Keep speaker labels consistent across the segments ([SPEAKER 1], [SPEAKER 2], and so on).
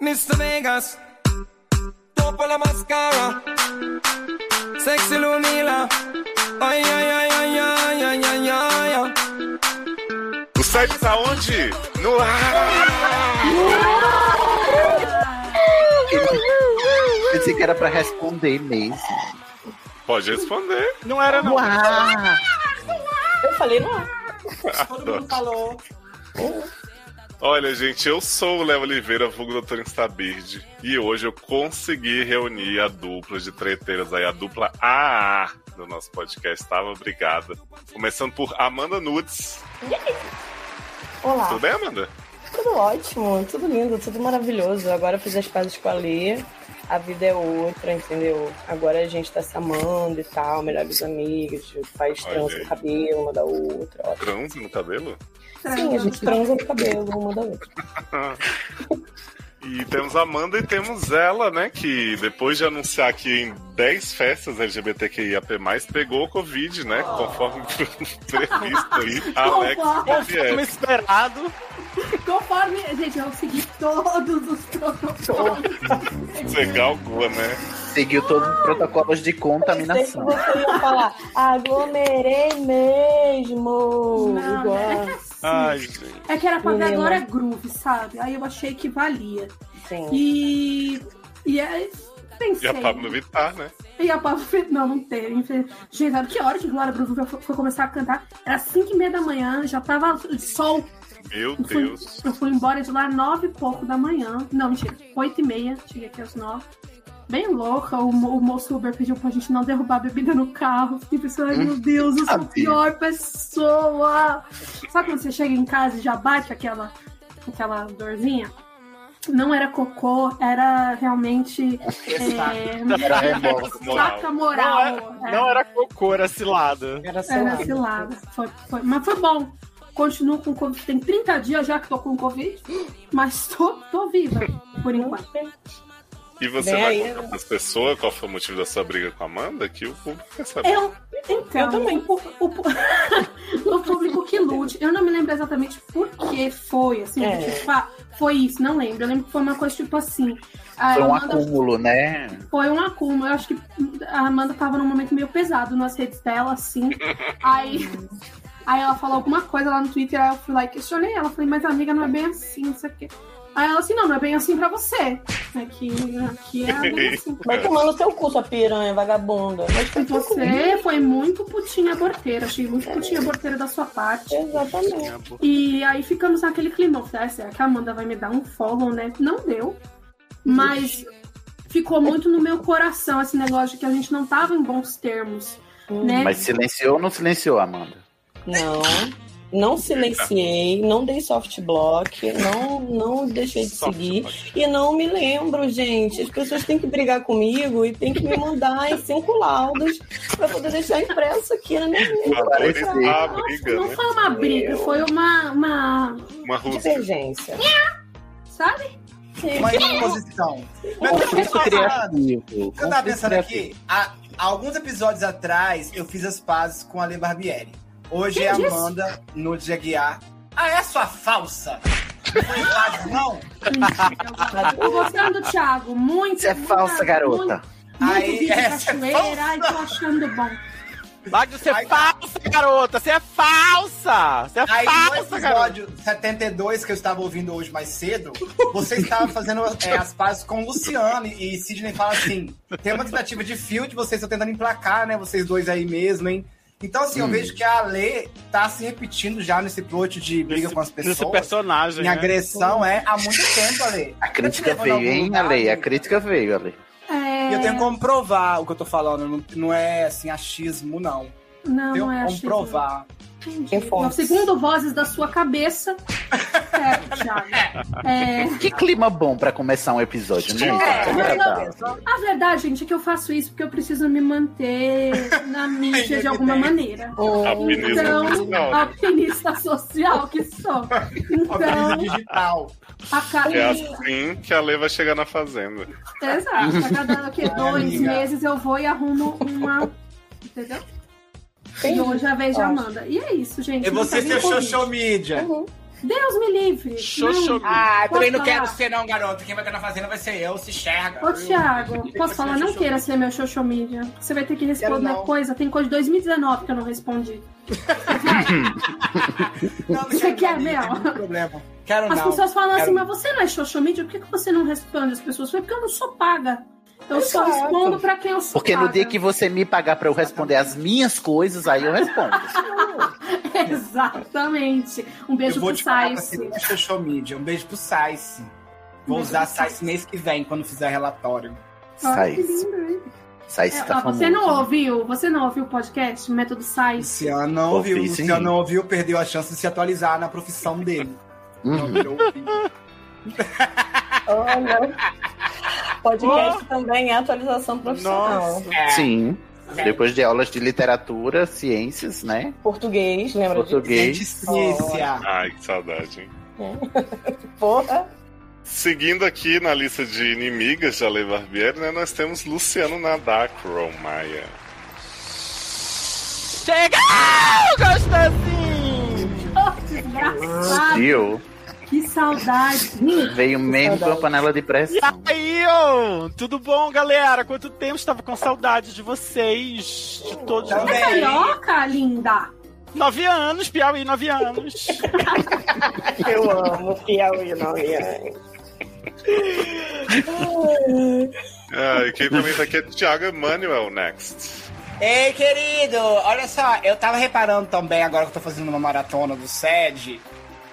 [SPEAKER 1] Mr. Vegas. Topa la mascara. Sexy Lumila. Ai, ai, ai, ai, ai, ai, ai, ai, ai.
[SPEAKER 2] O site tá onde? No ar!
[SPEAKER 3] Pensei que era pra responder mesmo.
[SPEAKER 2] Pode responder.
[SPEAKER 4] Não era, não.
[SPEAKER 3] Uau!
[SPEAKER 5] Eu falei no ar. Todo mundo falou.
[SPEAKER 2] Olha, gente, eu sou o Léo Oliveira, vulgo Doutor Instabird. E hoje eu consegui reunir a dupla de treteiras aí, a dupla AA do nosso podcast. Tava obrigada. Começando por Amanda Nudes.
[SPEAKER 5] Olá.
[SPEAKER 2] Tudo bem, Amanda?
[SPEAKER 5] Tudo ótimo, tudo lindo, tudo maravilhoso. Agora eu fiz as pazes com a Lê. A vida é outra, entendeu? Agora a gente tá se amando e tal, melhores amigos, faz
[SPEAKER 2] Olha
[SPEAKER 5] trança
[SPEAKER 2] aí.
[SPEAKER 5] no cabelo uma da outra. ó.
[SPEAKER 2] Transe no cabelo?
[SPEAKER 5] Sim, a gente transa no cabelo uma da outra.
[SPEAKER 2] E temos a Amanda e temos ela, né? Que depois de anunciar que em 10 festas LGBTQIAP, pegou o Covid, né? Conforme previsto aí, Alex Xavier.
[SPEAKER 4] Como esperado.
[SPEAKER 6] Conforme, gente, eu segui todos os protocolos.
[SPEAKER 2] Você galgou, né?
[SPEAKER 3] Seguiu todos os protocolos de
[SPEAKER 5] Sei que
[SPEAKER 3] contaminação.
[SPEAKER 5] você ia falar, aglomerei mesmo.
[SPEAKER 6] Não,
[SPEAKER 5] Igual.
[SPEAKER 6] né? Sim.
[SPEAKER 4] Ai, gente.
[SPEAKER 6] É que era pra ver
[SPEAKER 5] Menina.
[SPEAKER 6] agora groove, sabe? Aí eu achei que valia.
[SPEAKER 5] Sim.
[SPEAKER 6] E. E aí
[SPEAKER 2] E
[SPEAKER 6] pensei.
[SPEAKER 2] a Pablo Vittar, né?
[SPEAKER 6] E a Pablo fez. Não, não teve. enfim. Gente, sabe que hora que Glória Groove foi, foi começar a cantar? Era 5 e meia da manhã, já tava sol.
[SPEAKER 2] Meu
[SPEAKER 6] Eu fui,
[SPEAKER 2] Deus.
[SPEAKER 6] eu fui embora de lá nove e pouco da manhã. Não, mentira, oito e meia. Cheguei aqui às nove. Bem louca, o, mo- o moço Uber pediu pra gente não derrubar a bebida no carro. Fiquei pensando, ai meu Deus, eu sou a
[SPEAKER 3] Sabia.
[SPEAKER 6] pior pessoa. Sabe quando você chega em casa e já bate aquela, aquela dorzinha? Não era cocô, era realmente. é,
[SPEAKER 3] Era remorso.
[SPEAKER 6] saca
[SPEAKER 4] Não,
[SPEAKER 6] moral. é.
[SPEAKER 4] era, não era cocô, era cilada.
[SPEAKER 5] Era sei
[SPEAKER 6] Era
[SPEAKER 5] lá.
[SPEAKER 6] É, cilada. Foi, foi, mas foi bom. Continuo com Covid. Tem 30 dias já que tô com Covid, mas tô, tô viva, por enquanto.
[SPEAKER 2] E você
[SPEAKER 5] Bem
[SPEAKER 2] vai
[SPEAKER 5] aí,
[SPEAKER 2] contar pras pessoas qual foi o motivo da sua briga com a Amanda? Que o público quer saber.
[SPEAKER 6] Eu, então,
[SPEAKER 5] Eu também.
[SPEAKER 6] O, pu- o
[SPEAKER 2] É.
[SPEAKER 6] pu- o público que lute. Eu não me lembro exatamente por que foi, assim,
[SPEAKER 5] É.
[SPEAKER 6] tipo, ah, foi isso, não lembro. Eu lembro que foi uma coisa tipo assim. a
[SPEAKER 3] Foi um
[SPEAKER 6] Amanda-
[SPEAKER 3] acúmulo, né?
[SPEAKER 6] Foi um acúmulo. Eu acho que a Amanda tava num momento meio pesado nas redes dela, assim. Aí, aí ela falou alguma coisa lá no Twitter, aí eu fui lá e questionei ela. Falei, mas amiga, não é bem assim, não sei o quê. Aí ela assim, não, não é bem assim pra você. Aqui, aqui é bem assim.
[SPEAKER 5] Vai tomar no seu cu, sua piranha, vagabunda. Mas com
[SPEAKER 6] Você foi muito putinha borteira, achei muito putinha borteira da sua parte.
[SPEAKER 5] Exatamente.
[SPEAKER 6] E aí ficamos naquele clima. Eu falei, ah, será que a Amanda vai me dar um follow, né? Não deu. Mas ficou muito no meu coração esse negócio de que a gente não tava em bons termos, né?
[SPEAKER 3] Mas silenciou ou não silenciou, Amanda?
[SPEAKER 5] Não. Não silenciei, não dei soft block, não, não deixei de seguir. E não me lembro, gente. As pessoas têm que brigar comigo e têm que me mandar em cinco laudas pra poder deixar impresso aqui na minha vida.
[SPEAKER 2] Valorizar a
[SPEAKER 6] Nossa,
[SPEAKER 2] briga,
[SPEAKER 6] não
[SPEAKER 2] né?
[SPEAKER 6] foi uma briga, foi uma. uma
[SPEAKER 2] Uma russa.
[SPEAKER 5] Divergência.
[SPEAKER 6] sabe?
[SPEAKER 7] Uma imposição. Mas deixa eu
[SPEAKER 3] Conflito
[SPEAKER 7] pensar.
[SPEAKER 3] criativo.
[SPEAKER 7] Eu tava
[SPEAKER 3] conflito
[SPEAKER 7] pensando
[SPEAKER 3] criativo.
[SPEAKER 7] aqui, há, há alguns episódios atrás eu fiz as pazes com a Lê Barbieri. Hoje é
[SPEAKER 6] Que isso?
[SPEAKER 7] Amanda no de Aguiar. Ah, é sua falsa! Não foi paz, não?
[SPEAKER 6] Tô gostando do Thiago, muito.
[SPEAKER 3] Você é
[SPEAKER 6] muito-
[SPEAKER 3] falsa, garota.
[SPEAKER 6] Muito, muito
[SPEAKER 7] Aí,
[SPEAKER 6] vídeo de
[SPEAKER 7] essa é
[SPEAKER 6] cachoeira,
[SPEAKER 7] falsa.
[SPEAKER 6] ai, tô achando bom.
[SPEAKER 4] Magno, você é
[SPEAKER 7] Ai,
[SPEAKER 4] falsa, garota! Você é falsa! Você é
[SPEAKER 7] Aí no
[SPEAKER 4] falsa, garota!
[SPEAKER 7] episódio 72 que eu estava ouvindo hoje mais cedo, você estava fazendo é, as pazes com o Luciano e Sidney fala assim: tem uma tentativa de field, vocês estão tentando emplacar, né? Vocês dois aí mesmo, hein? Então,
[SPEAKER 4] Hum.
[SPEAKER 7] assim, eu vejo que a Lê tá se repetindo já nesse plot de briga
[SPEAKER 4] Nesse-
[SPEAKER 7] com as
[SPEAKER 4] Esse
[SPEAKER 7] pessoas.
[SPEAKER 4] personagem.
[SPEAKER 7] Em
[SPEAKER 4] né?
[SPEAKER 7] agressão é há muito tempo, Ale.
[SPEAKER 3] A crítica
[SPEAKER 7] Eu te levo
[SPEAKER 3] veio,
[SPEAKER 7] em algum
[SPEAKER 3] hein,
[SPEAKER 7] lugar,
[SPEAKER 3] Ale? A
[SPEAKER 7] né?
[SPEAKER 3] crítica veio, Ale.
[SPEAKER 6] É,
[SPEAKER 7] E eu tenho como provar o que eu tô falando. Não, não é assim, achismo, não.
[SPEAKER 6] Não,
[SPEAKER 7] tenho um
[SPEAKER 6] não é
[SPEAKER 7] como
[SPEAKER 6] achismo.
[SPEAKER 7] provar.
[SPEAKER 6] Entendi.
[SPEAKER 5] Tem fontes.
[SPEAKER 6] Não, Segundo vozes da sua cabeça. É, Thiago. É,
[SPEAKER 3] Que clima bom pra começar um episódio, né?
[SPEAKER 6] É,
[SPEAKER 3] Tá
[SPEAKER 6] mas
[SPEAKER 3] agradável.
[SPEAKER 6] a verdade, gente, é que eu faço isso porque eu preciso me manter na mídia de alguma maneira.
[SPEAKER 2] Alpinismo
[SPEAKER 6] Então,
[SPEAKER 2] social.
[SPEAKER 6] a alpinista social que sou.
[SPEAKER 7] Ó, brisa
[SPEAKER 6] Então,
[SPEAKER 7] digital.
[SPEAKER 6] a
[SPEAKER 2] É
[SPEAKER 6] cada,
[SPEAKER 2] assim que a Lê vai chegar na fazenda.
[SPEAKER 6] exato, a cada que, dois
[SPEAKER 7] amiga.
[SPEAKER 6] meses eu vou e arrumo uma. Entendeu? E hoje a vez de Amanda. E é isso, gente.
[SPEAKER 7] E
[SPEAKER 6] não
[SPEAKER 7] você
[SPEAKER 6] tá
[SPEAKER 7] ser
[SPEAKER 6] nem
[SPEAKER 7] social media.
[SPEAKER 5] Uhum.
[SPEAKER 6] Deus me livre. né? Não.
[SPEAKER 4] Xoxo-
[SPEAKER 7] Ah, eu também não
[SPEAKER 6] Posso
[SPEAKER 7] quero
[SPEAKER 6] falar?
[SPEAKER 7] ser, não, garoto. Quem vai ganhar na fazenda vai ser eu, se enxerga.
[SPEAKER 6] Ô,
[SPEAKER 7] Eu-
[SPEAKER 6] Thiago,
[SPEAKER 7] Eu-
[SPEAKER 6] posso falar? Não
[SPEAKER 7] Eu-
[SPEAKER 6] queira ser meu social media. Você vai ter que responder
[SPEAKER 7] Quero não.
[SPEAKER 6] coisa. Tem coisa de 2019 que eu não respondi.
[SPEAKER 7] Não, não
[SPEAKER 6] Você
[SPEAKER 7] quero
[SPEAKER 6] quer
[SPEAKER 7] não,
[SPEAKER 6] mesmo?
[SPEAKER 7] tem muito problema. Quero
[SPEAKER 6] é As
[SPEAKER 7] não.
[SPEAKER 6] pessoas falam assim, mas
[SPEAKER 7] Quero-
[SPEAKER 6] você não é social media? Por que, que você não responde as pessoas? Foi porque eu não sou paga. Eu só
[SPEAKER 5] Exato.
[SPEAKER 6] respondo pra quem eu sou
[SPEAKER 3] Porque no
[SPEAKER 6] paga.
[SPEAKER 3] dia que você me pagar pra eu responder as minhas coisas, aí eu respondo.
[SPEAKER 6] Exatamente. Um
[SPEAKER 7] Eu
[SPEAKER 6] beijo
[SPEAKER 7] vou
[SPEAKER 6] pro
[SPEAKER 7] te falar pra
[SPEAKER 6] Sais.
[SPEAKER 7] ser minha social media. Um beijo pro Sice. Vou
[SPEAKER 6] Um beijo
[SPEAKER 7] usar
[SPEAKER 6] pro Sais.
[SPEAKER 7] Sice mês que vem, quando fizer relatório.
[SPEAKER 6] Olha
[SPEAKER 3] Sai,
[SPEAKER 6] que lindo, hein?
[SPEAKER 3] sai,
[SPEAKER 6] É,
[SPEAKER 3] você
[SPEAKER 6] ó,
[SPEAKER 3] tá famoso.
[SPEAKER 6] você não ouviu? Você não ouviu o podcast Método Sais?
[SPEAKER 7] Luciano não ouviu.
[SPEAKER 3] Ouvi, sim.
[SPEAKER 7] Luciano não ouviu, perdeu a chance de se atualizar na profissão dele. Não
[SPEAKER 3] Uhum.
[SPEAKER 7] virou ouvinte.
[SPEAKER 5] Olha. Podcast também é atualização profissional.
[SPEAKER 7] É,
[SPEAKER 3] Sim. Depois de aulas de literatura, ciências, né?
[SPEAKER 5] Português, lembra
[SPEAKER 3] Português.
[SPEAKER 7] ciência.
[SPEAKER 2] Ai, que saudade, hein?
[SPEAKER 5] disso? Porra.
[SPEAKER 2] Seguindo aqui na lista de inimigas de Ale Barbieri, né, nós temos Luciano Nadacro Maia.
[SPEAKER 4] Chega! Ah, Gostosinho!
[SPEAKER 3] é
[SPEAKER 6] Desgraçado.
[SPEAKER 3] Tio,
[SPEAKER 6] Que saudade.
[SPEAKER 3] veio mesmo de uma panela de pressão.
[SPEAKER 4] E aí, ô, tudo bom, galera? Quanto tempo estava com saudade de vocês, de todos
[SPEAKER 7] Tá
[SPEAKER 6] É
[SPEAKER 4] vocês.
[SPEAKER 7] bem.
[SPEAKER 6] carioca, linda.
[SPEAKER 4] Nove anos, Piauí, nove anos.
[SPEAKER 5] Eu amo Piauí, não é?
[SPEAKER 2] Ah, e quem também tá aqui é Thiago Emanuel Next.
[SPEAKER 7] Ei, querido, olha só, eu tava reparando também, agora que eu tô fazendo uma maratona do SED,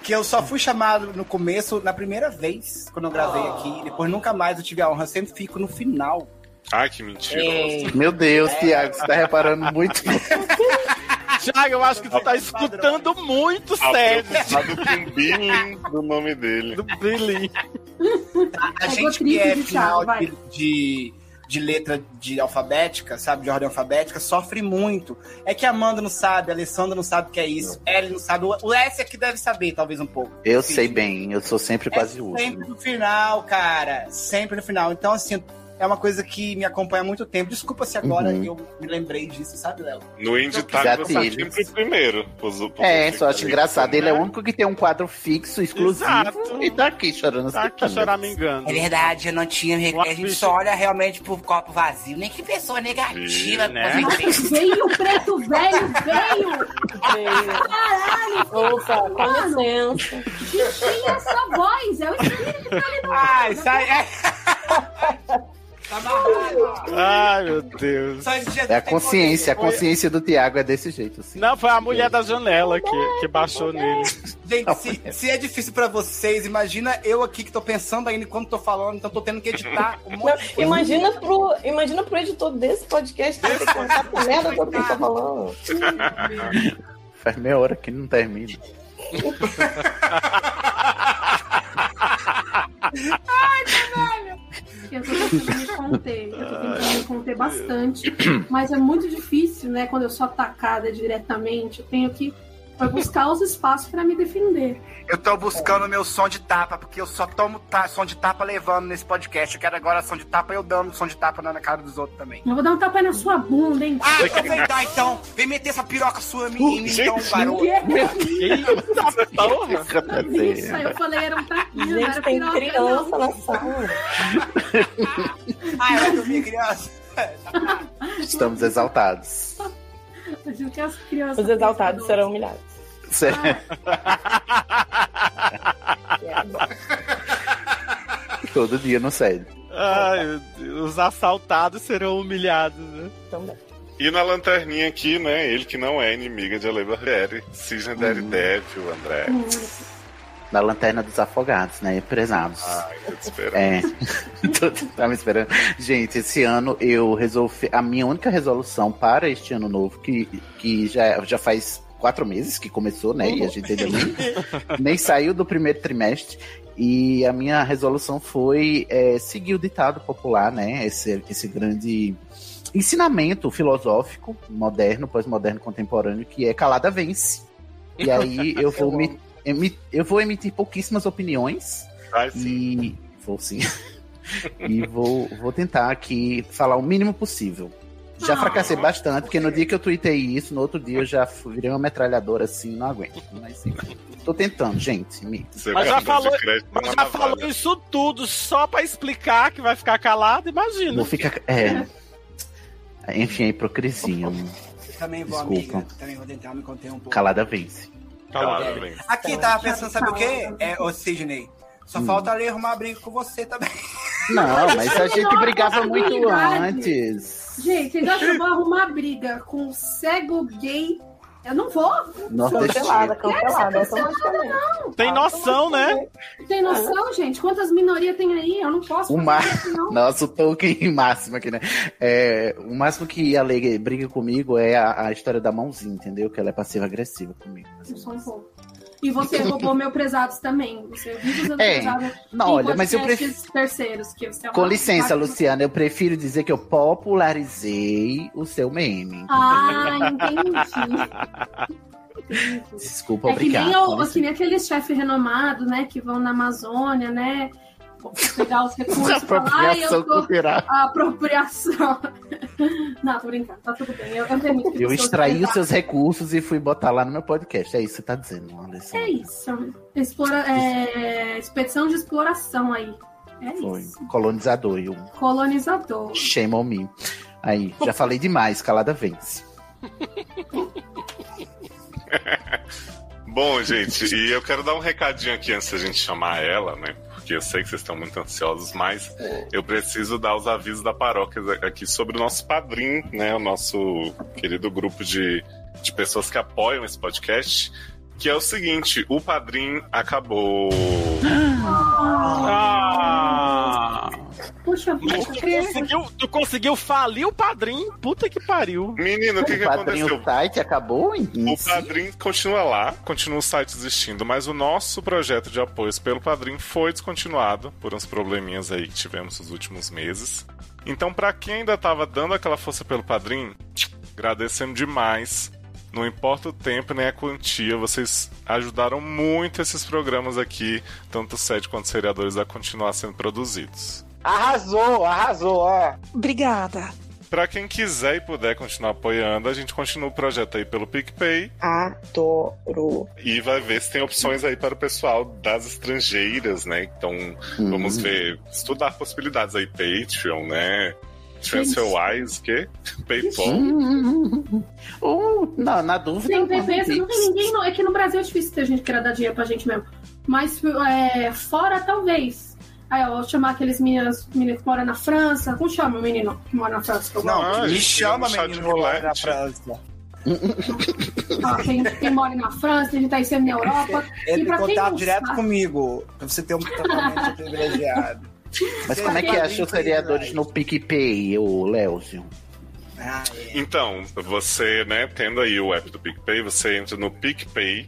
[SPEAKER 7] que eu só fui chamado no começo, na primeira vez, quando eu gravei aqui, depois nunca mais eu tive a honra, eu sempre fico no final.
[SPEAKER 2] Ai, que mentira.
[SPEAKER 3] Meu Deus, Tiago, você tá reparando muito.
[SPEAKER 4] Thiago, eu acho que tu tá escutando muito
[SPEAKER 2] Ah,
[SPEAKER 4] sério
[SPEAKER 2] preocupado com o billing do nome dele.
[SPEAKER 4] do Billy.
[SPEAKER 7] A
[SPEAKER 6] Pegou
[SPEAKER 7] gente que
[SPEAKER 6] triste
[SPEAKER 7] é
[SPEAKER 6] de
[SPEAKER 7] final
[SPEAKER 6] Thiago, vai.
[SPEAKER 7] de, de, de letra de alfabética, sabe, de ordem alfabética, sofre muito. É que a Amanda não sabe, a Alessandra não sabe o que é isso, Ellen não sabe, o- o S aqui deve saber, talvez um pouco.
[SPEAKER 3] Eu sei bem, eu sou sempre quase né? o
[SPEAKER 7] É sempre
[SPEAKER 3] último.
[SPEAKER 7] no final, cara. Sempre no final. Então, assim, é uma coisa que me acompanha há muito tempo. Desculpa se agora
[SPEAKER 3] Uhum.
[SPEAKER 7] eu me lembrei disso, sabe, Léo?
[SPEAKER 2] No Indie Time você tá
[SPEAKER 3] Gatilhos.
[SPEAKER 2] sempre primeiro. Pros, pros
[SPEAKER 3] É,
[SPEAKER 2] pros-
[SPEAKER 3] só acho engraçado. Ele é o
[SPEAKER 2] né?
[SPEAKER 3] único que tem um quadro fixo, exclusivo,
[SPEAKER 4] Exato.
[SPEAKER 3] e tá aqui chorando.
[SPEAKER 4] Tá aqui
[SPEAKER 3] as pitangas.
[SPEAKER 4] choramingando.
[SPEAKER 7] É verdade, eu não tinha. um
[SPEAKER 4] a gente só
[SPEAKER 7] olha realmente pro copo vazio. Nem que pessoa
[SPEAKER 2] negativa,
[SPEAKER 4] né?
[SPEAKER 6] Nossa, veio o preto velho, veio.
[SPEAKER 5] Opa, com licença.
[SPEAKER 6] Tinha essa voz. É o espírito
[SPEAKER 7] Ai, sai. É. tá amarrado.
[SPEAKER 4] Ai, meu Deus.
[SPEAKER 7] Só de Jesus
[SPEAKER 3] É a
[SPEAKER 7] tem
[SPEAKER 3] consciência, a
[SPEAKER 4] Foi-
[SPEAKER 3] consciência do Tiago é desse jeito, assim.
[SPEAKER 4] Não, foi a mulher da janela que, que baixou nele.
[SPEAKER 7] poder. Gente, se, se é difícil pra vocês, imagina eu aqui que tô pensando ainda enquanto tô falando, então tô tendo que editar um
[SPEAKER 5] Não,
[SPEAKER 7] monte de coisa.
[SPEAKER 5] imagina, pro, imagina pro editor desse podcast ter que contar com merda que eu tô falando.
[SPEAKER 3] Faz meia hora que não termina.
[SPEAKER 6] Eu tô tentando me conter, eu tô tentando me conter bastante, mas é muito difícil, né? Quando eu sou atacada diretamente, eu tenho que buscar os espaços pra me defender.
[SPEAKER 7] Eu tô buscando meu som de tapa, porque eu só tomo ta- som de tapa levando nesse podcast. Eu quero agora som de tapa eu dando som de tapa na cara dos outros também.
[SPEAKER 6] Eu vou dar um tapa na sua bunda, hein?
[SPEAKER 7] Ah, aproveitar então. Vem meter essa piroca sua em
[SPEAKER 2] Uh,
[SPEAKER 7] mim então,
[SPEAKER 2] gente.
[SPEAKER 7] garoto.
[SPEAKER 4] Eita porra!
[SPEAKER 3] Tá
[SPEAKER 6] Isso, aí eu falei, era um tapinha, não
[SPEAKER 5] Gente,
[SPEAKER 6] era
[SPEAKER 5] tem
[SPEAKER 6] piroca, não.
[SPEAKER 5] criança na sala.
[SPEAKER 7] Ah, eu dormi, criança.
[SPEAKER 3] Estamos exaltados.
[SPEAKER 6] Eu digo que as crianças
[SPEAKER 5] Os exaltados serão humilhados.
[SPEAKER 3] Cê-
[SPEAKER 4] Ah.
[SPEAKER 5] É,
[SPEAKER 3] Todo dia no sede.
[SPEAKER 4] Ai, meu Deus. Os assaltados serão humilhados, né?
[SPEAKER 5] Também.
[SPEAKER 2] E na lanterninha aqui, né? Ele que não é inimiga de Ale Barbieri. Cisne
[SPEAKER 3] Uhum.
[SPEAKER 2] Daredevil, André.
[SPEAKER 6] Hum,
[SPEAKER 3] Na lanterna dos afogados, né? Prezados.
[SPEAKER 2] Ai, tô te esperando.
[SPEAKER 3] É. Tô- Tava esperando. Gente, esse ano eu resolvi. A minha única resolução para este ano novo, que, que já, já faz quatro meses que começou, né? E a gente ainda nem, nem saiu do primeiro trimestre. E a minha resolução foi é, seguir o ditado popular, né? Esse, esse grande ensinamento filosófico, moderno, pós-moderno, contemporâneo, que é calada vence. E aí eu vou me- emi- eu vou emitir pouquíssimas opiniões.
[SPEAKER 2] Ai, sim.
[SPEAKER 3] E vou sim. e vou, vou tentar aqui falar o mínimo possível. já fracassei bastante, porque no dia que eu tuitei isso, no outro dia eu já fu- virei uma metralhadora assim, não aguento. Mas enfim, tô tentando, gente. Me...
[SPEAKER 2] Você
[SPEAKER 4] Mas já
[SPEAKER 2] vai fazer
[SPEAKER 4] falou-
[SPEAKER 2] crédito
[SPEAKER 4] Mas
[SPEAKER 2] na
[SPEAKER 4] já
[SPEAKER 2] navalha.
[SPEAKER 4] falou isso tudo só pra explicar que vai ficar calado, imagina.
[SPEAKER 3] Não fica. É. Enfim, é hipocrisia.
[SPEAKER 7] Também vou,
[SPEAKER 3] Desculpa.
[SPEAKER 7] amiga. Também vou tentar me conter um pouco.
[SPEAKER 3] Calada vence.
[SPEAKER 2] Cara,
[SPEAKER 4] Calado.
[SPEAKER 2] bem.
[SPEAKER 7] Aqui, tava pensando, sabe o quê? É, ô Sidney. Só falta ali arrumar briga com você também.
[SPEAKER 3] Não, mas a gente brigava muito
[SPEAKER 6] Verdade.
[SPEAKER 3] antes.
[SPEAKER 6] Gente, ainda acho que eu vou arrumar briga com um cego gay. Eu não vou,
[SPEAKER 5] Cancelada,
[SPEAKER 3] Nordestino.
[SPEAKER 5] cancelada. automaticamente.
[SPEAKER 4] Tem noção, né?
[SPEAKER 6] tem noção, gente? Quantas minorias tem aí? Eu não posso
[SPEAKER 3] O
[SPEAKER 6] fazer
[SPEAKER 3] Um Mar-
[SPEAKER 6] isso, não.
[SPEAKER 3] Nossa, o Tolkien máximo aqui, né? É, o máximo que a lei briga comigo é a, a história da mãozinha, entendeu? Que ela é passiva-agressiva comigo.
[SPEAKER 6] Só um pouco. E você roubou meu prezados também. Você vive usando
[SPEAKER 3] É,
[SPEAKER 6] prezados
[SPEAKER 3] Não, olha, mas eu prefiro.
[SPEAKER 6] terceiros que você é
[SPEAKER 3] Com licença, Luciana, eu prefiro dizer que eu popularizei o seu meme.
[SPEAKER 6] Ah, entendi. Entendi.
[SPEAKER 3] Desculpa,
[SPEAKER 6] É que,
[SPEAKER 3] obrigado.
[SPEAKER 6] nem o-
[SPEAKER 3] com
[SPEAKER 6] que nem aqueles chefes renomados, né? Que vão na Amazônia, né? Pegar os recursos e falar, ai,
[SPEAKER 3] Apropriação
[SPEAKER 6] eu tô
[SPEAKER 3] cultural.
[SPEAKER 6] a apropriação. Não, tô brincando, tá tudo bem. Eu, eu permito que
[SPEAKER 3] Eu
[SPEAKER 6] pessoas
[SPEAKER 3] extraí os
[SPEAKER 6] pensem-
[SPEAKER 3] seus recursos e fui botar lá no meu podcast. É isso que você tá dizendo, Anderson.
[SPEAKER 6] É isso. Explora... é, Expedição de exploração aí. É
[SPEAKER 3] Foi
[SPEAKER 6] isso.
[SPEAKER 3] um colonizador e um
[SPEAKER 6] Colonizador.
[SPEAKER 3] shame on me. Aí, já falei demais, calada vence.
[SPEAKER 2] Bom, gente, e eu quero dar um recadinho aqui antes da gente chamar ela, né? Porque eu sei que vocês estão muito ansiosos, mas
[SPEAKER 3] É.
[SPEAKER 2] eu preciso dar os avisos da paróquia aqui sobre o nosso padrinho, né? O nosso querido grupo de, de pessoas que apoiam esse podcast. Que é o seguinte, o padrinho acabou.
[SPEAKER 4] Ah,
[SPEAKER 6] Puxa vida.
[SPEAKER 4] mas tu
[SPEAKER 7] é?
[SPEAKER 4] conseguiu, tu conseguiu falir o padrinho? Puta que pariu.
[SPEAKER 2] Menino, o que, que
[SPEAKER 3] o padrinho
[SPEAKER 2] aconteceu?
[SPEAKER 3] Tight acabou em
[SPEAKER 2] O
[SPEAKER 3] em si?
[SPEAKER 2] Padrim continua lá, continua o site existindo, mas o nosso projeto de apoios pelo Padrim foi descontinuado por uns probleminhas aí que tivemos nos últimos meses. Então, pra quem ainda tava dando aquela força pelo Padrim, agradecemos demais. Não importa o tempo nem a quantia, vocês ajudaram muito esses programas aqui, tanto o SED quanto os seriadores, a continuar sendo produzidos.
[SPEAKER 8] Arrasou, arrasou, ó.
[SPEAKER 9] Obrigada.
[SPEAKER 2] Pra quem quiser e puder continuar apoiando, a gente continua o projeto aí pelo PicPay
[SPEAKER 5] Adoro.
[SPEAKER 2] E vai ver se tem opções aí para o pessoal das estrangeiras, né? Então,
[SPEAKER 3] Hum.
[SPEAKER 2] vamos ver, estudar possibilidades aí, Patreon, né? TransferWise, que? Paypal.
[SPEAKER 3] Hum, hum, hum, hum. Hum, não, na dúvida.
[SPEAKER 6] Sem
[SPEAKER 3] eu mando
[SPEAKER 6] PPS, não tem
[SPEAKER 3] Pix.
[SPEAKER 6] ninguém. não- É que no Brasil é difícil ter gente que queira dar dinheiro pra gente mesmo. Mas é, fora, talvez. Aí, ó, eu vou chamar aqueles meninos, meninos que moram na França. Como chama o menino que mora na França? Que eu gosto?
[SPEAKER 2] Ah,
[SPEAKER 7] Não, me
[SPEAKER 2] gente,
[SPEAKER 7] chama,
[SPEAKER 2] um chá de
[SPEAKER 7] menino, que eu moro na
[SPEAKER 2] roulette.
[SPEAKER 7] França.
[SPEAKER 6] Ah, tem gente que mora na França, tem gente aí sempre na Europa.
[SPEAKER 7] Ele
[SPEAKER 6] E
[SPEAKER 7] tem
[SPEAKER 6] pra quem
[SPEAKER 7] É contato
[SPEAKER 6] não
[SPEAKER 7] direto
[SPEAKER 6] sabe-
[SPEAKER 7] comigo, pra você ter um tratamento privilegiado.
[SPEAKER 3] Mas como é que
[SPEAKER 7] Sim,
[SPEAKER 3] acha os
[SPEAKER 7] sim,
[SPEAKER 3] vereadores
[SPEAKER 7] sim.
[SPEAKER 3] no PicPay, ô Léozio?
[SPEAKER 7] Ah, é.
[SPEAKER 2] Então, você, né, tendo aí o app do PicPay, você entra no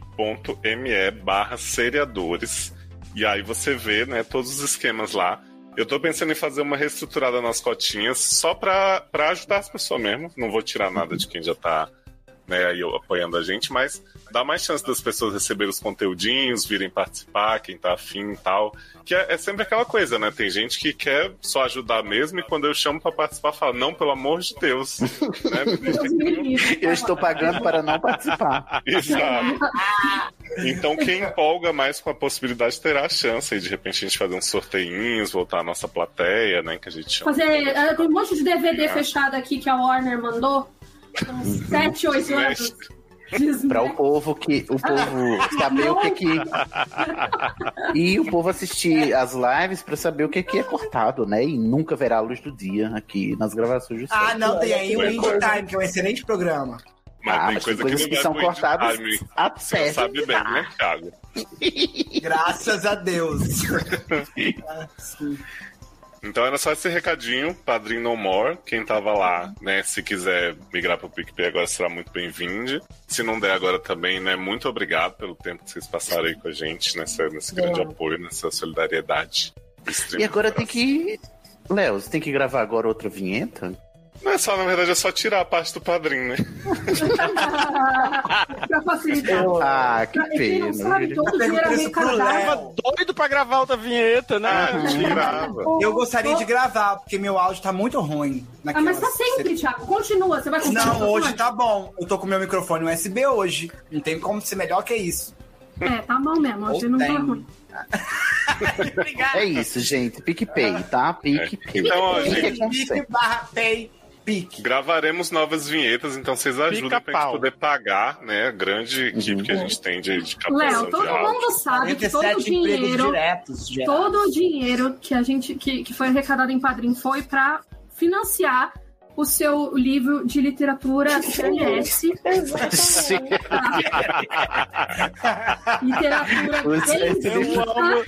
[SPEAKER 2] picpay.me barra seriadores e aí você vê, né, todos os esquemas lá. Eu tô pensando em fazer uma reestruturada nas cotinhas só pra, pra ajudar as pessoas mesmo. Não vou tirar nada de quem já tá né, aí apoiando a gente, mas dá mais chance das pessoas receberem os conteúdinhos, virem participar, quem tá afim e tal. Que é, é sempre aquela coisa, né? Tem gente que quer só ajudar mesmo e quando eu chamo pra participar, fala, não, pelo amor de Deus. né? me deixa
[SPEAKER 6] Deus me
[SPEAKER 2] aqui.
[SPEAKER 6] livre.
[SPEAKER 3] Eu estou pagando para não participar.
[SPEAKER 2] Exato. Então, quem empolga mais com a possibilidade terá a chance aí, de repente, a gente fazer uns sorteinhos, voltar à nossa plateia, né? Que a gente chama.
[SPEAKER 6] Fazer. é, Tem um monte de DVD fechado aqui que a Warner mandou. Uns 7, 8 anos.
[SPEAKER 3] Para o povo que. O povo saber o que que. E o povo assistir as lives para saber o que que é cortado, né? E nunca verá a luz do dia aqui nas gravações do
[SPEAKER 7] Ah,
[SPEAKER 3] ah,
[SPEAKER 7] não, tem aí o
[SPEAKER 2] Foi
[SPEAKER 7] Indie Time, que é um excelente programa.
[SPEAKER 2] Mas
[SPEAKER 3] Ah,
[SPEAKER 2] tem
[SPEAKER 3] mas tem
[SPEAKER 2] coisa
[SPEAKER 3] coisas
[SPEAKER 2] que,
[SPEAKER 3] que,
[SPEAKER 2] não vai
[SPEAKER 3] são
[SPEAKER 2] pro Indie
[SPEAKER 3] cortadas
[SPEAKER 2] Time. Você
[SPEAKER 3] até.
[SPEAKER 2] sabe bem, né, Thiago?
[SPEAKER 7] Graças a Deus. Ah, sim.
[SPEAKER 2] Então era só esse recadinho, Padrim No More. Quem tava lá, né, se quiser migrar pro PicPay agora será muito bem-vindo. Se não der agora também, né, muito obrigado pelo tempo que vocês passaram aí com a gente, nessa, nesse grande apoio, nessa solidariedade.
[SPEAKER 3] E agora tem que. Léo, você tem que gravar agora outra vinheta?
[SPEAKER 2] Não é só, na verdade, é só tirar a parte do padrinho, né?
[SPEAKER 6] pra facilitar.
[SPEAKER 3] Ah, que
[SPEAKER 6] Pra- e quem não sabe,
[SPEAKER 3] pena.
[SPEAKER 6] todo dinheiro é
[SPEAKER 7] Pergunta isso pro
[SPEAKER 6] arrecadado.
[SPEAKER 4] Tava doido pra gravar outra vinheta, né?
[SPEAKER 2] Tirava.
[SPEAKER 7] Eu gostaria de gravar, porque meu áudio tá muito
[SPEAKER 6] Ah,
[SPEAKER 7] ruim.
[SPEAKER 6] mas
[SPEAKER 7] naquelas
[SPEAKER 6] tá sem sempre, né? Thiago. Continua. Você vai continuar.
[SPEAKER 7] Não, hoje tá bom. Eu tô com meu microfone USB hoje. Não tem como ser melhor que isso.
[SPEAKER 6] É, tá bom mesmo. Hoje
[SPEAKER 7] Ou
[SPEAKER 6] não
[SPEAKER 7] tem.
[SPEAKER 6] tá ruim.
[SPEAKER 3] É isso, gente. PicPay, tá? PicPay.
[SPEAKER 2] Então, ó,
[SPEAKER 3] Quem
[SPEAKER 2] gente,
[SPEAKER 3] que consegue?
[SPEAKER 7] Pique barra pay pique.
[SPEAKER 2] Gravaremos novas vinhetas, então vocês ajudem pra gente
[SPEAKER 4] Pica-pau.
[SPEAKER 2] poder pagar, né? A grande equipe
[SPEAKER 3] Uhum.
[SPEAKER 2] que a gente tem de, de captação
[SPEAKER 6] Léo,
[SPEAKER 2] de
[SPEAKER 6] todo
[SPEAKER 2] áudio.
[SPEAKER 6] mundo sabe que todo o
[SPEAKER 7] 47 empregos
[SPEAKER 6] dinheiro
[SPEAKER 7] diretos. gerados.
[SPEAKER 6] todo o dinheiro que a gente que, que foi arrecadado em Padrim foi para financiar o seu livro de literatura CLS,
[SPEAKER 5] Exatamente.
[SPEAKER 6] literatura
[SPEAKER 3] Você
[SPEAKER 4] Eu
[SPEAKER 6] belíssima,
[SPEAKER 4] amo,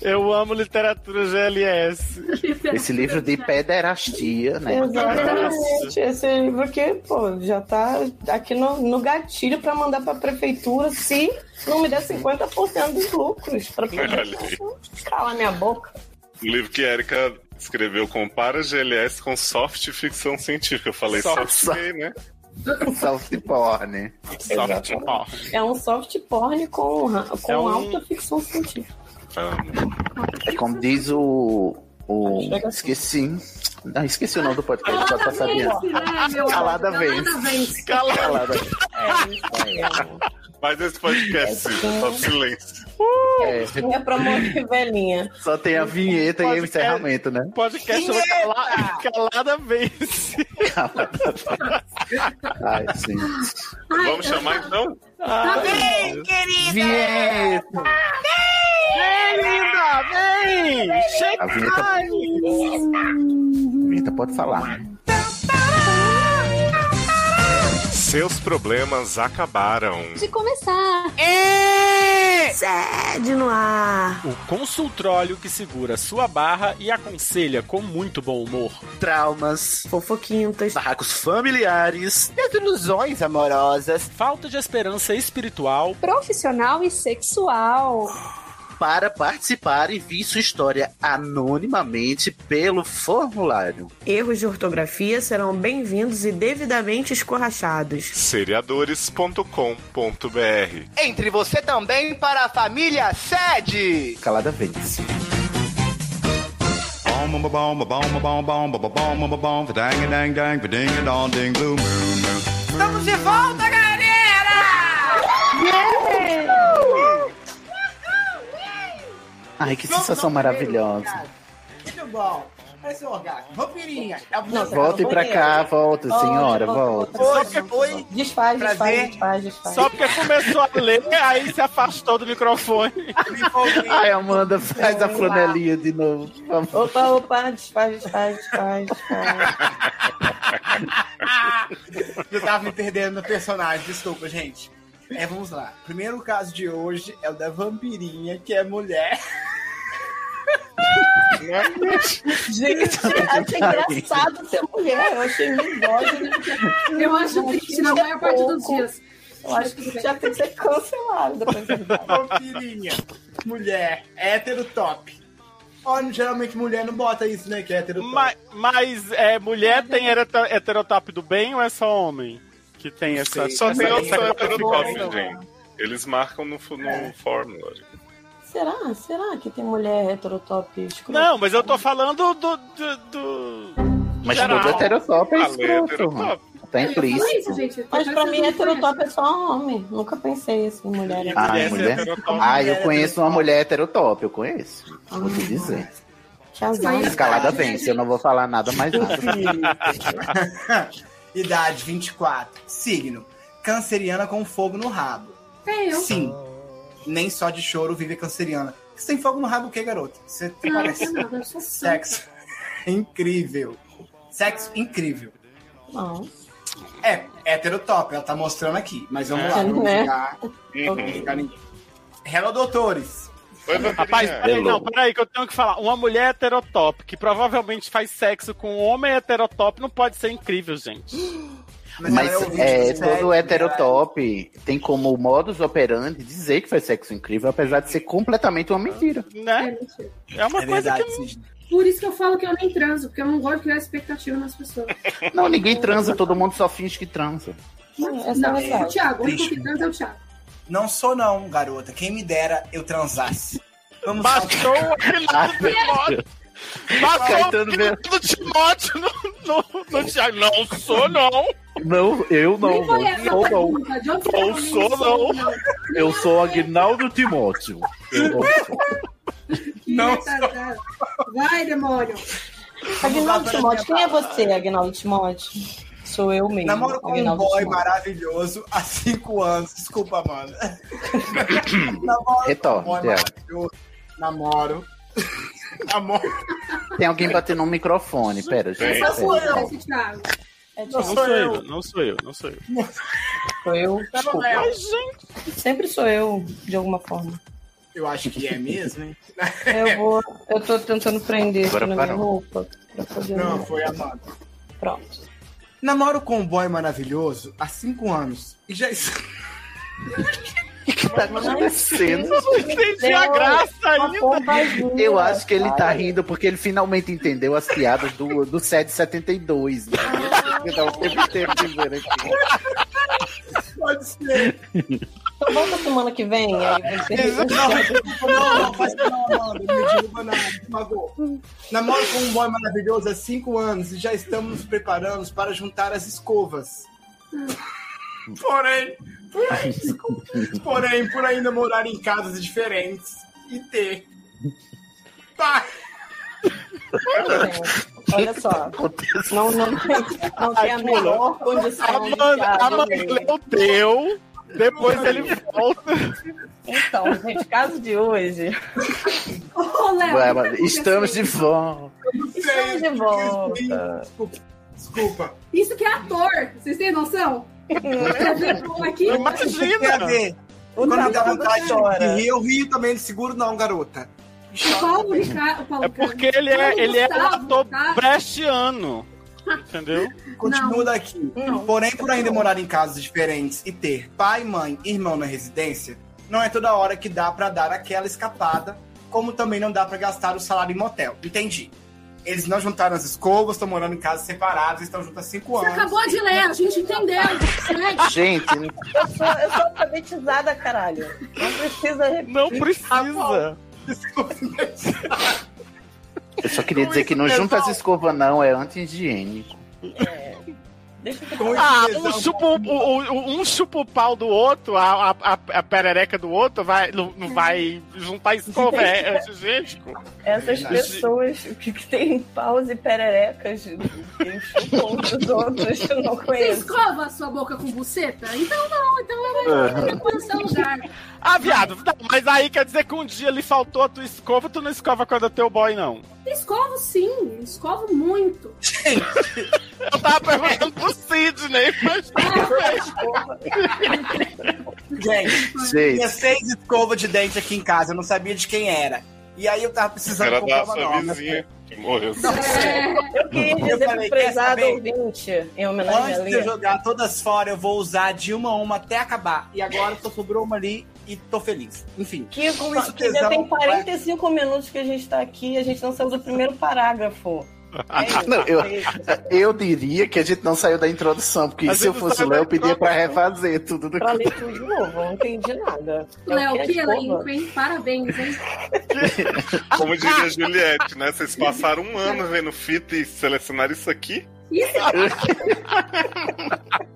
[SPEAKER 4] eu amo literatura GLS.
[SPEAKER 6] literatura-
[SPEAKER 3] Esse livro de pederastia, né?
[SPEAKER 5] Exatamente. Esse livro aqui, pô, já tá aqui no, no gatilho pra mandar pra prefeitura se não me der 50% dos lucros. Pra poder
[SPEAKER 2] Olha aí.
[SPEAKER 5] calar minha boca.
[SPEAKER 2] O livro que a Erika escreveu compara GLS com soft ficção científica. Eu falei
[SPEAKER 4] Soft.
[SPEAKER 2] soft, né?
[SPEAKER 3] Self porn.
[SPEAKER 4] Soft porn.
[SPEAKER 5] É um soft porn com, ra- com
[SPEAKER 4] É um-
[SPEAKER 5] alta ficção científica.
[SPEAKER 2] Amo.
[SPEAKER 3] É como diz o. o... Esqueci. Não, esqueci o nome do podcast, pode
[SPEAKER 6] Calada
[SPEAKER 3] passar adiante.
[SPEAKER 6] vence, né, meu?
[SPEAKER 3] Calada
[SPEAKER 6] Calada vence.
[SPEAKER 3] Calada.
[SPEAKER 5] É isso aí. ó.
[SPEAKER 2] Mas esse podcast, Cida, só silêncio.
[SPEAKER 3] É,
[SPEAKER 5] É pra morrer velhinha.
[SPEAKER 3] só tem a vinheta e o encerramento, né?
[SPEAKER 4] O podcast chama Cala- Calada Vence.
[SPEAKER 3] Ai, sim.
[SPEAKER 6] Ai,
[SPEAKER 2] Vamos
[SPEAKER 6] eu-
[SPEAKER 2] chamar então?
[SPEAKER 6] Tá
[SPEAKER 4] Ah,
[SPEAKER 6] bem,
[SPEAKER 3] Vinheta!
[SPEAKER 4] vem, linda, vem!
[SPEAKER 3] A
[SPEAKER 4] Chega!
[SPEAKER 3] vinheta. Vinheta pode falar.
[SPEAKER 2] Seus problemas acabaram.
[SPEAKER 9] de começar.
[SPEAKER 5] Sede no ar.
[SPEAKER 4] O consultróleo que segura sua barra e aconselha com muito bom humor.
[SPEAKER 10] traumas,
[SPEAKER 5] Fofoquintas.
[SPEAKER 10] barracos familiares, desilusões amorosas,
[SPEAKER 4] Falta de esperança espiritual.
[SPEAKER 9] Profissional e sexual.
[SPEAKER 10] para participar e vir sua história anonimamente pelo formulário.
[SPEAKER 5] Erros de ortografia serão bem-vindos e devidamente escorrachados.
[SPEAKER 2] Seriadores.com.br
[SPEAKER 8] Entre você também para a família sede.
[SPEAKER 3] Calada vence.
[SPEAKER 8] Estamos de volta, galera!
[SPEAKER 3] Ai, que
[SPEAKER 7] Não,
[SPEAKER 3] sensação
[SPEAKER 7] não,
[SPEAKER 3] maravilhosa.
[SPEAKER 7] cara. Muito bom. Parece um orgasmo. Vampirinha. É a
[SPEAKER 5] Não,
[SPEAKER 3] Voltem pra cá, volta,
[SPEAKER 5] Volta,
[SPEAKER 3] senhora,
[SPEAKER 5] volta,
[SPEAKER 3] volta.
[SPEAKER 7] Oi,
[SPEAKER 5] volta.
[SPEAKER 7] oi.
[SPEAKER 5] Desfaz,
[SPEAKER 7] Prazer.
[SPEAKER 5] desfaz, desfaz, desfaz.
[SPEAKER 4] Só porque começou a ler, aí se afastou do microfone.
[SPEAKER 7] Me empolguei.
[SPEAKER 3] Ai, Amanda, faz a flanelinha de novo. Vamos.
[SPEAKER 5] Opa, opa, desfaz, desfaz, desfaz, desfaz.
[SPEAKER 7] Eu tava me perdendo no personagem, desculpa, gente. É, vamos lá. Primeiro caso de hoje é o da vampirinha, que é mulher.
[SPEAKER 5] Gente, achei engraçado ser mulher. Eu achei misógino.
[SPEAKER 6] Eu acho que na maior parte dos dias.
[SPEAKER 5] Eu acho que já tem que ser cancelado depois dessa idade.
[SPEAKER 7] Vampirinha. mulher. Hétero top. Olha, geralmente mulher não bota isso, né? Que é hétero top.
[SPEAKER 4] Ma- Mas é, mulher tem hereto- heterotop do bem ou é só homem? Que tem essa. tá
[SPEAKER 2] Só
[SPEAKER 4] essa- é
[SPEAKER 2] tem
[SPEAKER 4] essa
[SPEAKER 2] opção heterotop,
[SPEAKER 4] categoria?
[SPEAKER 2] gente. Eles marcam no, fu- no fórmula.
[SPEAKER 5] Será? Será que tem mulher heterotop escrota?
[SPEAKER 4] Não, mas eu tô falando do. do, do-
[SPEAKER 3] Mas
[SPEAKER 4] geral.
[SPEAKER 3] todo heterotop é
[SPEAKER 2] A lei
[SPEAKER 3] escroto, mano.
[SPEAKER 2] heterotop.
[SPEAKER 3] Tá
[SPEAKER 6] Eu ia falar
[SPEAKER 3] implícito.
[SPEAKER 6] isso, gente.
[SPEAKER 5] Mas pra mim, heterotop
[SPEAKER 6] heterotop
[SPEAKER 5] é só homem. Nunca pensei isso em mulher.
[SPEAKER 3] Ah,
[SPEAKER 4] Mulher é
[SPEAKER 3] mulher?
[SPEAKER 4] heterotop.
[SPEAKER 3] Ah, eu conheço uma mulher heterotop, eu conheço. Vou te dizer.
[SPEAKER 5] Que azar.
[SPEAKER 6] Mas-
[SPEAKER 3] Calada vence, eu não vou falar nada mais nada.
[SPEAKER 7] Idade 24. Signo. Canceriana com fogo no rabo.
[SPEAKER 6] É eu.
[SPEAKER 7] Sim. Nem só de choro vive a canceriana. Você tem fogo no rabo o quê, garoto? Você
[SPEAKER 6] Não, não
[SPEAKER 7] parece
[SPEAKER 6] tem nada, eu sou santa.
[SPEAKER 7] sexo incrível. Sexo incrível.
[SPEAKER 5] Não.
[SPEAKER 7] É, heterotop, ela tá mostrando aqui. Mas vamos lá,
[SPEAKER 5] É,
[SPEAKER 7] vamos
[SPEAKER 5] né?
[SPEAKER 7] jogar. Vamos
[SPEAKER 2] Uhum.
[SPEAKER 7] jogar ninguém. Hello, doutores.
[SPEAKER 2] Oi, Vampirinha.
[SPEAKER 4] Rapaz, peraí,
[SPEAKER 3] Hello.
[SPEAKER 4] não, peraí, que eu tenho que falar. Uma mulher heterotop que provavelmente faz sexo com um homem heterotop não pode ser incrível, gente.
[SPEAKER 3] Mas
[SPEAKER 7] ela ouvinte
[SPEAKER 3] é,
[SPEAKER 7] do né?
[SPEAKER 3] todo
[SPEAKER 7] sexo,
[SPEAKER 3] heterotop tem como modus operandi dizer que foi sexo incrível, apesar de ser completamente uma mentira.
[SPEAKER 4] Né?
[SPEAKER 6] É mentira.
[SPEAKER 4] É uma
[SPEAKER 7] É
[SPEAKER 4] coisa
[SPEAKER 7] verdade,
[SPEAKER 4] que.
[SPEAKER 7] Sidney.
[SPEAKER 6] Por isso que eu falo que eu nem transo, porque eu não gosto de criar expectativa nas pessoas.
[SPEAKER 5] é
[SPEAKER 3] Não, ninguém transa, todo mundo só finge que transa.
[SPEAKER 5] Essa é a
[SPEAKER 6] Não, é o
[SPEAKER 5] verdade.
[SPEAKER 6] Thiago. O único que transa é o Thiago.
[SPEAKER 7] Não sou não, garota. Quem me dera eu transasse. Vamos lá.
[SPEAKER 4] Baixou aquele do Timóteo. Baixou
[SPEAKER 3] Caetano
[SPEAKER 4] aquele do Timóteo no, no, no Thiago. Não sou, não.
[SPEAKER 3] Não, eu não.
[SPEAKER 6] Nem foi
[SPEAKER 3] não
[SPEAKER 6] essa a
[SPEAKER 3] sou, não.
[SPEAKER 6] pergunta. De onde você
[SPEAKER 4] Não
[SPEAKER 6] tá ouvindo
[SPEAKER 4] sou,
[SPEAKER 6] isso?
[SPEAKER 4] não.
[SPEAKER 3] Eu sou Agnaldo Timóteo. Eu não sou.
[SPEAKER 6] Que
[SPEAKER 2] Não
[SPEAKER 6] retardado. Vai, demônio.
[SPEAKER 5] Agnaldo Timóteo, quem é você, Agnaldo Timóteo? Sou eu mesmo.
[SPEAKER 7] Namoro com um
[SPEAKER 5] Agnaldo
[SPEAKER 7] boy
[SPEAKER 5] Timóteo.
[SPEAKER 7] maravilhoso há cinco anos. Desculpa, mano. Namoro
[SPEAKER 3] Retorno,
[SPEAKER 7] com um boy
[SPEAKER 3] Thiago.
[SPEAKER 7] maravilhoso. Namoro. Namoro.
[SPEAKER 3] Tem alguém batendo no microfone. Pera, gente.
[SPEAKER 2] Tem.
[SPEAKER 6] Só sou
[SPEAKER 3] pera.
[SPEAKER 6] eu, esse Thiago.
[SPEAKER 5] É,
[SPEAKER 4] Não
[SPEAKER 5] Thiago,
[SPEAKER 4] sou eu, não sou eu, não sou eu.
[SPEAKER 5] sou eu.
[SPEAKER 7] Não
[SPEAKER 5] Desculpa.
[SPEAKER 7] é.
[SPEAKER 5] Sempre sou eu, de alguma forma.
[SPEAKER 7] Eu acho que é mesmo, hein?
[SPEAKER 5] Eu vou. Eu tô tentando prender aqui
[SPEAKER 3] Agora
[SPEAKER 5] na minha
[SPEAKER 3] parou.
[SPEAKER 5] roupa. Pra fazer
[SPEAKER 7] Não,
[SPEAKER 5] não.
[SPEAKER 7] foi amado.
[SPEAKER 5] Pronto.
[SPEAKER 7] Namoro com um boy maravilhoso há cinco anos. E já.
[SPEAKER 3] O que tá acontecendo?
[SPEAKER 4] Eu não entendi a
[SPEAKER 5] Deu
[SPEAKER 4] graça
[SPEAKER 5] uma
[SPEAKER 4] ainda.
[SPEAKER 5] pombazinha,
[SPEAKER 3] Eu acho que ele tá
[SPEAKER 5] sabe?
[SPEAKER 3] rindo porque ele finalmente entendeu as piadas do, do 772. Né?
[SPEAKER 5] Ah.
[SPEAKER 3] Eu tava o tempo inteiro dizendo aqui.
[SPEAKER 7] Pode ser.
[SPEAKER 5] Então volta semana que vem, aí você
[SPEAKER 7] Não, não, faz não, Amanda. Me derruba, não, por favor. Namoro com um boy maravilhoso há cinco anos e já estamos nos preparando para juntar as escovas. Porém, porém, desculpa. Porém, por ainda morar em casas diferentes e ter. Pá,
[SPEAKER 5] gente, Olha só. Não, não, não tem a menor condição.
[SPEAKER 4] A Amanda,
[SPEAKER 5] de
[SPEAKER 4] a
[SPEAKER 5] casa,
[SPEAKER 4] Amanda
[SPEAKER 5] gente.
[SPEAKER 4] leu deu, depois ele volta.
[SPEAKER 5] Então, gente, caso de hoje.
[SPEAKER 6] Ô, Léo,
[SPEAKER 3] Vai,
[SPEAKER 6] o que
[SPEAKER 3] mano,
[SPEAKER 6] aconteceu?
[SPEAKER 3] Estamos de volta.
[SPEAKER 5] Estamos de volta.
[SPEAKER 7] Desculpa. Desculpa.
[SPEAKER 6] Isso que é ator, vocês têm noção? Trazer um aqui.
[SPEAKER 7] Tem a ver.
[SPEAKER 4] Imagina!
[SPEAKER 5] Hum, né? O
[SPEAKER 7] Quando me dá
[SPEAKER 5] trabalho
[SPEAKER 7] vontade
[SPEAKER 5] chora.
[SPEAKER 7] de rir, eu rio também, não seguro não, garota.
[SPEAKER 6] O Paulo Ricardo. o Paulo
[SPEAKER 4] É porque ele é,
[SPEAKER 6] Paulo
[SPEAKER 4] ele é um
[SPEAKER 6] Gustavo,
[SPEAKER 4] ator
[SPEAKER 6] tá?
[SPEAKER 4] brestiano. Entendeu?
[SPEAKER 7] Continuo daqui.
[SPEAKER 5] Não.
[SPEAKER 7] Porém, por ainda morar em casas diferentes e ter pai, mãe e irmão na residência, não é toda hora que dá pra dar aquela escapada, como também não dá pra gastar o salário em motel. Entendi. Eles não juntaram as escovas, estão morando em casas separadas, estão juntos há cinco
[SPEAKER 6] Você
[SPEAKER 7] anos.
[SPEAKER 6] acabou de ler, a gente entendeu. Segue.
[SPEAKER 3] Gente,
[SPEAKER 5] Eu sou, eu sou alfabetizada, caralho. Não precisa repetir.
[SPEAKER 4] Não
[SPEAKER 2] Ah,
[SPEAKER 4] precisa.
[SPEAKER 3] eu só queria
[SPEAKER 7] Com
[SPEAKER 3] dizer
[SPEAKER 7] isso,
[SPEAKER 3] que não junta as
[SPEAKER 7] pessoal.
[SPEAKER 3] escovas, não. É anti-higiênico.
[SPEAKER 5] Deixa eu
[SPEAKER 7] Com
[SPEAKER 5] ficar.
[SPEAKER 4] Ah,
[SPEAKER 7] esse
[SPEAKER 4] um
[SPEAKER 7] tesão,
[SPEAKER 4] chupa, o- o- o- um chupa o pau do outro, a, a, a- a perereca do outro, vai, não, não vai juntar escova, é antigênico.
[SPEAKER 5] Essas
[SPEAKER 7] Verdade.
[SPEAKER 5] pessoas que que têm paus e pererecas que chupam dos outros que eu não
[SPEAKER 6] Você
[SPEAKER 5] conheço.
[SPEAKER 6] escova a sua boca com buceta? Então não, então não vai ficar no seu lugar.
[SPEAKER 4] Ah, viado, não, mas aí quer dizer que um dia lhe faltou a tua escova, tu não escova quando é teu boy, não.
[SPEAKER 6] Escovo sim, escovo muito.
[SPEAKER 4] Eu tava perguntando pro Sidney, mas
[SPEAKER 7] Gente, tinha
[SPEAKER 3] Gente,
[SPEAKER 7] seis escovas de dente aqui em casa, eu não sabia de quem era. E aí eu tava precisando
[SPEAKER 2] Era da
[SPEAKER 7] comprar uma
[SPEAKER 2] sua
[SPEAKER 7] nova. né?
[SPEAKER 2] vizinha que morreu.
[SPEAKER 6] É,
[SPEAKER 5] Eu queria
[SPEAKER 7] Eu
[SPEAKER 5] dizer pro
[SPEAKER 7] falei, quer
[SPEAKER 5] prezado
[SPEAKER 7] saber?
[SPEAKER 5] ouvinte, em homenagem a
[SPEAKER 7] Antes de eu
[SPEAKER 5] Lia.
[SPEAKER 7] jogar todas fora, eu vou usar de uma a uma até acabar. E agora só sobrou uma ali e tô feliz. Enfim.
[SPEAKER 5] Que,
[SPEAKER 7] com isso,
[SPEAKER 5] que já
[SPEAKER 7] tesão,
[SPEAKER 5] tem 45 minutos que a gente tá aqui e a gente não saiu do primeiro parágrafo. É isso,
[SPEAKER 3] Ah, Não, eu-
[SPEAKER 5] é isso.
[SPEAKER 3] eu diria que a gente não saiu da introdução, porque
[SPEAKER 4] A
[SPEAKER 3] se eu
[SPEAKER 4] gente
[SPEAKER 3] fosse
[SPEAKER 4] saiu
[SPEAKER 3] o Léo,
[SPEAKER 4] da
[SPEAKER 3] eu pedia pra
[SPEAKER 4] introdução.
[SPEAKER 3] refazer tudo do
[SPEAKER 5] Pra ler tudo de novo, eu não entendi nada. É o
[SPEAKER 6] Léo, que
[SPEAKER 5] a escova-
[SPEAKER 6] elenco, hein? Parabéns, hein?
[SPEAKER 2] Como diria a Juliette, né? Vocês passaram um ano vendo fita e selecionaram isso aqui?
[SPEAKER 6] Isso.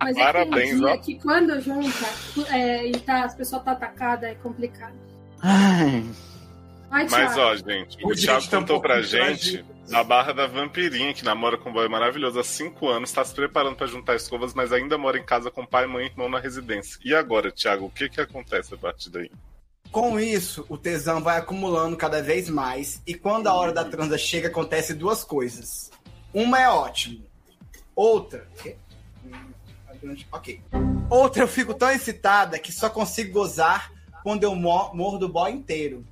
[SPEAKER 6] Mas
[SPEAKER 2] Parabéns,
[SPEAKER 6] é que,
[SPEAKER 2] ó.
[SPEAKER 6] dia que quando junta é, e tá, as pessoas tá atacada é complicado.
[SPEAKER 3] Ai,
[SPEAKER 6] Vai,
[SPEAKER 2] Mas,
[SPEAKER 6] Thiago.
[SPEAKER 2] ó, gente, o
[SPEAKER 7] O
[SPEAKER 2] Thiago
[SPEAKER 7] gente tá um
[SPEAKER 2] contou
[SPEAKER 7] pouco
[SPEAKER 2] pra
[SPEAKER 7] distraído.
[SPEAKER 2] gente da barra da vampirinha, que namora com um boy maravilhoso há cinco anos, tá se preparando pra juntar escovas, mas ainda mora em casa com pai, mãe e irmão na residência. E agora, Thiago, o que que acontece a partir daí?
[SPEAKER 7] Com isso, o tesão vai acumulando cada vez mais. E quando a hora da transa chega, acontece duas coisas. Uma é ótimo. Outra. Quê? Ok. Outra, eu fico tão excitada que só consigo gozar quando eu mo- mordo o boy inteiro.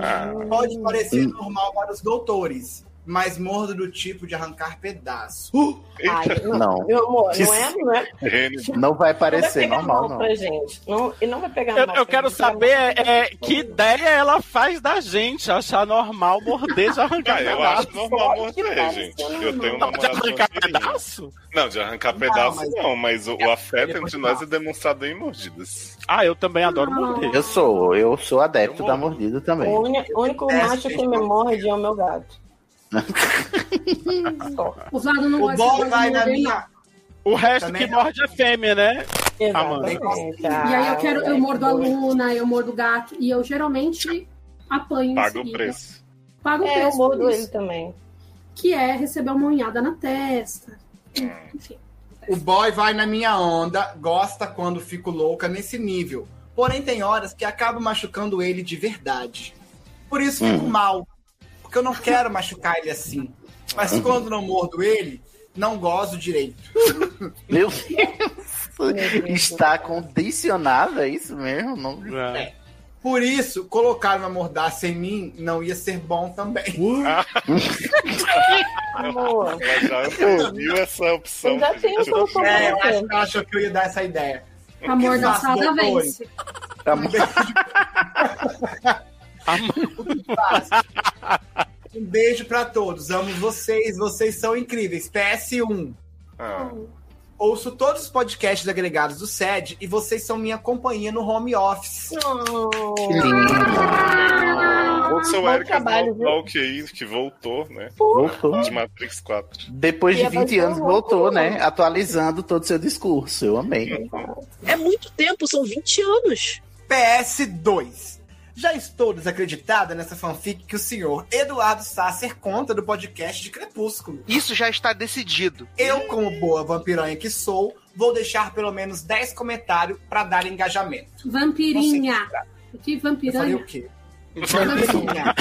[SPEAKER 2] Ah,
[SPEAKER 7] Pode parecer normal para os doutores, mas mordo do tipo de arrancar pedaço.
[SPEAKER 5] Ai,
[SPEAKER 2] eita,
[SPEAKER 5] não,
[SPEAKER 3] Não.
[SPEAKER 5] Meu amor, não é, não é
[SPEAKER 2] Rene,
[SPEAKER 3] não vai
[SPEAKER 5] não vai
[SPEAKER 3] parecer
[SPEAKER 5] pegar
[SPEAKER 3] normal,
[SPEAKER 5] mal
[SPEAKER 3] não.
[SPEAKER 5] pra gente. Não, e não vai pegar
[SPEAKER 4] eu,
[SPEAKER 5] mal.
[SPEAKER 4] eu
[SPEAKER 5] pra
[SPEAKER 4] quero
[SPEAKER 5] gente, vai
[SPEAKER 4] saber
[SPEAKER 5] mal.
[SPEAKER 4] é, é, que ideia ela faz da gente achar normal morder de arrancar
[SPEAKER 2] Ah, eu
[SPEAKER 4] pedaço.
[SPEAKER 2] acho normal
[SPEAKER 5] Só que
[SPEAKER 2] morrer,
[SPEAKER 5] parece
[SPEAKER 2] gente.
[SPEAKER 5] que eu não-
[SPEAKER 2] Eu tenho um
[SPEAKER 5] Não,
[SPEAKER 4] De
[SPEAKER 2] namorado
[SPEAKER 4] arrancar
[SPEAKER 2] vampirinha.
[SPEAKER 4] pedaço?
[SPEAKER 2] Não, de arrancar
[SPEAKER 7] Não,
[SPEAKER 2] pedaço
[SPEAKER 7] mas-
[SPEAKER 2] não, mas o, o afeto entre
[SPEAKER 7] depois
[SPEAKER 2] nós
[SPEAKER 7] passa.
[SPEAKER 2] é demonstrado em mordidas.
[SPEAKER 4] Ah, eu também adoro morder.
[SPEAKER 3] Eu sou, eu sou adepto
[SPEAKER 2] Eu
[SPEAKER 3] da
[SPEAKER 2] mordo.
[SPEAKER 3] mordida
[SPEAKER 5] O
[SPEAKER 3] também.
[SPEAKER 5] uni- único
[SPEAKER 7] É,
[SPEAKER 5] macho
[SPEAKER 7] gente,
[SPEAKER 5] que me morde é o meu gato.
[SPEAKER 6] Os lados não
[SPEAKER 7] O
[SPEAKER 6] gostam
[SPEAKER 7] bom
[SPEAKER 6] de
[SPEAKER 7] vai na
[SPEAKER 6] mulher,
[SPEAKER 7] minha.
[SPEAKER 4] O resto
[SPEAKER 7] Também
[SPEAKER 4] que
[SPEAKER 7] não.
[SPEAKER 4] morde é fêmea, né? Amanda.
[SPEAKER 5] Exatamente. Ah, é.
[SPEAKER 6] E aí eu quero, eu mordo a Luna, eu mordo o gato. E eu geralmente apanho
[SPEAKER 2] Paga o
[SPEAKER 6] seguida.
[SPEAKER 2] preço.
[SPEAKER 6] Pago o
[SPEAKER 5] É, eu
[SPEAKER 6] preço.
[SPEAKER 5] mordo
[SPEAKER 6] por
[SPEAKER 5] ele
[SPEAKER 6] isso,
[SPEAKER 5] também.
[SPEAKER 6] que é receber uma unhada na testa. Enfim.
[SPEAKER 7] O boy vai na minha onda, gosta quando fico louca nesse nível. Porém, tem horas que acabo machucando ele de verdade. Por isso fico mal. Porque eu não quero machucar ele assim. Mas quando não mordo ele, não gozo direito.
[SPEAKER 10] Meu
[SPEAKER 5] Meu Deus.
[SPEAKER 10] Está condicionado, é isso mesmo? Não...
[SPEAKER 4] É.
[SPEAKER 7] Por isso, colocar uma mordaça em mim não ia ser bom também.
[SPEAKER 4] Ah,
[SPEAKER 5] Amor,
[SPEAKER 2] Ela já viu essa opção.
[SPEAKER 5] eu já
[SPEAKER 2] que
[SPEAKER 5] tenho
[SPEAKER 2] a gente não
[SPEAKER 5] solução
[SPEAKER 7] É, eu
[SPEAKER 6] Ah.
[SPEAKER 5] pra você.
[SPEAKER 7] acho, eu acho que eu ia dar essa ideia.
[SPEAKER 6] A mordaçada
[SPEAKER 7] faz, doutor?
[SPEAKER 6] vence.
[SPEAKER 7] Faz. Um beijo pra todos. Amo vocês. Vocês são incríveis. PS1.
[SPEAKER 2] Ah,
[SPEAKER 7] Ouço todos os podcasts agregados do SED e vocês são minha companhia no home office.
[SPEAKER 10] Que lindo.
[SPEAKER 2] Ouça o
[SPEAKER 5] bom
[SPEAKER 2] Eric
[SPEAKER 5] trabalho, viu?
[SPEAKER 2] Valkyrie, que voltou, né?
[SPEAKER 10] Voltou.
[SPEAKER 2] De Matrix 4.
[SPEAKER 10] Depois de
[SPEAKER 5] Ia
[SPEAKER 10] 20
[SPEAKER 5] fazer
[SPEAKER 10] anos
[SPEAKER 5] um
[SPEAKER 10] voltou,
[SPEAKER 5] louco.
[SPEAKER 10] né? Atualizando todo o seu discurso. Eu amei.
[SPEAKER 11] É muito tempo, são 20 anos.
[SPEAKER 7] PS2. Já estou desacreditada nessa fanfic que o senhor Eduardo Sasser conta do podcast de Crepúsculo.
[SPEAKER 8] Isso já está decidido.
[SPEAKER 7] Eu, como boa vampiranha que sou, vou deixar pelo menos 10 comentários pra dar engajamento.
[SPEAKER 6] Vampirinha. O que
[SPEAKER 7] Eu falei o
[SPEAKER 6] vampiranha?
[SPEAKER 7] quê?
[SPEAKER 6] Vampirinha.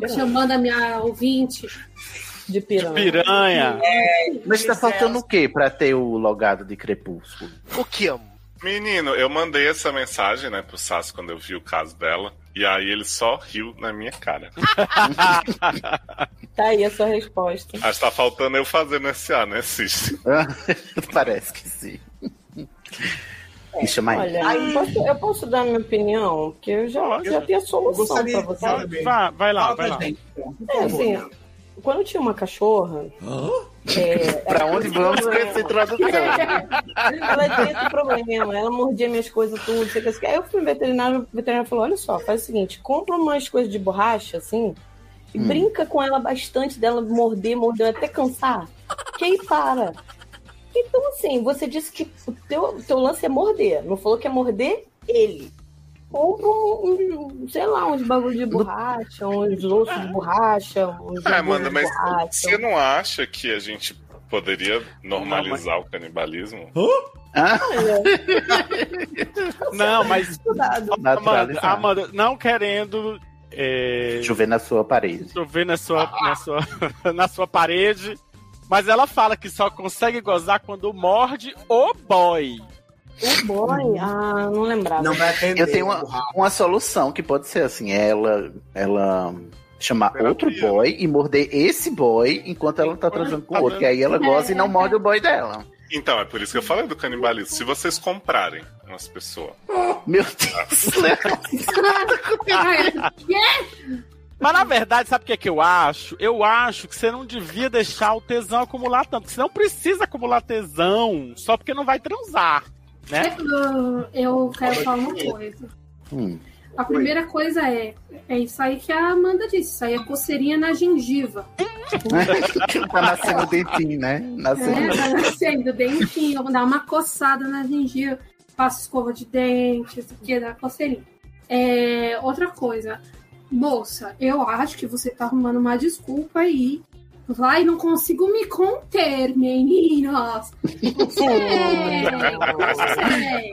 [SPEAKER 6] Tá Chamando a minha ouvinte.
[SPEAKER 5] De piranha.
[SPEAKER 4] Piranha.
[SPEAKER 7] É,
[SPEAKER 10] Mas
[SPEAKER 5] é
[SPEAKER 10] tá faltando o quê pra ter o logado de Crepúsculo?
[SPEAKER 8] O que, amo?
[SPEAKER 2] Menino, eu mandei essa mensagem, né, pro Sassi quando eu vi o caso dela. E aí ele só riu na minha cara.
[SPEAKER 5] Tá aí a sua resposta.
[SPEAKER 2] Acho que tá faltando eu fazer no SA, né, Cis?
[SPEAKER 10] Parece que sim. Me chama aí.
[SPEAKER 5] É, Olha, eu posso, eu posso dar minha opinião? Porque eu já, já tenho a solução
[SPEAKER 7] gostaria
[SPEAKER 5] pra
[SPEAKER 7] de
[SPEAKER 5] você.
[SPEAKER 7] saber.
[SPEAKER 4] Vai, vai
[SPEAKER 7] Fala
[SPEAKER 4] lá, vai
[SPEAKER 7] pra
[SPEAKER 4] lá.
[SPEAKER 7] gente. por
[SPEAKER 5] É,
[SPEAKER 7] favor.
[SPEAKER 5] assim, quando eu tinha uma cachorra. é,
[SPEAKER 10] Pra onde vamos com essa introdução?
[SPEAKER 5] ela tinha esse problema, ela mordia minhas coisas tudo, sei que, sei que. Aí eu fui no veterinário, o veterinário falou: olha só, faz o seguinte, compra umas coisas de borracha, assim, e brinca com ela bastante, dela morder, morder até cansar. Que aí para. Então, assim, você disse que o teu, teu lance é morder, não falou que é morder ele. Compra um, um, sei lá, uns bagulho de borracha, uns louços de borracha, uns
[SPEAKER 2] Ah,
[SPEAKER 5] bagulho
[SPEAKER 2] Amanda,
[SPEAKER 5] de
[SPEAKER 2] mas
[SPEAKER 5] borracha.
[SPEAKER 2] você não acha que a gente poderia normalizar o canibalismo?
[SPEAKER 4] Não, mas
[SPEAKER 5] Cuidado.
[SPEAKER 4] Amanda,
[SPEAKER 10] Naturalizado.
[SPEAKER 4] Amanda, não querendo é,
[SPEAKER 10] Chover na sua parede.
[SPEAKER 4] chover na sua, na, sua, na sua parede, mas ela fala que só consegue gozar quando morde o boy.
[SPEAKER 5] O boy, um ah, não lembrava.
[SPEAKER 7] Não vai atender.
[SPEAKER 10] Eu tenho
[SPEAKER 7] né,
[SPEAKER 10] uma,
[SPEAKER 7] burra?
[SPEAKER 10] uma solução que pode ser assim, ela ela chamar
[SPEAKER 2] Terapia.
[SPEAKER 10] outro boy e morder esse boy enquanto ela tá transando com o outro, que aí ela goza e não morde o boy dela.
[SPEAKER 2] Então, é por isso que eu falei do canibalismo. Se vocês comprarem umas pessoas.
[SPEAKER 10] Meu Deus.
[SPEAKER 6] Ah,
[SPEAKER 4] Mas na verdade, sabe o que, é que eu acho? Eu acho que você não devia deixar o tesão acumular tanto. porque Você não precisa acumular tesão só porque não vai transar.
[SPEAKER 6] é- Eu quero falar uma coisa.
[SPEAKER 10] Hum.
[SPEAKER 6] A primeira coisa é, é isso aí que a Amanda disse, isso aí é coceirinha na gengiva.
[SPEAKER 10] tá nascendo o dentinho, né?
[SPEAKER 3] Tá
[SPEAKER 10] Nascendo.
[SPEAKER 6] É, vai nascendo dentinho, dá uma coçada na gengiva, passa escova de dente, isso aqui dá coceirinha. É, outra coisa, moça, eu acho que você tá arrumando uma desculpa aí. Vai, não consigo me conter, meninas. Não sei, não sei.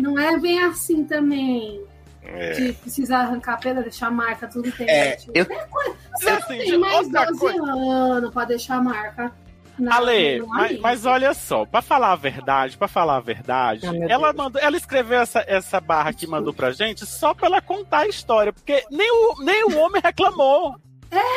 [SPEAKER 6] Não é bem assim também.
[SPEAKER 2] É.
[SPEAKER 6] De precisar arrancar a pedra, deixar a marca, tudo tem.
[SPEAKER 7] É,
[SPEAKER 10] eu-
[SPEAKER 6] Você não
[SPEAKER 4] Assim,
[SPEAKER 6] tem mais
[SPEAKER 4] outra
[SPEAKER 6] 12
[SPEAKER 4] coisa.
[SPEAKER 6] anos pra deixar a marca.
[SPEAKER 5] Tá
[SPEAKER 6] na-
[SPEAKER 4] Ale,
[SPEAKER 6] no
[SPEAKER 4] mas,
[SPEAKER 6] amigo.
[SPEAKER 4] mas olha só, pra falar a verdade, pra falar a verdade,
[SPEAKER 5] Ah, meu
[SPEAKER 4] ela
[SPEAKER 5] Deus.
[SPEAKER 4] mandou, ela escreveu essa, essa barra que mandou pra gente só pra ela contar a história, porque nem o, nem o homem reclamou.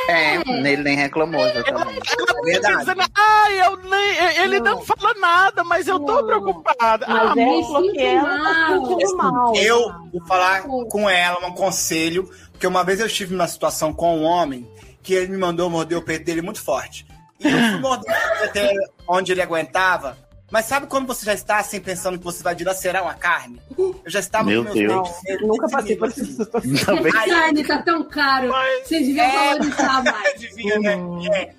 [SPEAKER 10] É, ele nem reclamou
[SPEAKER 3] tá
[SPEAKER 10] exatamente.
[SPEAKER 7] é verdade.
[SPEAKER 4] Dizendo, ai, eu nem, ele não,
[SPEAKER 5] Não.
[SPEAKER 4] fala nada, mas eu tô
[SPEAKER 5] Não.
[SPEAKER 11] tá
[SPEAKER 4] preocupada.
[SPEAKER 5] Mas
[SPEAKER 4] Ah,
[SPEAKER 5] é
[SPEAKER 6] me
[SPEAKER 5] ela falou que
[SPEAKER 6] sinto
[SPEAKER 5] ela tá
[SPEAKER 6] mal.
[SPEAKER 5] sentindo mal.
[SPEAKER 11] né?
[SPEAKER 7] Eu vou falar com ela um conselho, porque uma vez eu estive numa situação com um homem que ele me mandou morder o peito dele muito forte. E eu fui mordendo até onde ele aguentava. Mas sabe quando você já está assim pensando que você vai dilacerar uma carne? Eu já estava
[SPEAKER 3] Meu
[SPEAKER 7] com
[SPEAKER 3] Deus.
[SPEAKER 7] dentes nesse
[SPEAKER 5] nunca passei
[SPEAKER 7] nível,
[SPEAKER 5] por
[SPEAKER 7] assim.
[SPEAKER 3] Também.
[SPEAKER 6] Carne tá tão caro. Vocês deviam valorizar mais.
[SPEAKER 7] Adivinha, né?
[SPEAKER 5] Uhum.
[SPEAKER 7] É.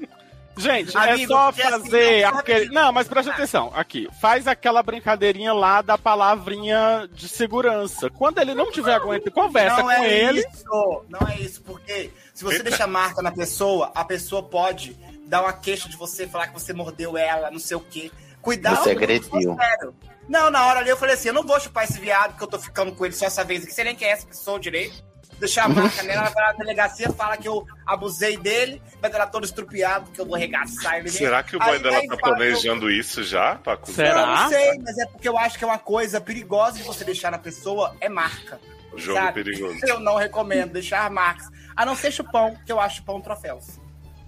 [SPEAKER 4] Gente, é
[SPEAKER 7] Amigo,
[SPEAKER 4] só
[SPEAKER 7] porque assim,
[SPEAKER 4] fazer
[SPEAKER 7] não sabe
[SPEAKER 4] aquele.
[SPEAKER 7] que-
[SPEAKER 4] Não, mas preste atenção. Aqui. Faz aquela brincadeirinha lá da palavrinha de segurança. Quando ele não tiver aguento, conversa
[SPEAKER 7] não
[SPEAKER 4] com
[SPEAKER 7] é
[SPEAKER 4] ele.
[SPEAKER 7] Isso, não é isso, porque se você
[SPEAKER 4] Eita.
[SPEAKER 7] deixar marca na pessoa, a pessoa pode dar uma queixa de você, falar que você mordeu ela, não sei o quê. Cuidado.
[SPEAKER 3] Você
[SPEAKER 7] com o que
[SPEAKER 3] agrediu.
[SPEAKER 7] eu quero. Não, na hora ali eu falei assim, eu não vou chupar esse viado que eu tô ficando com ele só essa vez aqui. Você nem quer essa pessoa direito. Deixar a marca nela, ela vai lá na delegacia, fala que eu abusei dele, vai dar todo estrupiado, que eu vou arregaçar ele.
[SPEAKER 2] Será que o
[SPEAKER 7] Aí-
[SPEAKER 2] boy dela
[SPEAKER 7] aí
[SPEAKER 2] tá
[SPEAKER 7] fala que eu-
[SPEAKER 2] planejando isso já? Pra acusar?
[SPEAKER 7] eu não sei, mas é porque eu acho que é uma coisa perigosa de você deixar na pessoa é marca.
[SPEAKER 2] Jogo é
[SPEAKER 7] sabe?
[SPEAKER 2] perigoso.
[SPEAKER 7] Eu não recomendo deixar marcas. A não ser chupão, que eu acho chupão um troféus.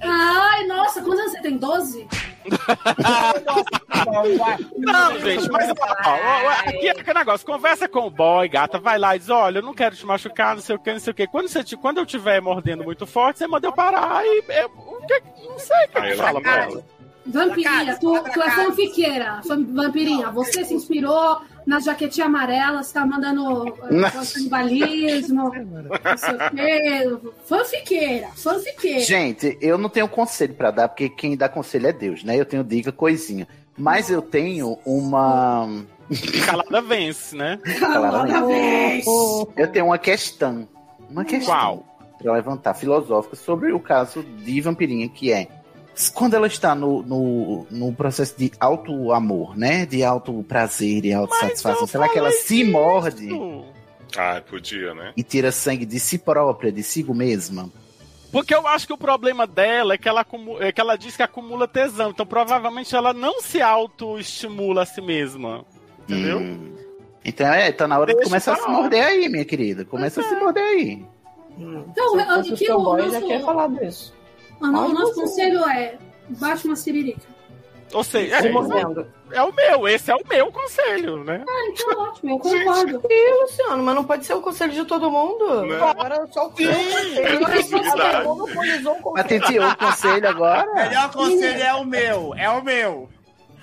[SPEAKER 6] Ai, nossa, quantos anos você tem? 12?
[SPEAKER 4] Não, gente, mas ó, ó, ó, aqui é aquele negócio, conversa com o boy, gata, vai lá e diz, olha, eu não quero te machucar, não sei o que, não sei o que. Quando, você te- quando eu tiver mordendo muito forte, você manda eu parar e eu, o que, não sei o que,
[SPEAKER 2] Aí
[SPEAKER 4] que
[SPEAKER 2] ela
[SPEAKER 4] fala pra
[SPEAKER 2] fala.
[SPEAKER 4] ela.
[SPEAKER 6] Vampirinha, tu, tu é fanfiqueira. Fan- Vampirinha, você se inspirou na jaquetinha amarela, você tá mandando eh,
[SPEAKER 3] Nossa.
[SPEAKER 6] canibalismo, não sei o quê. Fanfiqueira, fanfiqueira.
[SPEAKER 3] Gente, eu não tenho conselho pra dar, porque quem dá conselho é Deus, né? Eu tenho dica, coisinha. Mas eu tenho uma.
[SPEAKER 4] Calada vence, né?
[SPEAKER 3] Calada
[SPEAKER 6] vence.
[SPEAKER 3] Eu tenho uma questão. Uma questão.
[SPEAKER 4] Qual?
[SPEAKER 3] Pra levantar filosófica sobre o caso de Vampirinha, que é. Quando ela está no, no, no processo de alto amor, né? De alto prazer e alto satisfação, será que ela se morde
[SPEAKER 2] Ah, podia, né?
[SPEAKER 3] e tira sangue de si própria, de si mesma?
[SPEAKER 4] Porque eu acho que o problema dela é que ela, acumu- é que ela diz que acumula tesão, então provavelmente ela não se autoestimula a si mesma. Entendeu?
[SPEAKER 3] Hum. Então é, tá na hora de
[SPEAKER 4] Deixa
[SPEAKER 3] começar a
[SPEAKER 4] pra
[SPEAKER 3] se
[SPEAKER 4] lá. Uhum.
[SPEAKER 3] morder aí, minha querida. Começa a se morder aí.
[SPEAKER 6] Então,
[SPEAKER 11] Se
[SPEAKER 6] eu-
[SPEAKER 11] fosse o
[SPEAKER 6] que
[SPEAKER 11] seu
[SPEAKER 6] o
[SPEAKER 11] boy,
[SPEAKER 6] nosso-
[SPEAKER 11] já quer falar disso.
[SPEAKER 6] O no-
[SPEAKER 11] Ai,
[SPEAKER 6] o nosso
[SPEAKER 11] você.
[SPEAKER 6] conselho é bate uma siririca.
[SPEAKER 4] Ou seja,
[SPEAKER 11] Se
[SPEAKER 4] é,
[SPEAKER 11] mordendo.
[SPEAKER 4] é o meu, esse é o meu conselho, né?
[SPEAKER 6] Ah, então ótimo, eu concordo.
[SPEAKER 11] Ih, Luciano, mas não pode ser o conselho de todo mundo.
[SPEAKER 2] Né?
[SPEAKER 11] Agora é só o teu conselho.
[SPEAKER 3] é
[SPEAKER 2] possibilidade.
[SPEAKER 11] Agora é monopolizou o conselho.
[SPEAKER 3] Atenteou o conselho
[SPEAKER 7] O
[SPEAKER 3] agora.
[SPEAKER 7] melhor conselho é o meu, é o meu.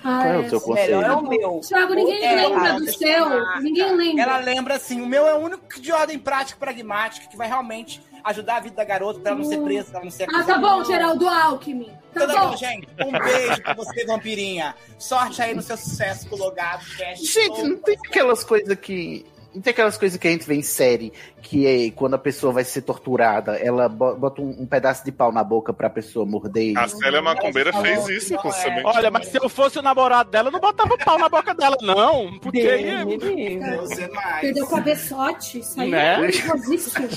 [SPEAKER 6] Ah,
[SPEAKER 3] Qual é
[SPEAKER 6] é.
[SPEAKER 3] o seu
[SPEAKER 11] Melhor é
[SPEAKER 3] conselho?
[SPEAKER 11] o meu.
[SPEAKER 6] Thiago, ninguém
[SPEAKER 11] É,
[SPEAKER 6] lembra
[SPEAKER 11] ah,
[SPEAKER 6] do
[SPEAKER 11] deixa
[SPEAKER 6] seu.
[SPEAKER 11] eu falar.
[SPEAKER 6] Ninguém lembra.
[SPEAKER 7] Ela lembra assim, o meu é o único de ordem prática e pragmática que vai realmente ajudar a vida da garota pra ela não ser presa, pra ela não ser
[SPEAKER 6] Ah, tá
[SPEAKER 7] acusada.
[SPEAKER 6] bom, Geraldo Alckmin. Tá
[SPEAKER 7] Tudo bom,
[SPEAKER 6] bom.
[SPEAKER 7] gente? Um beijo pra você, vampirinha. Sorte aí no seu sucesso com o logado. cast
[SPEAKER 3] Gente,
[SPEAKER 7] todo.
[SPEAKER 3] não tem aquelas coisas que. Não tem aquelas coisas que a gente vê em série, que é quando a pessoa vai ser torturada, ela bo- bota um, um pedaço de pau na boca pra pessoa morder.
[SPEAKER 4] Tá
[SPEAKER 2] A Célia Macumbeira
[SPEAKER 7] Ela
[SPEAKER 2] fez
[SPEAKER 7] falou
[SPEAKER 2] isso
[SPEAKER 7] que não
[SPEAKER 2] com o
[SPEAKER 7] é.
[SPEAKER 2] semente.
[SPEAKER 4] Olha, mas se eu fosse o namorado dela, eu não botava o pau na boca dela, não. Porque
[SPEAKER 3] é
[SPEAKER 11] Deus me livre.
[SPEAKER 7] Deus é mais.
[SPEAKER 6] Perdeu o cabeçote, isso aí
[SPEAKER 4] Né?
[SPEAKER 6] é perigosíssimo.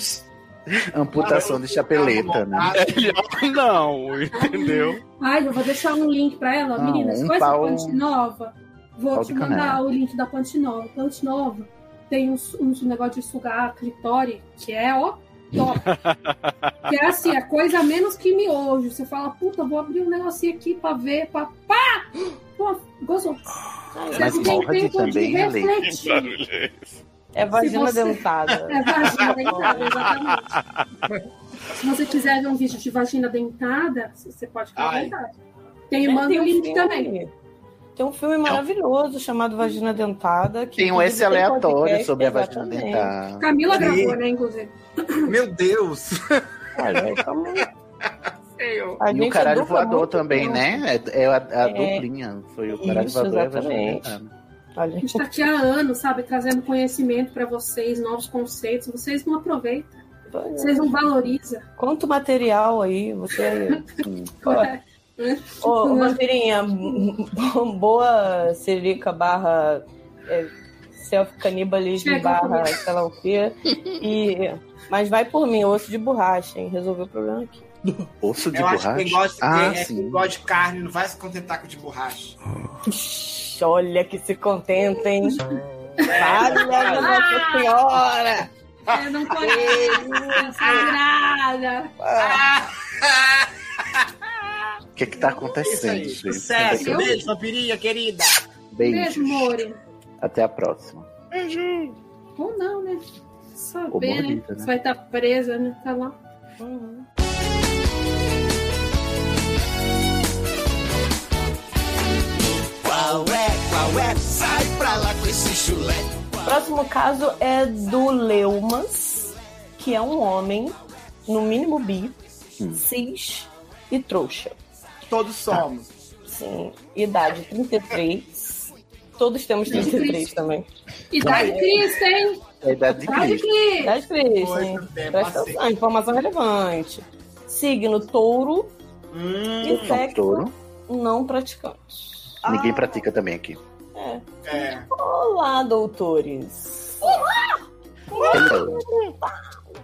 [SPEAKER 3] Amputação de chapeleta,
[SPEAKER 7] Ah,
[SPEAKER 3] né?
[SPEAKER 4] ele, é não, entendeu?
[SPEAKER 6] Ai, eu vou deixar um link pra ela.
[SPEAKER 3] Não,
[SPEAKER 6] Meninas,
[SPEAKER 3] um
[SPEAKER 6] com essa
[SPEAKER 3] pau-
[SPEAKER 6] Ponte Nova, vou
[SPEAKER 3] pau
[SPEAKER 6] te
[SPEAKER 3] de
[SPEAKER 6] mandar
[SPEAKER 3] canela.
[SPEAKER 6] o link da Ponte Nova. Ponte Nova tem uns, uns negócio de sugar clitóris, que é ó, top. que é assim, a coisa menos que miojo. Você fala, puta, vou abrir um negocinho aqui pra ver, pra... Pá! Pô, gozou.
[SPEAKER 3] Mas
[SPEAKER 6] Você tem
[SPEAKER 3] morde
[SPEAKER 6] tempo de
[SPEAKER 3] também, né, Ale.
[SPEAKER 2] Que
[SPEAKER 6] refletir.
[SPEAKER 2] barulho é esse?
[SPEAKER 11] É vagina
[SPEAKER 6] Se você-
[SPEAKER 11] dentada.
[SPEAKER 6] É vagina dentada, exatamente. Se você quiser ver um vídeo de vagina dentada, você pode ficar à
[SPEAKER 7] Ai.
[SPEAKER 6] vontade. Tem,
[SPEAKER 5] Né,
[SPEAKER 6] manda é
[SPEAKER 5] um
[SPEAKER 6] o link também.
[SPEAKER 11] um Tem um filme maravilhoso chamado Vagina Dentada. Que
[SPEAKER 3] Tem um
[SPEAKER 11] inclusive,
[SPEAKER 3] esse aleatório
[SPEAKER 11] podcast,
[SPEAKER 3] sobre a vagina
[SPEAKER 11] exatamente.
[SPEAKER 3] dental.
[SPEAKER 6] Camila gravou,
[SPEAKER 7] Sim.
[SPEAKER 6] né, inclusive.
[SPEAKER 7] Meu Deus.
[SPEAKER 11] Olha, então, a
[SPEAKER 3] E
[SPEAKER 11] gente
[SPEAKER 3] o caralho
[SPEAKER 11] dupla
[SPEAKER 3] voador
[SPEAKER 11] muito
[SPEAKER 3] também,
[SPEAKER 11] tempo.
[SPEAKER 3] né? É, é a,
[SPEAKER 11] É.
[SPEAKER 3] a duplinha. Foi o caralho
[SPEAKER 11] Isso,
[SPEAKER 3] voador e a vagina
[SPEAKER 11] exatamente.
[SPEAKER 3] dentada.
[SPEAKER 6] A
[SPEAKER 11] Olha.
[SPEAKER 6] gente tá aqui há anos, sabe, trazendo conhecimento pra vocês, novos conceitos. Vocês não aproveitam,
[SPEAKER 11] né?
[SPEAKER 6] vocês não valorizam.
[SPEAKER 11] Quanto material aí, você.
[SPEAKER 3] Hum.
[SPEAKER 11] Ô, ô, Vampirinha, um, boa Sirica barra é, self-canibalismo
[SPEAKER 6] Chega
[SPEAKER 11] barra
[SPEAKER 6] comigo.
[SPEAKER 11] sei lá o quê. E, mas vai por mim, osso de borracha, hein? Resolveu o problema aqui.
[SPEAKER 3] Osso de
[SPEAKER 7] Eu acho que
[SPEAKER 3] borracha?
[SPEAKER 7] quem gosta, de
[SPEAKER 3] ah,
[SPEAKER 7] é, quem
[SPEAKER 3] sim.
[SPEAKER 7] gosta de carne não vai se contentar com de borracha.
[SPEAKER 11] Ixi, Olha que se contenta, hein? Olha, nossa senhora!
[SPEAKER 6] Eu não conheço, sagrada.
[SPEAKER 3] O que que tá
[SPEAKER 7] Isso
[SPEAKER 3] acontecendo,
[SPEAKER 7] aí.
[SPEAKER 3] gente?
[SPEAKER 7] Sucesso.
[SPEAKER 6] Eu-
[SPEAKER 7] Beijo, vampirinha, querida.
[SPEAKER 6] Beijo,
[SPEAKER 3] Beijos.
[SPEAKER 6] More.
[SPEAKER 3] Até a próxima.
[SPEAKER 6] Ou não, né? Saber,
[SPEAKER 3] Ou
[SPEAKER 6] né?
[SPEAKER 3] mordida, né?
[SPEAKER 6] Você vai estar presa, né? Tá lá.
[SPEAKER 8] Qual é, qual
[SPEAKER 12] Chulé.
[SPEAKER 5] Próximo caso é do Leumas, que é um homem, no mínimo bi, cis e trouxa.
[SPEAKER 7] Todos somos.
[SPEAKER 5] Sim. Idade 33. Todos temos 33 também.
[SPEAKER 3] Tá
[SPEAKER 6] Idade Cristo, hein?
[SPEAKER 3] É idade de
[SPEAKER 6] Idade
[SPEAKER 3] Cristo.
[SPEAKER 6] Cristo.
[SPEAKER 5] Idade Cristo,
[SPEAKER 7] Pois,
[SPEAKER 5] hein?
[SPEAKER 7] meu Deus,
[SPEAKER 5] Presta
[SPEAKER 7] passei.
[SPEAKER 5] atenção, informação relevante. Signo touro e
[SPEAKER 3] São
[SPEAKER 5] sexo
[SPEAKER 3] touro.
[SPEAKER 5] não praticante.
[SPEAKER 3] Ninguém pratica também aqui.
[SPEAKER 5] É.
[SPEAKER 7] É.
[SPEAKER 5] Olá, doutores.
[SPEAKER 3] Hello.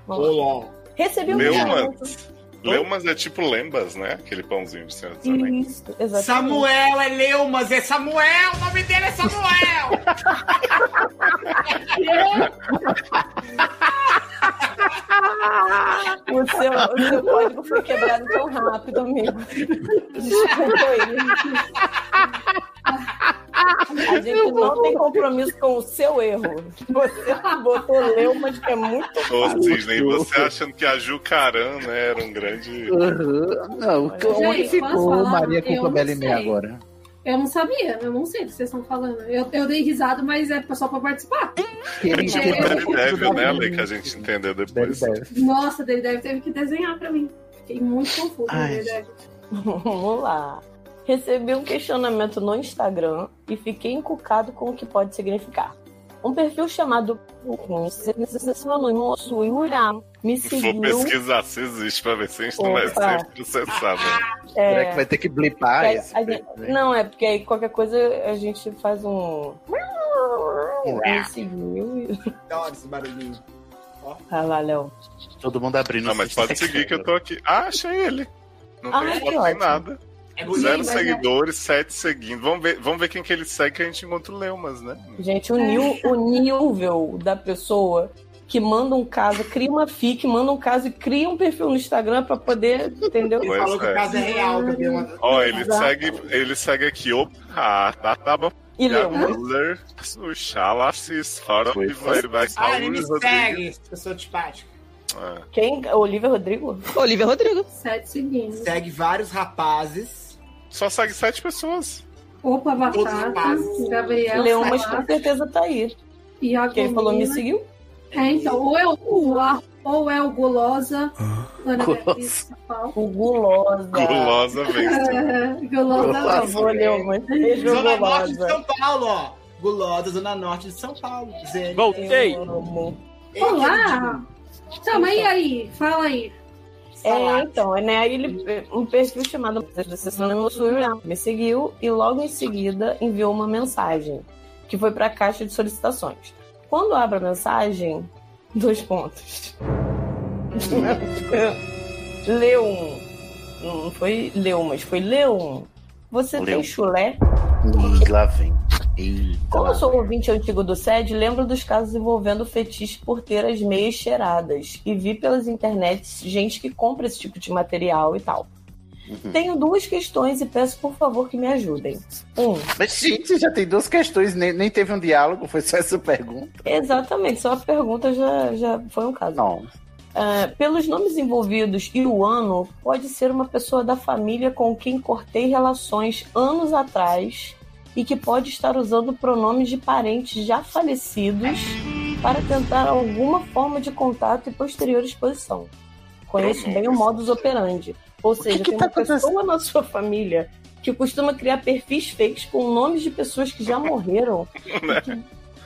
[SPEAKER 5] Vamos lá. Recebi um
[SPEAKER 2] Leumas.
[SPEAKER 5] documento.
[SPEAKER 2] Leumas é tipo lembas, né? Aquele pãozinho de cenoura também.
[SPEAKER 5] Isso, exatamente.
[SPEAKER 7] Samuel é Leumas, é Samuel! O nome dele é Samuel!
[SPEAKER 5] O seu, o seu código foi quebrado tão rápido, amigo. Desculpa aí. A gente não tem compromisso com o seu erro. Você botou Leumas, que é muito
[SPEAKER 2] Ô, Sidney, você achando que a Jucaran, né, era um grande.
[SPEAKER 3] Uhum. Não, onde
[SPEAKER 6] Gente, posso
[SPEAKER 3] ficou
[SPEAKER 6] falar?
[SPEAKER 3] Maria
[SPEAKER 6] Eu
[SPEAKER 3] com
[SPEAKER 6] não
[SPEAKER 3] Cobelimé
[SPEAKER 6] sei.
[SPEAKER 3] agora?
[SPEAKER 6] Eu não sabia, eu não sei do que vocês estão falando. Eu, eu dei risada, mas é só pra participar.
[SPEAKER 3] Quem-
[SPEAKER 6] Gente,
[SPEAKER 3] quem-
[SPEAKER 6] eu-
[SPEAKER 2] Ele deve, né, Lê, que a gente entendeu depois.
[SPEAKER 3] Belideve.
[SPEAKER 6] Nossa, ele deve teve que desenhar pra mim. Fiquei muito confusa, na
[SPEAKER 3] Ai,
[SPEAKER 6] verdade.
[SPEAKER 5] Vamos lá. Recebi um questionamento no Instagram e fiquei encucado com o que pode significar. Um perfil chamado me
[SPEAKER 2] Vou
[SPEAKER 5] seguiu.
[SPEAKER 2] pesquisar se existe pra ver se a gente não é vai
[SPEAKER 5] Opa.
[SPEAKER 2] ser processado. né?
[SPEAKER 5] é,
[SPEAKER 3] Será que vai ter que blipar
[SPEAKER 5] é,
[SPEAKER 3] esse?
[SPEAKER 5] a gente-
[SPEAKER 3] né?
[SPEAKER 5] não, é porque aí qualquer coisa a gente faz um.
[SPEAKER 3] Um
[SPEAKER 5] Me seguiu e.
[SPEAKER 7] Da hora esse barulhinho.
[SPEAKER 5] Ah lá, Léo.
[SPEAKER 3] Todo mundo abrindo.
[SPEAKER 2] Não, mas pode seguir que eu tô aqui. Ah, achei ele. Não
[SPEAKER 5] Ah,
[SPEAKER 2] tem
[SPEAKER 5] que
[SPEAKER 2] foto nem
[SPEAKER 5] ótimo.
[SPEAKER 2] nada.
[SPEAKER 7] É
[SPEAKER 2] Zero
[SPEAKER 7] mas
[SPEAKER 2] seguidores, sete seguindo. Vamos ver, vamos ver quem que ele segue que a gente encontra o Leumas, né?
[SPEAKER 5] Gente, o, nil- o nível da pessoa que manda um caso, cria uma fic, manda um caso e cria um perfil no Instagram pra poder, entendeu?
[SPEAKER 7] Ele falou
[SPEAKER 2] Pois
[SPEAKER 7] que
[SPEAKER 2] é.
[SPEAKER 7] o caso é real, que eu dei uma...
[SPEAKER 2] Ó, ele
[SPEAKER 5] Exato.
[SPEAKER 2] segue, ele segue aqui. Opa, tá, tá bom.
[SPEAKER 5] E
[SPEAKER 2] Gabi
[SPEAKER 5] Leumas.
[SPEAKER 2] Müller, o Xala se fora
[SPEAKER 3] Foi.
[SPEAKER 2] e vai, vai
[SPEAKER 7] Ah,
[SPEAKER 2] Saúl
[SPEAKER 7] ele me
[SPEAKER 2] Rodrigues.
[SPEAKER 7] segue, eu sou antipático.
[SPEAKER 2] Ah,
[SPEAKER 5] Quem? Olivia Rodrigo?
[SPEAKER 13] Olivia Rodrigo.
[SPEAKER 6] Sete segundos.
[SPEAKER 7] Segue vários rapazes.
[SPEAKER 2] Só segue sete pessoas.
[SPEAKER 6] Opa,
[SPEAKER 7] Outros
[SPEAKER 6] batata.
[SPEAKER 7] passos.
[SPEAKER 6] Gabriel.
[SPEAKER 5] Leomas
[SPEAKER 6] Sara,
[SPEAKER 5] com certeza tá aí.
[SPEAKER 6] Iago
[SPEAKER 5] Porque ele falou, me
[SPEAKER 6] Lima.
[SPEAKER 5] seguiu.
[SPEAKER 6] É, então, ou é o, o Ar- ou é o Gulosa,
[SPEAKER 5] Ah.
[SPEAKER 6] Ana Beatriz Sapal.
[SPEAKER 5] O Gulosa.
[SPEAKER 2] Gulosa vence.
[SPEAKER 6] É,
[SPEAKER 5] Por
[SPEAKER 6] Gulosa não.
[SPEAKER 5] favor, Leomas. Beijo,
[SPEAKER 7] Zona Norte de
[SPEAKER 5] Gulosa.
[SPEAKER 7] São Paulo, ó. Gulosa, Zona Norte de São Paulo. Zé.
[SPEAKER 4] Voltei.
[SPEAKER 5] Eu amo.
[SPEAKER 7] Ei,
[SPEAKER 6] Olá! Então, mas e aí? Fala aí.
[SPEAKER 5] É,
[SPEAKER 7] Salada.
[SPEAKER 5] então, né? Aí ele, um perfil chamado me seguiu e logo em seguida enviou uma mensagem que foi pra caixa de solicitações. Quando abro a mensagem, dois pontos. Leu um. Não foi leu, mas foi leu um. Você
[SPEAKER 3] Leu.
[SPEAKER 5] tem chulé?
[SPEAKER 3] Ih, Hum, lá vem. Ih,
[SPEAKER 5] Como
[SPEAKER 3] lá
[SPEAKER 5] eu sou um
[SPEAKER 3] vem.
[SPEAKER 5] ouvinte antigo do SED, lembro dos casos envolvendo fetiche por ter as meias cheiradas. E vi pelas internets gente que compra esse tipo de material e tal.
[SPEAKER 3] Uhum.
[SPEAKER 5] Tenho duas questões e peço, por favor, que me ajudem. Um,
[SPEAKER 3] Mas, gente, já tem duas questões, nem, nem teve um diálogo, foi só essa pergunta.
[SPEAKER 5] exatamente, só a pergunta já, já foi um caso.
[SPEAKER 3] Não.
[SPEAKER 5] Ah, pelos nomes envolvidos e o ano, pode ser uma pessoa da família com quem cortei relações anos atrás e que pode estar usando pronomes de parentes já falecidos para tentar alguma forma de contato e posterior exposição. Conheço bem o modus operandi. Ou seja,
[SPEAKER 3] Uhum. que
[SPEAKER 5] tem
[SPEAKER 3] tá
[SPEAKER 5] uma pessoa na sua família que costuma criar perfis fakes com nomes de pessoas que já morreram.
[SPEAKER 3] Né?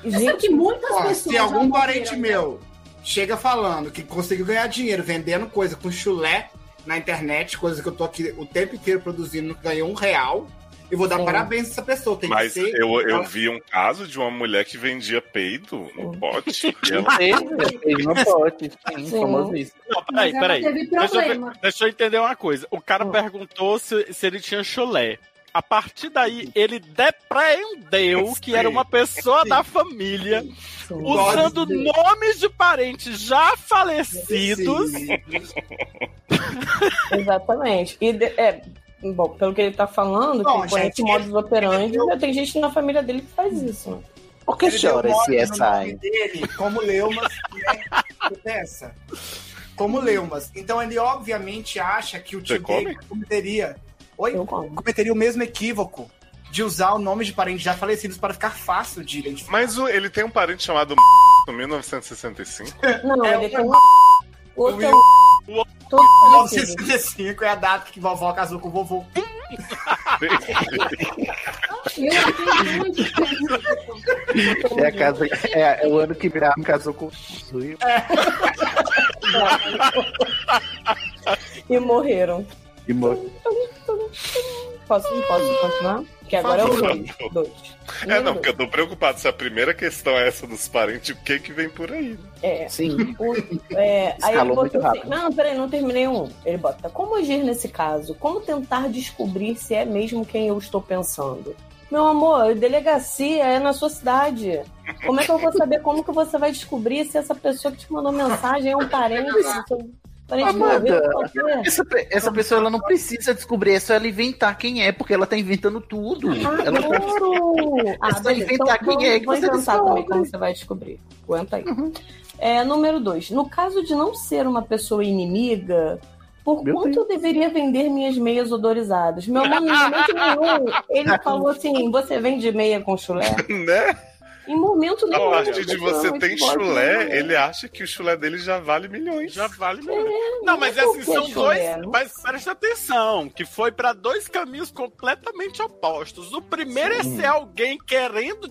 [SPEAKER 5] E que-
[SPEAKER 6] Só
[SPEAKER 5] Gente,
[SPEAKER 6] que muitas
[SPEAKER 7] Ó,
[SPEAKER 6] pessoas.
[SPEAKER 7] se
[SPEAKER 6] já
[SPEAKER 7] algum
[SPEAKER 6] morreram.
[SPEAKER 7] parente meu chega falando que conseguiu ganhar dinheiro vendendo coisa com chulé na internet, coisa que eu tô aqui o tempo inteiro produzindo, nunca ganhou um real, eu vou dar
[SPEAKER 5] Sim.
[SPEAKER 7] parabéns a essa pessoa. Tem
[SPEAKER 2] Mas
[SPEAKER 7] que ser.
[SPEAKER 2] eu, eu vi um caso de uma mulher que vendia peido
[SPEAKER 7] Hum.
[SPEAKER 2] no pote. E ela
[SPEAKER 3] Teve uma pote, sim,
[SPEAKER 5] Sim.
[SPEAKER 3] famoso isso.
[SPEAKER 4] Não,
[SPEAKER 6] Mas
[SPEAKER 4] peraí,
[SPEAKER 6] ela
[SPEAKER 4] peraí.
[SPEAKER 6] teve Ah.
[SPEAKER 4] Deixa eu ver-
[SPEAKER 6] problema.
[SPEAKER 4] Deixa eu entender uma coisa. O cara
[SPEAKER 5] Hum.
[SPEAKER 4] perguntou se, se ele tinha chulé. A partir daí, ele depreendeu que era uma pessoa da família usando
[SPEAKER 7] Pode ser.
[SPEAKER 4] nomes de parentes já falecidos.
[SPEAKER 5] Exatamente. E de- é, bom, pelo que ele tá falando,
[SPEAKER 7] Bom,
[SPEAKER 5] que conhece
[SPEAKER 7] gente,
[SPEAKER 5] o modus operandi,
[SPEAKER 7] ele-
[SPEAKER 5] já tem gente na família dele que faz isso. né?
[SPEAKER 3] Por que chora esse
[SPEAKER 7] essa
[SPEAKER 3] CSI?
[SPEAKER 7] dele, como Leumas, que é dessa. Como Leumas. Então ele obviamente acha que o
[SPEAKER 2] Você
[SPEAKER 7] Tio Gay cometeria. Oi?
[SPEAKER 5] Eu como.
[SPEAKER 7] Cometeria o mesmo equívoco de usar o nome de parentes já falecidos para ficar fácil de identificar.
[SPEAKER 2] Mas o- ele tem um parente chamado em 1965.
[SPEAKER 5] Não, ele tem um. Outro é
[SPEAKER 2] um.
[SPEAKER 5] Todo falecido.
[SPEAKER 7] 1965 é a data que vovó casou com o vovô.
[SPEAKER 6] Eu
[SPEAKER 5] assim,
[SPEAKER 6] achei muito
[SPEAKER 3] É, a casa, é, é o ano que Miriam casou com o Zui.
[SPEAKER 5] E morreram.
[SPEAKER 3] E morreu.
[SPEAKER 5] Posso, posso continuar? Que agora é o
[SPEAKER 2] Por favor.
[SPEAKER 5] dois. dois.
[SPEAKER 2] É, não, porque eu tô preocupado se a primeira questão é essa dos parentes, o que que vem por aí? né?
[SPEAKER 5] É.
[SPEAKER 3] Sim.
[SPEAKER 5] O- é, aí ele
[SPEAKER 2] Escalou muito
[SPEAKER 5] botou assim,
[SPEAKER 2] rápido.
[SPEAKER 5] não, peraí, não terminei um. Ele bota, como agir nesse caso? Como tentar descobrir se é mesmo quem eu estou pensando? Meu amor, delegacia é na sua cidade. Como é que eu vou saber como que você vai descobrir se essa pessoa que te mandou mensagem é um parente? seu parente
[SPEAKER 3] Amanda,
[SPEAKER 5] morreu, qualquer?
[SPEAKER 3] essa, pe- essa pessoa ela não precisa descobrir, é só ela inventar quem é, porque ela tá inventando tudo. Ela tá,
[SPEAKER 5] Adoro!
[SPEAKER 3] É só
[SPEAKER 5] beleza.
[SPEAKER 3] inventar
[SPEAKER 5] Então,
[SPEAKER 3] quem é que
[SPEAKER 5] vou
[SPEAKER 3] você Uhum.
[SPEAKER 5] inventar
[SPEAKER 3] descobre.
[SPEAKER 5] também como você vai descobrir. Aguenta aí. É, número dois. No caso de não ser uma pessoa inimiga, por
[SPEAKER 11] Meu
[SPEAKER 5] quanto eu deveria vender minhas meias odorizadas? Meu mano, em momento nenhum, ele falou assim: você vende meia com chulé?
[SPEAKER 2] Né?
[SPEAKER 5] Em momento
[SPEAKER 2] A
[SPEAKER 5] nenhum.
[SPEAKER 2] partir de você tem chulé,
[SPEAKER 5] ele
[SPEAKER 2] ele é- acha que o chulé dele já vale milhões.
[SPEAKER 4] Já vale
[SPEAKER 5] mesmo.
[SPEAKER 4] Não, mas
[SPEAKER 5] não é
[SPEAKER 4] assim,
[SPEAKER 5] qualquer
[SPEAKER 4] são dois.
[SPEAKER 5] chulé, não.
[SPEAKER 4] Mas preste atenção, que foi pra dois caminhos completamente opostos. O primeiro é
[SPEAKER 5] Sim.
[SPEAKER 4] ser alguém querendo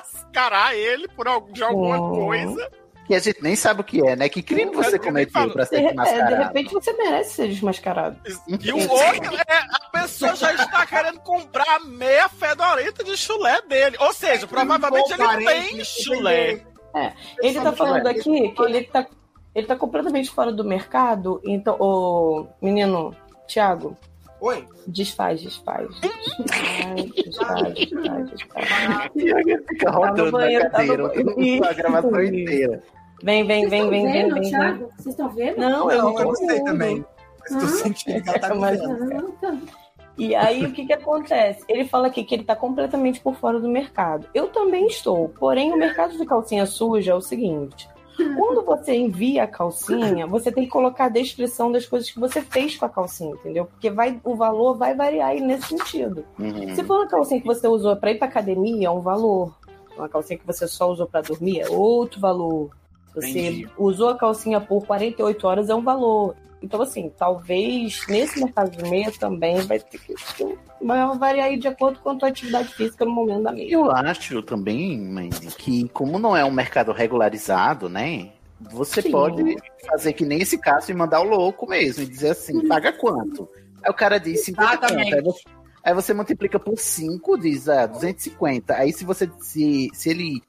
[SPEAKER 4] desmascarar ele por algum, de alguma
[SPEAKER 5] Oh.
[SPEAKER 4] coisa.
[SPEAKER 3] E a gente nem sabe o que é, né? Que crime você cometeu pra
[SPEAKER 5] De,
[SPEAKER 3] ser
[SPEAKER 5] é, de
[SPEAKER 3] mascarado?
[SPEAKER 5] repente você merece ser desmascarado.
[SPEAKER 4] E o outro é a pessoa já está querendo comprar a meia fedorenta de chulé dele. Ou seja, provavelmente ele tem chulé.
[SPEAKER 5] É, ele tá falando aqui que ele tá, ele tá completamente fora do mercado. Então, ô, menino, Thiago.
[SPEAKER 7] Oi?
[SPEAKER 5] Desfaz, desfaz. Desfaz, desfaz, desfaz, desfaz.
[SPEAKER 3] Tiago fica rodando
[SPEAKER 5] banheiro,
[SPEAKER 3] na
[SPEAKER 5] tá no
[SPEAKER 3] cadeira
[SPEAKER 5] banheiro.
[SPEAKER 3] a gravação inteira.
[SPEAKER 5] Vem, vem, vem, vem, vem,
[SPEAKER 6] vendo,
[SPEAKER 5] vem.
[SPEAKER 6] Thiago? Vocês estão vendo?
[SPEAKER 5] Não, eu não tô vendo.
[SPEAKER 7] Estou sentindo que ela tá
[SPEAKER 5] Mas-
[SPEAKER 7] gozando.
[SPEAKER 5] E aí, o que que acontece? Ele fala aqui que ele tá completamente por fora do mercado. Eu também estou, porém, o mercado de calcinha suja é o seguinte. Quando você envia a calcinha, você tem que colocar a descrição das coisas que você fez com a calcinha, entendeu? Porque vai, o valor vai variar aí nesse sentido.
[SPEAKER 2] Hum.
[SPEAKER 5] Se for uma calcinha que você usou pra ir pra academia, é um valor. Uma calcinha que você só usou pra dormir é outro valor. Se você
[SPEAKER 11] Entendi.
[SPEAKER 5] usou a calcinha por 48 horas é um valor. Então, assim, talvez nesse mercado de meia também vai ter que. Vai variar aí de acordo com a tua atividade física no momento da meia.
[SPEAKER 3] Eu acho também, mãe, que como não é um mercado regularizado, né? Você
[SPEAKER 5] Sim.
[SPEAKER 3] pode fazer que nem esse caso e mandar o louco mesmo e dizer assim, paga quanto? Aí o cara diz 50 conto.
[SPEAKER 5] Exatamente.
[SPEAKER 3] Aí você, aí você multiplica por 5, diz ah, 250. Aí se você se, se ele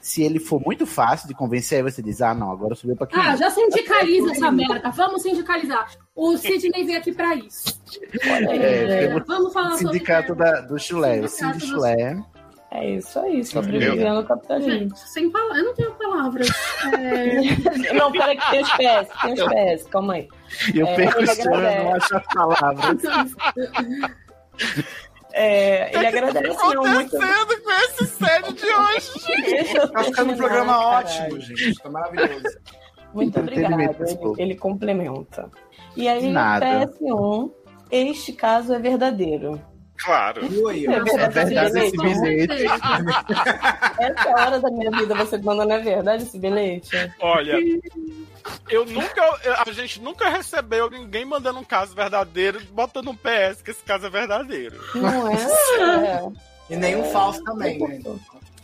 [SPEAKER 3] se ele for muito fácil de convencer, aí você diz: "Ah, não, agora subiu pra 500".
[SPEAKER 6] Ah, já sindicaliza essa merda. Vamos sindicalizar. O Sidney veio aqui pra isso.
[SPEAKER 7] né?
[SPEAKER 3] É,
[SPEAKER 6] É, vamos falar sobre
[SPEAKER 3] Sindicato da, do chulé, o Cindy
[SPEAKER 6] Sindicato do-
[SPEAKER 3] Chulé.
[SPEAKER 5] É isso aí,
[SPEAKER 3] sobrevivendo
[SPEAKER 5] ao capitalismo.
[SPEAKER 6] Gente, sem falar, eu não tenho palavras. É...
[SPEAKER 5] Não, peraí, que tem os PS, tem os PS, calma aí.
[SPEAKER 3] Eu
[SPEAKER 5] É,
[SPEAKER 3] perco o
[SPEAKER 5] ele
[SPEAKER 3] chão, eu não
[SPEAKER 5] agradece.
[SPEAKER 3] acho as palavras.
[SPEAKER 5] É, ele agradece
[SPEAKER 4] Tá
[SPEAKER 5] não, muito.
[SPEAKER 4] acontecendo com esse sede de hoje, gente.
[SPEAKER 7] Tá ficando um programa
[SPEAKER 5] Caralho.
[SPEAKER 7] ótimo, gente. Tá maravilhoso.
[SPEAKER 5] Muito obrigada.
[SPEAKER 3] Entretenimento,
[SPEAKER 5] Ele,
[SPEAKER 3] desculpa.
[SPEAKER 5] ele complementa. E aí,
[SPEAKER 3] De nada.
[SPEAKER 5] PS1, este caso é verdadeiro.
[SPEAKER 2] Claro.
[SPEAKER 7] Oi,
[SPEAKER 5] É
[SPEAKER 3] É verdade esse bilhete.
[SPEAKER 5] Essa é hora da minha vida você manda, não é verdade esse bilhete?
[SPEAKER 4] Olha, eu nunca. eu- A gente nunca recebeu ninguém mandando um caso verdadeiro, botando um PS que esse caso é verdadeiro.
[SPEAKER 5] Não é?
[SPEAKER 7] E nenhum falso também, né?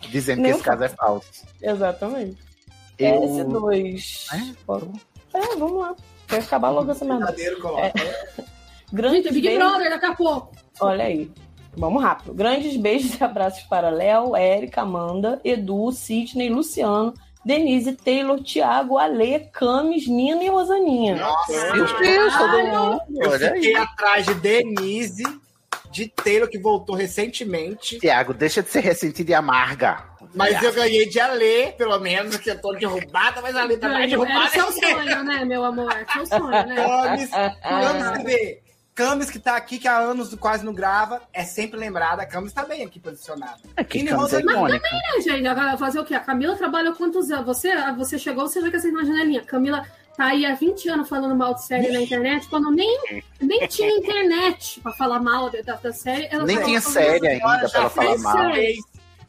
[SPEAKER 3] Dizendo
[SPEAKER 5] Nem
[SPEAKER 3] que esse caso é falso.
[SPEAKER 5] é. Exatamente. É,
[SPEAKER 3] Eu-
[SPEAKER 5] PS2. É? vamos lá. Vai acabar logo essa merda.
[SPEAKER 7] Verdadeiro, coloca.
[SPEAKER 5] É, Grande
[SPEAKER 6] é Big
[SPEAKER 5] beijo-
[SPEAKER 6] Brother daqui a pouco.
[SPEAKER 5] Olha aí. Vamos rápido. Grandes beijos e abraços para Léo, Érica, Amanda, Edu, Sidney, Luciano, Denise, Taylor, Thiago, Ale, Camis, Nina e Rosaninha.
[SPEAKER 2] Nossa.
[SPEAKER 3] Meu Deus, todo
[SPEAKER 6] Caralho.
[SPEAKER 3] mundo.
[SPEAKER 7] Eu
[SPEAKER 3] Olha
[SPEAKER 7] fiquei
[SPEAKER 3] aí.
[SPEAKER 7] atrás de Denise, de Taylor, que voltou recentemente.
[SPEAKER 3] Tiago, deixa de ser ressentido e amarga.
[SPEAKER 7] Mas eu ganhei de Alê, pelo menos, que eu tô derrubada, mas a Alê tá mais
[SPEAKER 6] Ganho. Era
[SPEAKER 7] derrubada.
[SPEAKER 6] seu sonho, né, meu amor? Seu sonho, né?
[SPEAKER 7] Camis, Camis, que vê. Camis que tá aqui, que há anos quase não grava, é sempre lembrada. A Camis tá bem aqui posicionada.
[SPEAKER 3] É que
[SPEAKER 7] Nina
[SPEAKER 3] Camis é
[SPEAKER 7] Rosaninha.
[SPEAKER 3] icônica.
[SPEAKER 6] tá É, gente, agora fazer o quê? A Camila trabalha há quantos anos? Você, você chegou, você vê que assim na janelinha. Camila tá aí há 20 anos falando mal de série na internet, quando nem, nem tinha internet pra falar mal da, da série. Ela
[SPEAKER 3] Nem
[SPEAKER 6] falou
[SPEAKER 3] tinha
[SPEAKER 6] sobre
[SPEAKER 3] série
[SPEAKER 6] isso.
[SPEAKER 3] ainda pra ela falar
[SPEAKER 6] fez
[SPEAKER 3] mal.
[SPEAKER 6] séries.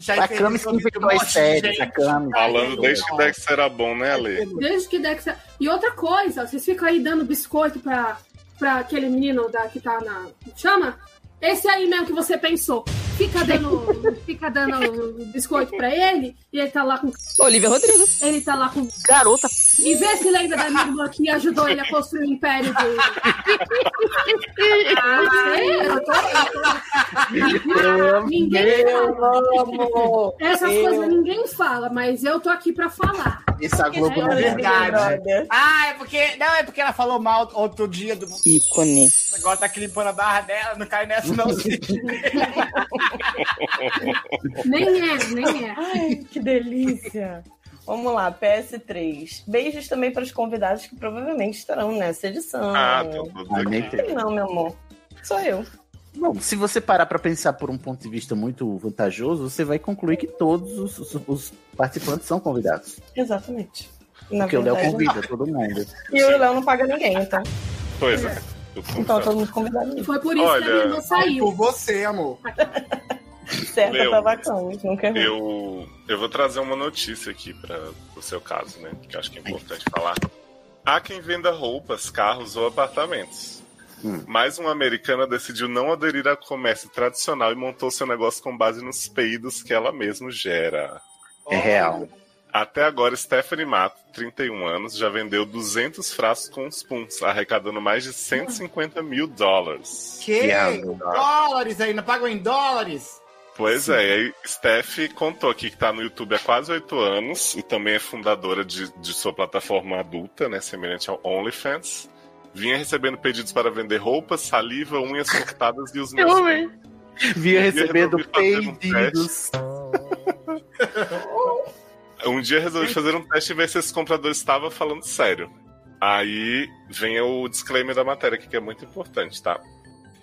[SPEAKER 3] É A Camis que
[SPEAKER 7] um
[SPEAKER 3] inventou as séries, né? a Camis.
[SPEAKER 2] Falando desde que Dexter era bom, né, Ale?
[SPEAKER 6] Desde que Dexter. E outra coisa, vocês ficam aí dando biscoito pra, pra aquele menino da, que tá na. como Chama? Esse aí mesmo que você pensou. Fica dando, fica dando biscoito pra ele e ele tá lá com.
[SPEAKER 14] Olivia Rodrigo.
[SPEAKER 6] Ele tá lá com.
[SPEAKER 14] Garota.
[SPEAKER 6] E vê se lembra da minha irmã que ajudou ele a construir o império do. Ah, é, eu tô- Ninguém fala. Essas
[SPEAKER 7] Eu-
[SPEAKER 6] coisas ninguém fala, mas eu tô aqui pra falar.
[SPEAKER 3] Isso a
[SPEAKER 14] Globo não
[SPEAKER 7] verdade.
[SPEAKER 14] lembra.
[SPEAKER 7] Ah, é porque. Não, é porque ela falou mal outro dia do.
[SPEAKER 14] Ícone.
[SPEAKER 7] Agora tá aqui limpando a barra dela, não cai nessa, não.
[SPEAKER 6] Nem é, nem é.
[SPEAKER 11] Ai, que delícia. Vamos lá, PS3. Beijos também para os convidados que provavelmente estarão nessa edição.
[SPEAKER 3] Ah,
[SPEAKER 2] um
[SPEAKER 3] tô- tô- tô-
[SPEAKER 11] Por que não, meu amor. Sou eu.
[SPEAKER 3] Bom, se você parar pra pensar por um ponto de vista muito vantajoso, você vai concluir que todos os, os- os participantes são convidados.
[SPEAKER 11] Exatamente. Na
[SPEAKER 3] Porque o Léo
[SPEAKER 11] verdade,
[SPEAKER 3] convida todo mundo.
[SPEAKER 11] E o Léo não paga ninguém, então.
[SPEAKER 2] Pois é.
[SPEAKER 5] tá
[SPEAKER 11] Então todo mundo convidado.
[SPEAKER 6] Foi
[SPEAKER 2] por isso que a Olha, minha irmã
[SPEAKER 6] saiu.
[SPEAKER 7] Por você, amor.
[SPEAKER 11] Certa
[SPEAKER 2] Meu.
[SPEAKER 11] tava com, não quer ver.
[SPEAKER 2] Eu, eu vou trazer uma notícia aqui para o seu caso, né? Que eu acho que é importante falar. Há quem venda roupas, carros ou apartamentos. Mais uma americana decidiu não aderir ao comércio tradicional e montou seu negócio com base nos peidos que ela mesma gera.
[SPEAKER 3] É real.
[SPEAKER 2] Até agora, Stephanie Mato, 31 anos, já vendeu 200 frascos com spoons, arrecadando mais de 150 mil dólares.
[SPEAKER 7] Que? Dólares ainda, pagam em dólares.
[SPEAKER 2] Pois é, e aí Steph contou aqui que tá no YouTube há quase oito anos e também é fundadora de, de sua plataforma adulta, né, semelhante ao OnlyFans. Vinha recebendo pedidos para vender roupas, saliva, unhas cortadas e os meus...
[SPEAKER 3] Vinha
[SPEAKER 2] Eu
[SPEAKER 3] recebendo
[SPEAKER 2] resolvi fazer um
[SPEAKER 3] pedidos.
[SPEAKER 2] Um dia resolvi fazer um teste e ver se esse comprador estava falando sério. Aí vem o disclaimer da matéria aqui, que é muito importante, tá?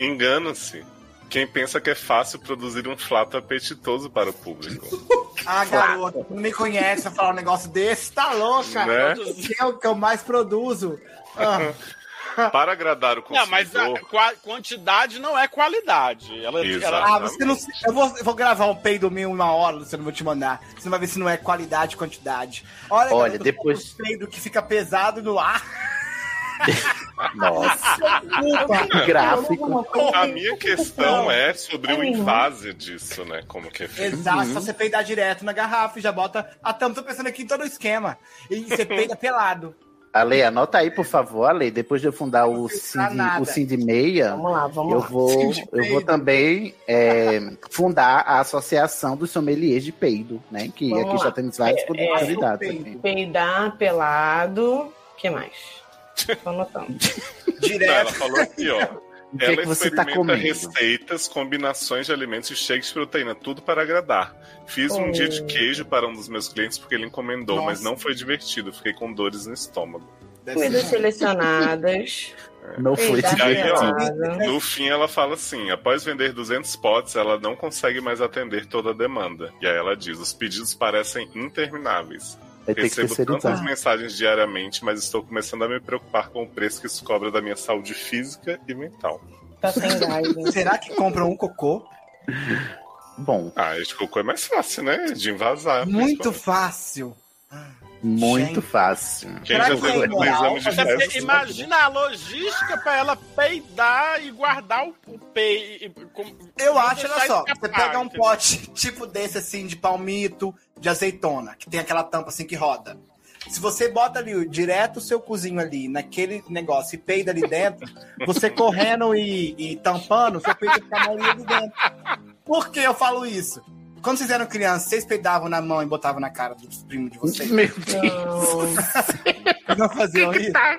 [SPEAKER 2] Engana-se quem pensa que é fácil produzir um flato apetitoso para o público.
[SPEAKER 7] Ah, garota, tu não me conhece pra falar um negócio desse, tá louca?
[SPEAKER 2] Né?
[SPEAKER 7] Que é o que eu mais produzo. Ah,
[SPEAKER 2] Para agradar o
[SPEAKER 4] Não, mas a qua- quantidade não é qualidade. Ela, ela-
[SPEAKER 7] ah, você não. Eu vou, eu vou gravar um peido meu uma hora, você não vou te mandar. Você vai ver se não é qualidade e quantidade. Olha,
[SPEAKER 3] Olha,
[SPEAKER 7] garota,
[SPEAKER 3] depois-
[SPEAKER 7] o peido um que fica pesado no ar.
[SPEAKER 3] Nossa.
[SPEAKER 2] Desculpa.
[SPEAKER 3] Gráfico.
[SPEAKER 2] A minha questão é sobre o enfase disso, né? Como que é feito.
[SPEAKER 7] Exato, só você peidar direto na garrafa e já bota a tampa. Tô pensando aqui em todo o esquema. E você peida pelado.
[SPEAKER 3] Ale, anota aí, por favor, Ale. Depois de eu fundar o Cindy,
[SPEAKER 7] nada.
[SPEAKER 3] o Cindy Meia,
[SPEAKER 11] vamos
[SPEAKER 3] eu,
[SPEAKER 11] lá.
[SPEAKER 3] Vou,
[SPEAKER 11] Cindy
[SPEAKER 3] eu vou
[SPEAKER 11] Peido.
[SPEAKER 3] também é, fundar a Associação dos Sommeliers de Peido, né? Que
[SPEAKER 11] Vamos
[SPEAKER 3] aqui
[SPEAKER 11] lá.
[SPEAKER 3] já temos vários
[SPEAKER 11] É,
[SPEAKER 3] possibilidades.
[SPEAKER 11] é,
[SPEAKER 3] né?
[SPEAKER 11] Peidar, pelado. O que mais? Tô anotando.
[SPEAKER 2] Direto. Ela falou aqui, ó.
[SPEAKER 3] O que é
[SPEAKER 2] Ela
[SPEAKER 3] que você tá
[SPEAKER 2] experimenta
[SPEAKER 3] comendo?
[SPEAKER 2] receitas, combinações de alimentos e shakes de proteína, tudo para agradar. Fiz um
[SPEAKER 11] Oh.
[SPEAKER 2] dia de queijo para um dos meus clientes porque ele encomendou, mas
[SPEAKER 11] Nossa.
[SPEAKER 2] não foi divertido. Fiquei com dores no estômago.
[SPEAKER 11] Comidas selecionadas.
[SPEAKER 3] Não
[SPEAKER 11] foi
[SPEAKER 2] E aí, ó,
[SPEAKER 11] divertido.
[SPEAKER 2] no fim ela fala assim, após vender 200 potes, ela não consegue mais atender toda a demanda. E aí ela diz, os pedidos parecem intermináveis.
[SPEAKER 3] Vai ter que
[SPEAKER 2] Recebo
[SPEAKER 3] terceirizar.
[SPEAKER 2] tantas mensagens diariamente, mas estou começando a me preocupar com o preço que isso cobra da minha saúde física e mental.
[SPEAKER 11] Tá sem gás.
[SPEAKER 7] Será que compram um cocô?
[SPEAKER 3] Bom.
[SPEAKER 2] Ah, esse cocô é mais fácil, né? De invasar.
[SPEAKER 7] Muito fácil.
[SPEAKER 3] Muito fácil.
[SPEAKER 2] Quem já teve um exame de
[SPEAKER 4] Até é porque
[SPEAKER 2] fezes, né?
[SPEAKER 4] imagina a logística pra ela peidar e guardar o, o pei.
[SPEAKER 7] Eu acho, olha só, você pega um pote tipo desse assim, de palmito, de azeitona, que tem aquela tampa assim que roda. Se você bota ali o- direto o seu cozinho ali, naquele negócio, e peida ali dentro, você correndo e, e tampando, seu peito fica na ali dentro. Por que eu falo isso? Quando vocês eram crianças, vocês peidavam na mão e botavam na cara dos primos de vocês?
[SPEAKER 3] Meu
[SPEAKER 7] Deus! Não faziam isso?
[SPEAKER 3] Tá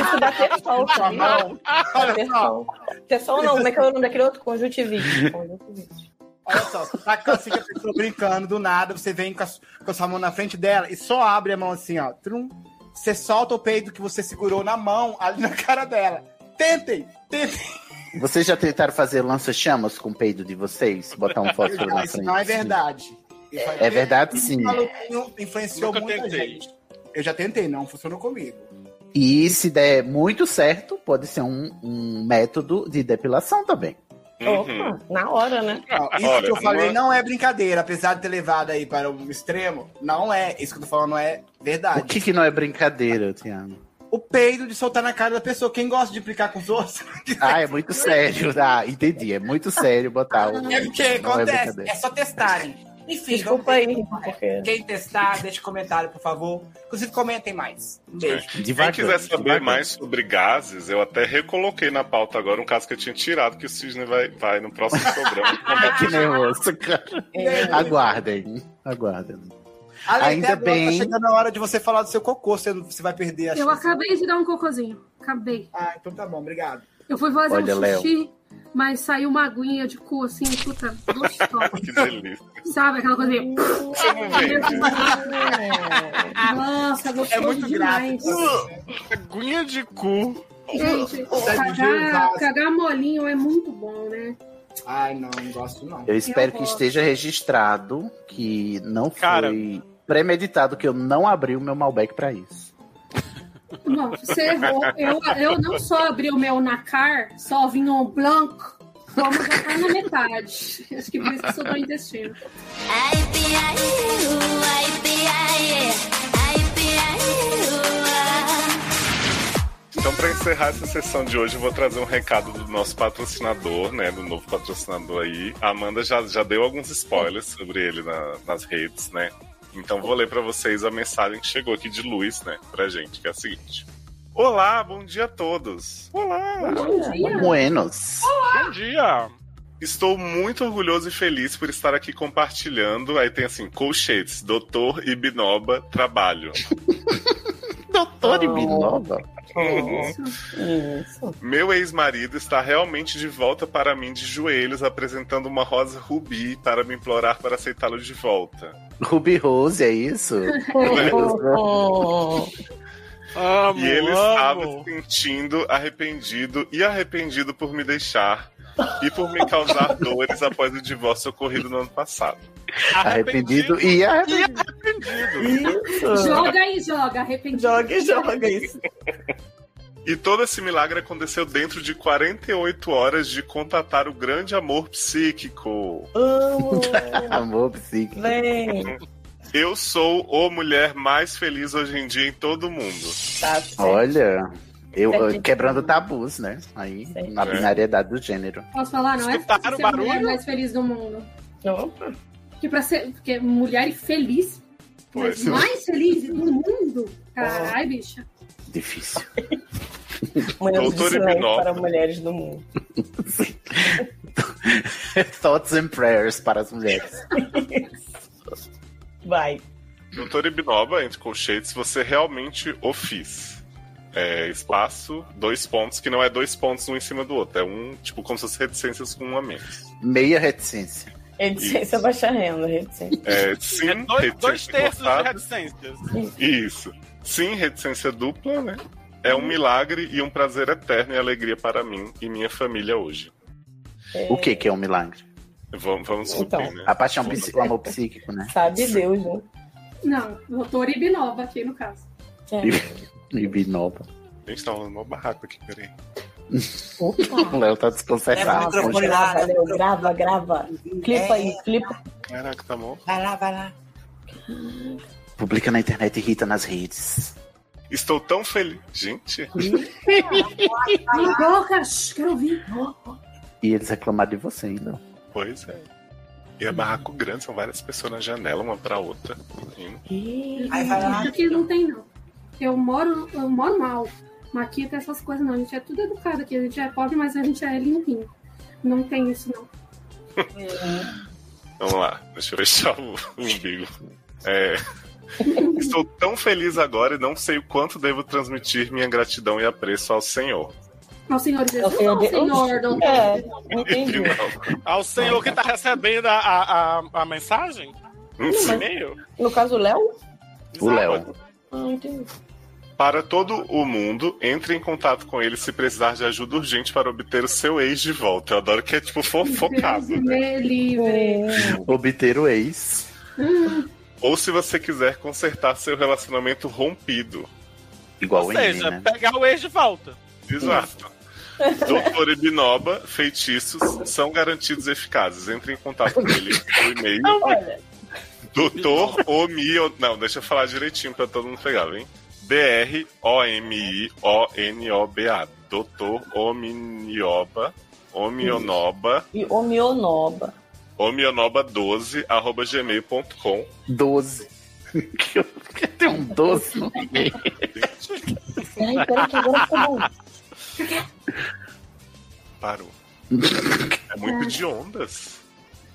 [SPEAKER 11] Isso dá ter falta.
[SPEAKER 7] Tá
[SPEAKER 11] viu?
[SPEAKER 7] bom.
[SPEAKER 11] Dá ter falta. Ter falta não, como é que é o nome daquele outro? Conjuntivite. Conjuntivite.
[SPEAKER 7] Olha só, você tá com assim, que a pessoa brincando do nada, você vem com a, su- com a sua mão na frente dela e só abre a mão assim, ó. Trum, você solta o peido que você segurou na mão ali na cara dela. Tentem! Tentem!
[SPEAKER 3] Vocês já tentaram fazer lança-chamas com o peido de vocês? Botar um fósforo na
[SPEAKER 7] Isso
[SPEAKER 3] frente?
[SPEAKER 7] não é verdade.
[SPEAKER 3] É verdade, sim.
[SPEAKER 7] O maluquinho influenciou
[SPEAKER 4] Nunca
[SPEAKER 7] muita
[SPEAKER 4] tentei.
[SPEAKER 7] gente. Eu já tentei, não funcionou comigo.
[SPEAKER 3] E se der muito certo, pode ser um, um método de depilação também.
[SPEAKER 5] Uhum. Opa, na hora, né?
[SPEAKER 7] Não, isso Olha, que eu falei uma... não é brincadeira, apesar de ter levado aí para o extremo, não é. Isso que eu tô falando não é verdade.
[SPEAKER 3] O que, que não é brincadeira, Tiago?
[SPEAKER 7] O peido de soltar na cara da pessoa. Quem gosta de implicar com os outros?
[SPEAKER 3] Ah, é muito sério. Ah, entendi. É muito sério botar um
[SPEAKER 7] o. É porque não acontece. É, é só testarem. Enfim,
[SPEAKER 5] desculpa aí.
[SPEAKER 7] Quem testar, deixe comentário, por favor. Inclusive, comentem mais. Um beijo.
[SPEAKER 2] Quem quiser saber devagar. mais sobre gases, eu até recoloquei na pauta agora um caso que eu tinha tirado, que o Sidney vai, vai no próximo programa.
[SPEAKER 3] que
[SPEAKER 6] Ah,
[SPEAKER 3] nervoso, cara. É. Aguardem. Aguardem.
[SPEAKER 7] Ale, Ainda bem. Tá chegando a hora de você falar do seu cocô, você, você vai perder a
[SPEAKER 6] Eu
[SPEAKER 7] chance.
[SPEAKER 6] acabei de dar um cocôzinho. Acabei.
[SPEAKER 7] Ah, então tá bom, obrigado.
[SPEAKER 6] Eu fui fazer Olha, um xixi. Léo mas saiu uma aguinha de cu assim, puta, gostosa.
[SPEAKER 2] que delícia.
[SPEAKER 6] Sabe aquela coisa meio.
[SPEAKER 2] É
[SPEAKER 11] né?
[SPEAKER 6] Nossa, gostoso
[SPEAKER 7] é muito
[SPEAKER 6] demais.
[SPEAKER 4] aguinha de cu.
[SPEAKER 6] Gente, cagar, cagar molinho é muito bom, né?
[SPEAKER 7] Ai, não, não gosto não.
[SPEAKER 3] Eu espero eu que esteja registrado que não Cara... foi premeditado, que eu não abri o meu Malbec pra isso.
[SPEAKER 6] Não, você errou. Eu, eu não só abri o meu Nacar, só Vinho Blanco, como já tá na metade. Acho que por isso que sou do intestino.
[SPEAKER 2] Então, para encerrar essa sessão de hoje, eu vou trazer um recado do nosso patrocinador, né? Do novo patrocinador aí. A Amanda já, já deu alguns spoilers sobre ele na, nas redes, né? Então vou ler para vocês a mensagem que chegou aqui de Luiz, né, pra gente, que é a seguinte. Olá, bom dia a todos. Olá.
[SPEAKER 3] Bom dia. Buenos.
[SPEAKER 4] Olá. Bom dia.
[SPEAKER 2] Estou muito orgulhoso e feliz por estar aqui compartilhando. Aí tem assim, colchetes, doutor e binoba, trabalho.
[SPEAKER 3] doutor oh. e binoba?
[SPEAKER 2] Uhum. Isso. Meu ex-marido está realmente de volta para mim de joelhos, apresentando uma rosa rubi para me implorar para aceitá-lo de volta.
[SPEAKER 3] Ruby Rose, é isso?
[SPEAKER 2] Oh. amo, e ele estava se sentindo arrependido e arrependido por me deixar e por me causar dores após o divórcio ocorrido no ano passado.
[SPEAKER 3] Arrependido, arrependido e arrependido.
[SPEAKER 6] E arrependido. joga e joga, arrependido.
[SPEAKER 5] Joga e joga isso.
[SPEAKER 2] E todo esse milagre aconteceu dentro de 48 horas de contatar o grande amor psíquico.
[SPEAKER 5] Amo!
[SPEAKER 3] amor psíquico.
[SPEAKER 5] Vem.
[SPEAKER 2] Eu sou o mulher mais feliz hoje em dia em todo o mundo.
[SPEAKER 5] Tá certo.
[SPEAKER 3] Olha, eu, eu quebrando tabus, né? Aí, certo. na binariedade do gênero.
[SPEAKER 6] Posso falar, não é?
[SPEAKER 4] Escutaram
[SPEAKER 6] ser
[SPEAKER 4] o barulho?
[SPEAKER 6] mulher mais feliz do mundo.
[SPEAKER 5] Opa.
[SPEAKER 6] Que pra ser, porque mulher e feliz,
[SPEAKER 2] Pois.
[SPEAKER 6] mas mais feliz do mundo. Caralho, bicha.
[SPEAKER 3] Difícil.
[SPEAKER 5] Mulheres
[SPEAKER 2] Doutor
[SPEAKER 5] para mulheres do mundo.
[SPEAKER 3] Thoughts and prayers para as mulheres.
[SPEAKER 5] Vai.
[SPEAKER 2] Doutor Ibinoba, entre colchetes, você realmente o fiz. É, espaço, dois pontos, que não é dois pontos um em cima do outro. É um, tipo, como se fosse reticências com um a menos.
[SPEAKER 3] Meia reticência.
[SPEAKER 5] Reticência Isso. baixa renda, reticência.
[SPEAKER 2] É, sim,
[SPEAKER 4] É dois, dois
[SPEAKER 2] reticência
[SPEAKER 4] terços de
[SPEAKER 2] cortada.
[SPEAKER 4] reticências.
[SPEAKER 2] Isso. Sim, reticência dupla, né? É
[SPEAKER 4] Uhum.
[SPEAKER 2] um milagre e um prazer eterno e alegria para mim e minha família hoje.
[SPEAKER 3] O que que é um milagre?
[SPEAKER 2] Vamos, vamos
[SPEAKER 5] Então.
[SPEAKER 2] subir, né?
[SPEAKER 3] A paixão, psí- o amor psíquico, né?
[SPEAKER 5] Sabe Deus, né?
[SPEAKER 6] Não, doutor Ibinova aqui no caso.
[SPEAKER 3] E binoba.
[SPEAKER 2] A gente tá rolando uma barraca aqui, peraí.
[SPEAKER 3] O Léo tá
[SPEAKER 5] Grava,
[SPEAKER 3] desconcertado.
[SPEAKER 7] microfone lá,
[SPEAKER 5] grava,
[SPEAKER 7] leva o
[SPEAKER 5] Léo, grava, grava. Clipa aí,
[SPEAKER 6] É.
[SPEAKER 5] clipa.
[SPEAKER 2] Caraca, tá bom.
[SPEAKER 8] Vai lá, vai lá.
[SPEAKER 3] Publica na internet e irrita nas redes.
[SPEAKER 2] Estou tão feliz. Gente,
[SPEAKER 6] Cala a boca, shh, quero ouvir.
[SPEAKER 3] E eles reclamaram de você ainda.
[SPEAKER 2] pois é. E é barraco grande, são várias pessoas na janela, uma pra outra. Enfim.
[SPEAKER 8] Aí vai lá.
[SPEAKER 6] Aqui não tem, não. Eu moro, eu moro mal. Mas aqui tem essas coisas, não. A gente é tudo educado aqui. A gente é pobre, mas a gente é limpinho. Não tem isso, não.
[SPEAKER 2] Vamos lá, deixa eu fechar o, o umbigo. É. Estou tão feliz agora e não sei o quanto devo transmitir minha gratidão e apreço ao Senhor.
[SPEAKER 6] Ao Senhor Jesus,
[SPEAKER 5] Ao Senhor
[SPEAKER 6] ao
[SPEAKER 5] Deus.
[SPEAKER 6] Senhor, doutor.
[SPEAKER 5] É, entendi.
[SPEAKER 4] Ao senhor que tá recebendo a, a, a, a mensagem? O e-mail?
[SPEAKER 5] No caso, o Léo?
[SPEAKER 3] O Léo.
[SPEAKER 5] Ah, entendi.
[SPEAKER 2] Para todo o mundo, entre em contato com ele se precisar de ajuda urgente para obter o seu ex de volta. Eu adoro que é tipo fofocado,
[SPEAKER 6] Deus
[SPEAKER 2] né?
[SPEAKER 6] me livre.
[SPEAKER 3] Obter o ex.
[SPEAKER 2] Ou se você quiser consertar seu relacionamento rompido.
[SPEAKER 3] Igual
[SPEAKER 4] Ou
[SPEAKER 3] o
[SPEAKER 4] seja,
[SPEAKER 3] Enem, né?
[SPEAKER 4] pegar o ex de volta.
[SPEAKER 2] Exato. Doutor Ibinoba, feitiços são garantidos eficazes. Entre em contato com ele por e-mail. Doutor Omio. Não, deixa eu falar direitinho pra todo mundo pegar, vem. D-R-O-M-I-O-N-O-B-A. Doutor Ominioba. Omionoba.
[SPEAKER 5] E Omionoba.
[SPEAKER 2] Omionoba12, arroba gmail.com.
[SPEAKER 3] 12. Tem um 12 no meio.
[SPEAKER 5] Ai, peraí, que agora ficou bom.
[SPEAKER 2] Parou. É muito de ondas.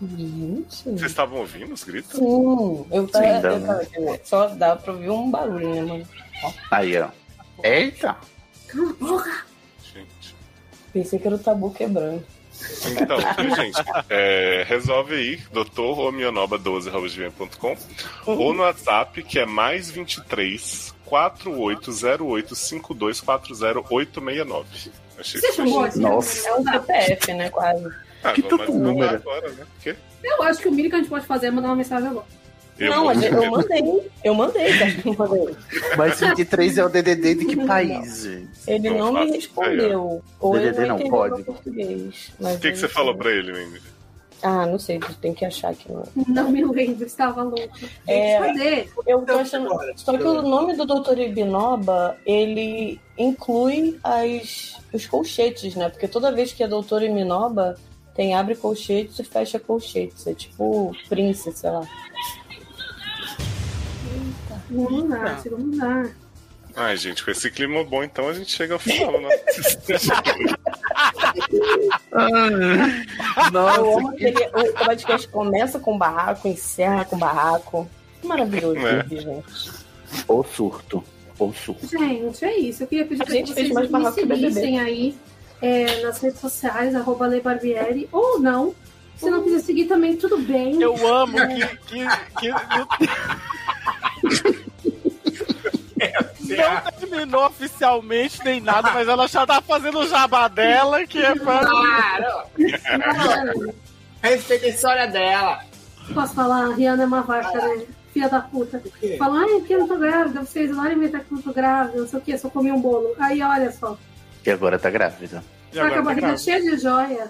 [SPEAKER 5] Gente.
[SPEAKER 2] Vocês estavam ouvindo os gritos?
[SPEAKER 5] Sim, eu tava.
[SPEAKER 2] Sim, dá,
[SPEAKER 5] eu tava- só dá pra ouvir um barulho, né, mano?
[SPEAKER 3] Aí, ó. Eita!
[SPEAKER 5] Cala a boca!
[SPEAKER 2] Gente.
[SPEAKER 5] Pensei que é era o tabu quebrando.
[SPEAKER 2] Então, viu, gente? É, resolve aí, doutor omionoba12.gmail.com ou no WhatsApp, que é mais 23 4808 5240869. Achei que
[SPEAKER 6] assim?
[SPEAKER 2] fosse-
[SPEAKER 5] É um CPF, né, quase.
[SPEAKER 2] Ah,
[SPEAKER 5] que
[SPEAKER 2] vamos-
[SPEAKER 5] tudo
[SPEAKER 2] vamos lá
[SPEAKER 5] número.
[SPEAKER 2] agora, né? Porque
[SPEAKER 6] Eu acho que o mínimo que a gente pode fazer é mandar uma mensagem agora.
[SPEAKER 2] eu
[SPEAKER 5] não,
[SPEAKER 2] vou-
[SPEAKER 5] mas eu mandei. Eu mandei, tá? Eu mandei.
[SPEAKER 3] Mas 23 é o DDD de que país, gente?
[SPEAKER 5] Ele não me respondeu. Ou ele
[SPEAKER 3] DDD
[SPEAKER 5] não,
[SPEAKER 3] não,
[SPEAKER 5] entendeu
[SPEAKER 3] pode.
[SPEAKER 5] meu português.
[SPEAKER 2] O
[SPEAKER 5] Mas
[SPEAKER 2] que, que
[SPEAKER 5] eu-
[SPEAKER 2] você falou pra ele, Mindy?
[SPEAKER 5] Ah, não sei, tem que achar que não.
[SPEAKER 6] Não me lembro, estava louco.
[SPEAKER 5] É,
[SPEAKER 6] Cadê?
[SPEAKER 5] eu tô achando. Só que o nome do Dr. Ibinoba, ele inclui as, os colchetes, né? Porque toda vez que é Dr. Ibinoba, tem abre colchetes e fecha colchetes. É tipo Prince, sei lá.
[SPEAKER 6] Vamos lá, vamos lá.
[SPEAKER 2] Ai, gente, com esse clima bom, então a gente chega ao final, né?
[SPEAKER 5] eu amo que ele, o podcast começa com barraco, encerra com barraco. Maravilhoso,
[SPEAKER 3] É.
[SPEAKER 5] gente.
[SPEAKER 3] Ou surto. Ou surto.
[SPEAKER 6] Gente, é isso. Eu queria pedir
[SPEAKER 5] A
[SPEAKER 6] pra
[SPEAKER 5] gente
[SPEAKER 6] vocês
[SPEAKER 5] fez mais
[SPEAKER 6] me
[SPEAKER 5] barraco que BBB.
[SPEAKER 6] seguissem aí é, nas redes sociais, arroba Lei Barbieri, ou não. Se não quiser seguir também, tudo bem.
[SPEAKER 4] Eu amo
[SPEAKER 6] É.
[SPEAKER 4] que. que, que não, não terminou oficialmente nem nada, mas ela já tá fazendo o jabá dela, que é pra.
[SPEAKER 6] Claro.
[SPEAKER 15] Respeita a história dela.
[SPEAKER 6] Ah, Posso falar? A Rihanna é uma vaca, né? Filha da puta.
[SPEAKER 15] quê?
[SPEAKER 6] Fala, ai, porque eu não tô grávida, vocês lá inventam que eu não tô grávida, não sei o que, só comi um bolo. Aí, olha só,
[SPEAKER 3] E agora tá grávida.
[SPEAKER 6] tá com a barriga cheia de joia.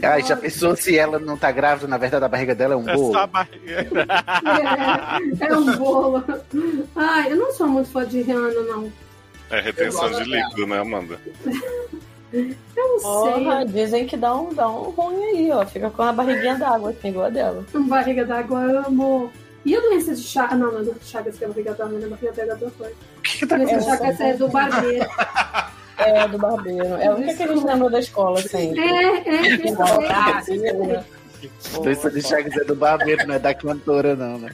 [SPEAKER 3] Ai, já pensou se ela não tá grávida, na verdade a barriga dela é um bolo?
[SPEAKER 6] É, é um bolo. Ai, eu não sou muito fã de Rihanna, não.
[SPEAKER 2] É retenção de
[SPEAKER 5] Eu gosto dela.
[SPEAKER 2] líquido, né, Amanda?
[SPEAKER 6] Eu não
[SPEAKER 5] Porra, dizem que dá um, dá um ruim aí, ó. Fica com a barriguinha d'água, assim, igual a dela.
[SPEAKER 6] sei. Barriga d'água, amo. E a doença de Chagas? Ah, não, não é doença de Chagas que é barriga d'água, não é barriga d'água, é outra coisa.
[SPEAKER 5] tá
[SPEAKER 6] doença
[SPEAKER 5] acontecendo?
[SPEAKER 6] de Chagas é do barbeiro.
[SPEAKER 5] É, do barbeiro. É o que a gente lembra da escola, assim. um
[SPEAKER 6] É, é, eu sei.
[SPEAKER 5] Ah, né?
[SPEAKER 3] Doença de Chagas é do barbeiro, não é da cantora, não, né?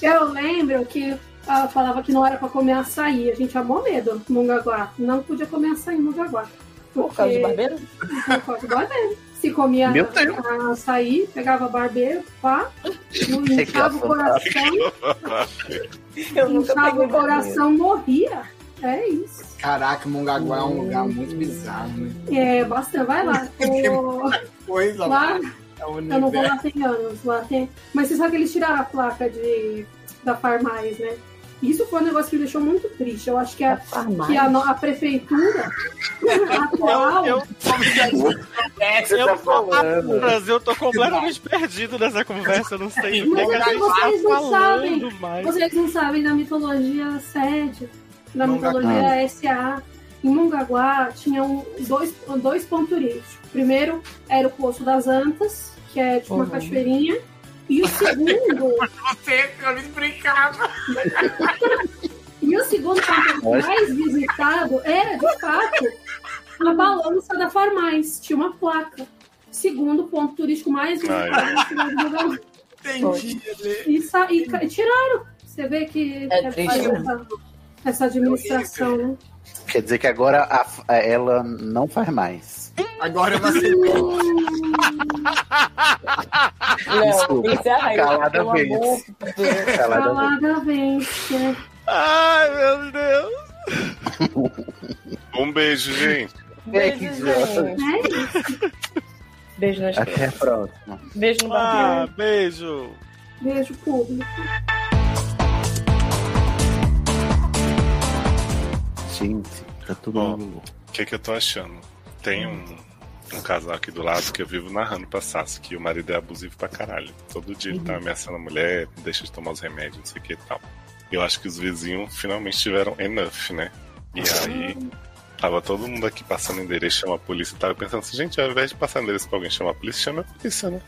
[SPEAKER 6] Eu lembro que ela falava que não era pra comer açaí. A gente amou medo, Mungaguá. Não podia comer açaí em Mungaguá.
[SPEAKER 5] Por causa de barbeiro?
[SPEAKER 6] Por causa do barbeiro. Se comia
[SPEAKER 5] Meu Deus.
[SPEAKER 6] a- açaí, pegava barbeiro, pá, não
[SPEAKER 5] é
[SPEAKER 6] inchava o coração,
[SPEAKER 5] Eu nunca
[SPEAKER 6] inchava
[SPEAKER 5] peguei
[SPEAKER 6] o coração, morria. É isso.
[SPEAKER 7] Caraca, Mongaguá é um lugar muito bizarro, né?
[SPEAKER 6] É, bastante. Vai lá. O-
[SPEAKER 7] Coisa
[SPEAKER 6] lá,
[SPEAKER 7] é o
[SPEAKER 6] eu não vou lá
[SPEAKER 7] universo.
[SPEAKER 6] tem anos. Lá tem... Mas você sabe que eles tiraram a placa de... da Farmais, né? Isso foi um negócio que me deixou muito triste. Eu acho que a,
[SPEAKER 5] Farmais?
[SPEAKER 6] que a, no- a prefeitura
[SPEAKER 5] É
[SPEAKER 6] atual.
[SPEAKER 4] Eu-
[SPEAKER 6] eu
[SPEAKER 4] eu,
[SPEAKER 6] tô tá falando.
[SPEAKER 4] Mas eu tô completamente perdido nessa conversa, eu não sei o que,
[SPEAKER 6] Mas
[SPEAKER 4] que a
[SPEAKER 6] é que
[SPEAKER 4] gente tá
[SPEAKER 6] vocês não sabem.
[SPEAKER 4] falando mais.
[SPEAKER 6] Vocês não sabem da mitologia sede, da
[SPEAKER 4] Mongaguá.
[SPEAKER 6] mitologia SA. Em Mongaguá tinha um- dois, dois ponturis. O primeiro era o Poço das Antas, que é tipo uma
[SPEAKER 15] Uhum.
[SPEAKER 6] cachoeirinha. E o segundo.
[SPEAKER 15] Você que eu me brincava.
[SPEAKER 6] E o segundo ponto
[SPEAKER 15] Lógico.
[SPEAKER 6] mais visitado era, de fato, a balança da Farmais. Tinha uma placa. Segundo ponto turístico mais visitado
[SPEAKER 15] Ai.
[SPEAKER 6] na cidade do Galo.
[SPEAKER 15] Entendi,
[SPEAKER 6] E, sa- e ca- tiraram. Você vê que
[SPEAKER 3] É
[SPEAKER 6] que
[SPEAKER 3] triste,
[SPEAKER 6] faz
[SPEAKER 3] né?
[SPEAKER 6] essa, essa administração, né?
[SPEAKER 3] Quer dizer que agora a f- a- ela não faz mais.
[SPEAKER 7] Agora você.
[SPEAKER 3] Desculpa. Calada vence. Calada
[SPEAKER 6] Calada vence.
[SPEAKER 4] Ai, meu Deus.
[SPEAKER 2] Um beijo, gente.
[SPEAKER 3] É,
[SPEAKER 5] Beijo,
[SPEAKER 6] né?
[SPEAKER 5] gente. Beijo nas
[SPEAKER 3] Até a próxima.
[SPEAKER 5] Beijo no
[SPEAKER 4] Ah,
[SPEAKER 5] barbeiro.
[SPEAKER 4] beijo.
[SPEAKER 6] Beijo, público.
[SPEAKER 3] Gente, tá tudo
[SPEAKER 2] Ó,
[SPEAKER 3] maluco.
[SPEAKER 2] O que, que eu tô achando? Tem um, um casal aqui do lado que eu vivo narrando pra Sasuke. E o marido é abusivo pra caralho. Todo dia ele tá ameaçando a mulher, não deixa de tomar os remédios, não sei o que e tal. Eu acho que os vizinhos finalmente tiveram enough, né? E aí. Tava todo mundo aqui passando endereço, chama a polícia. Tava pensando assim, gente, ao invés de passar endereço pra alguém chamar a polícia, chama a polícia, né?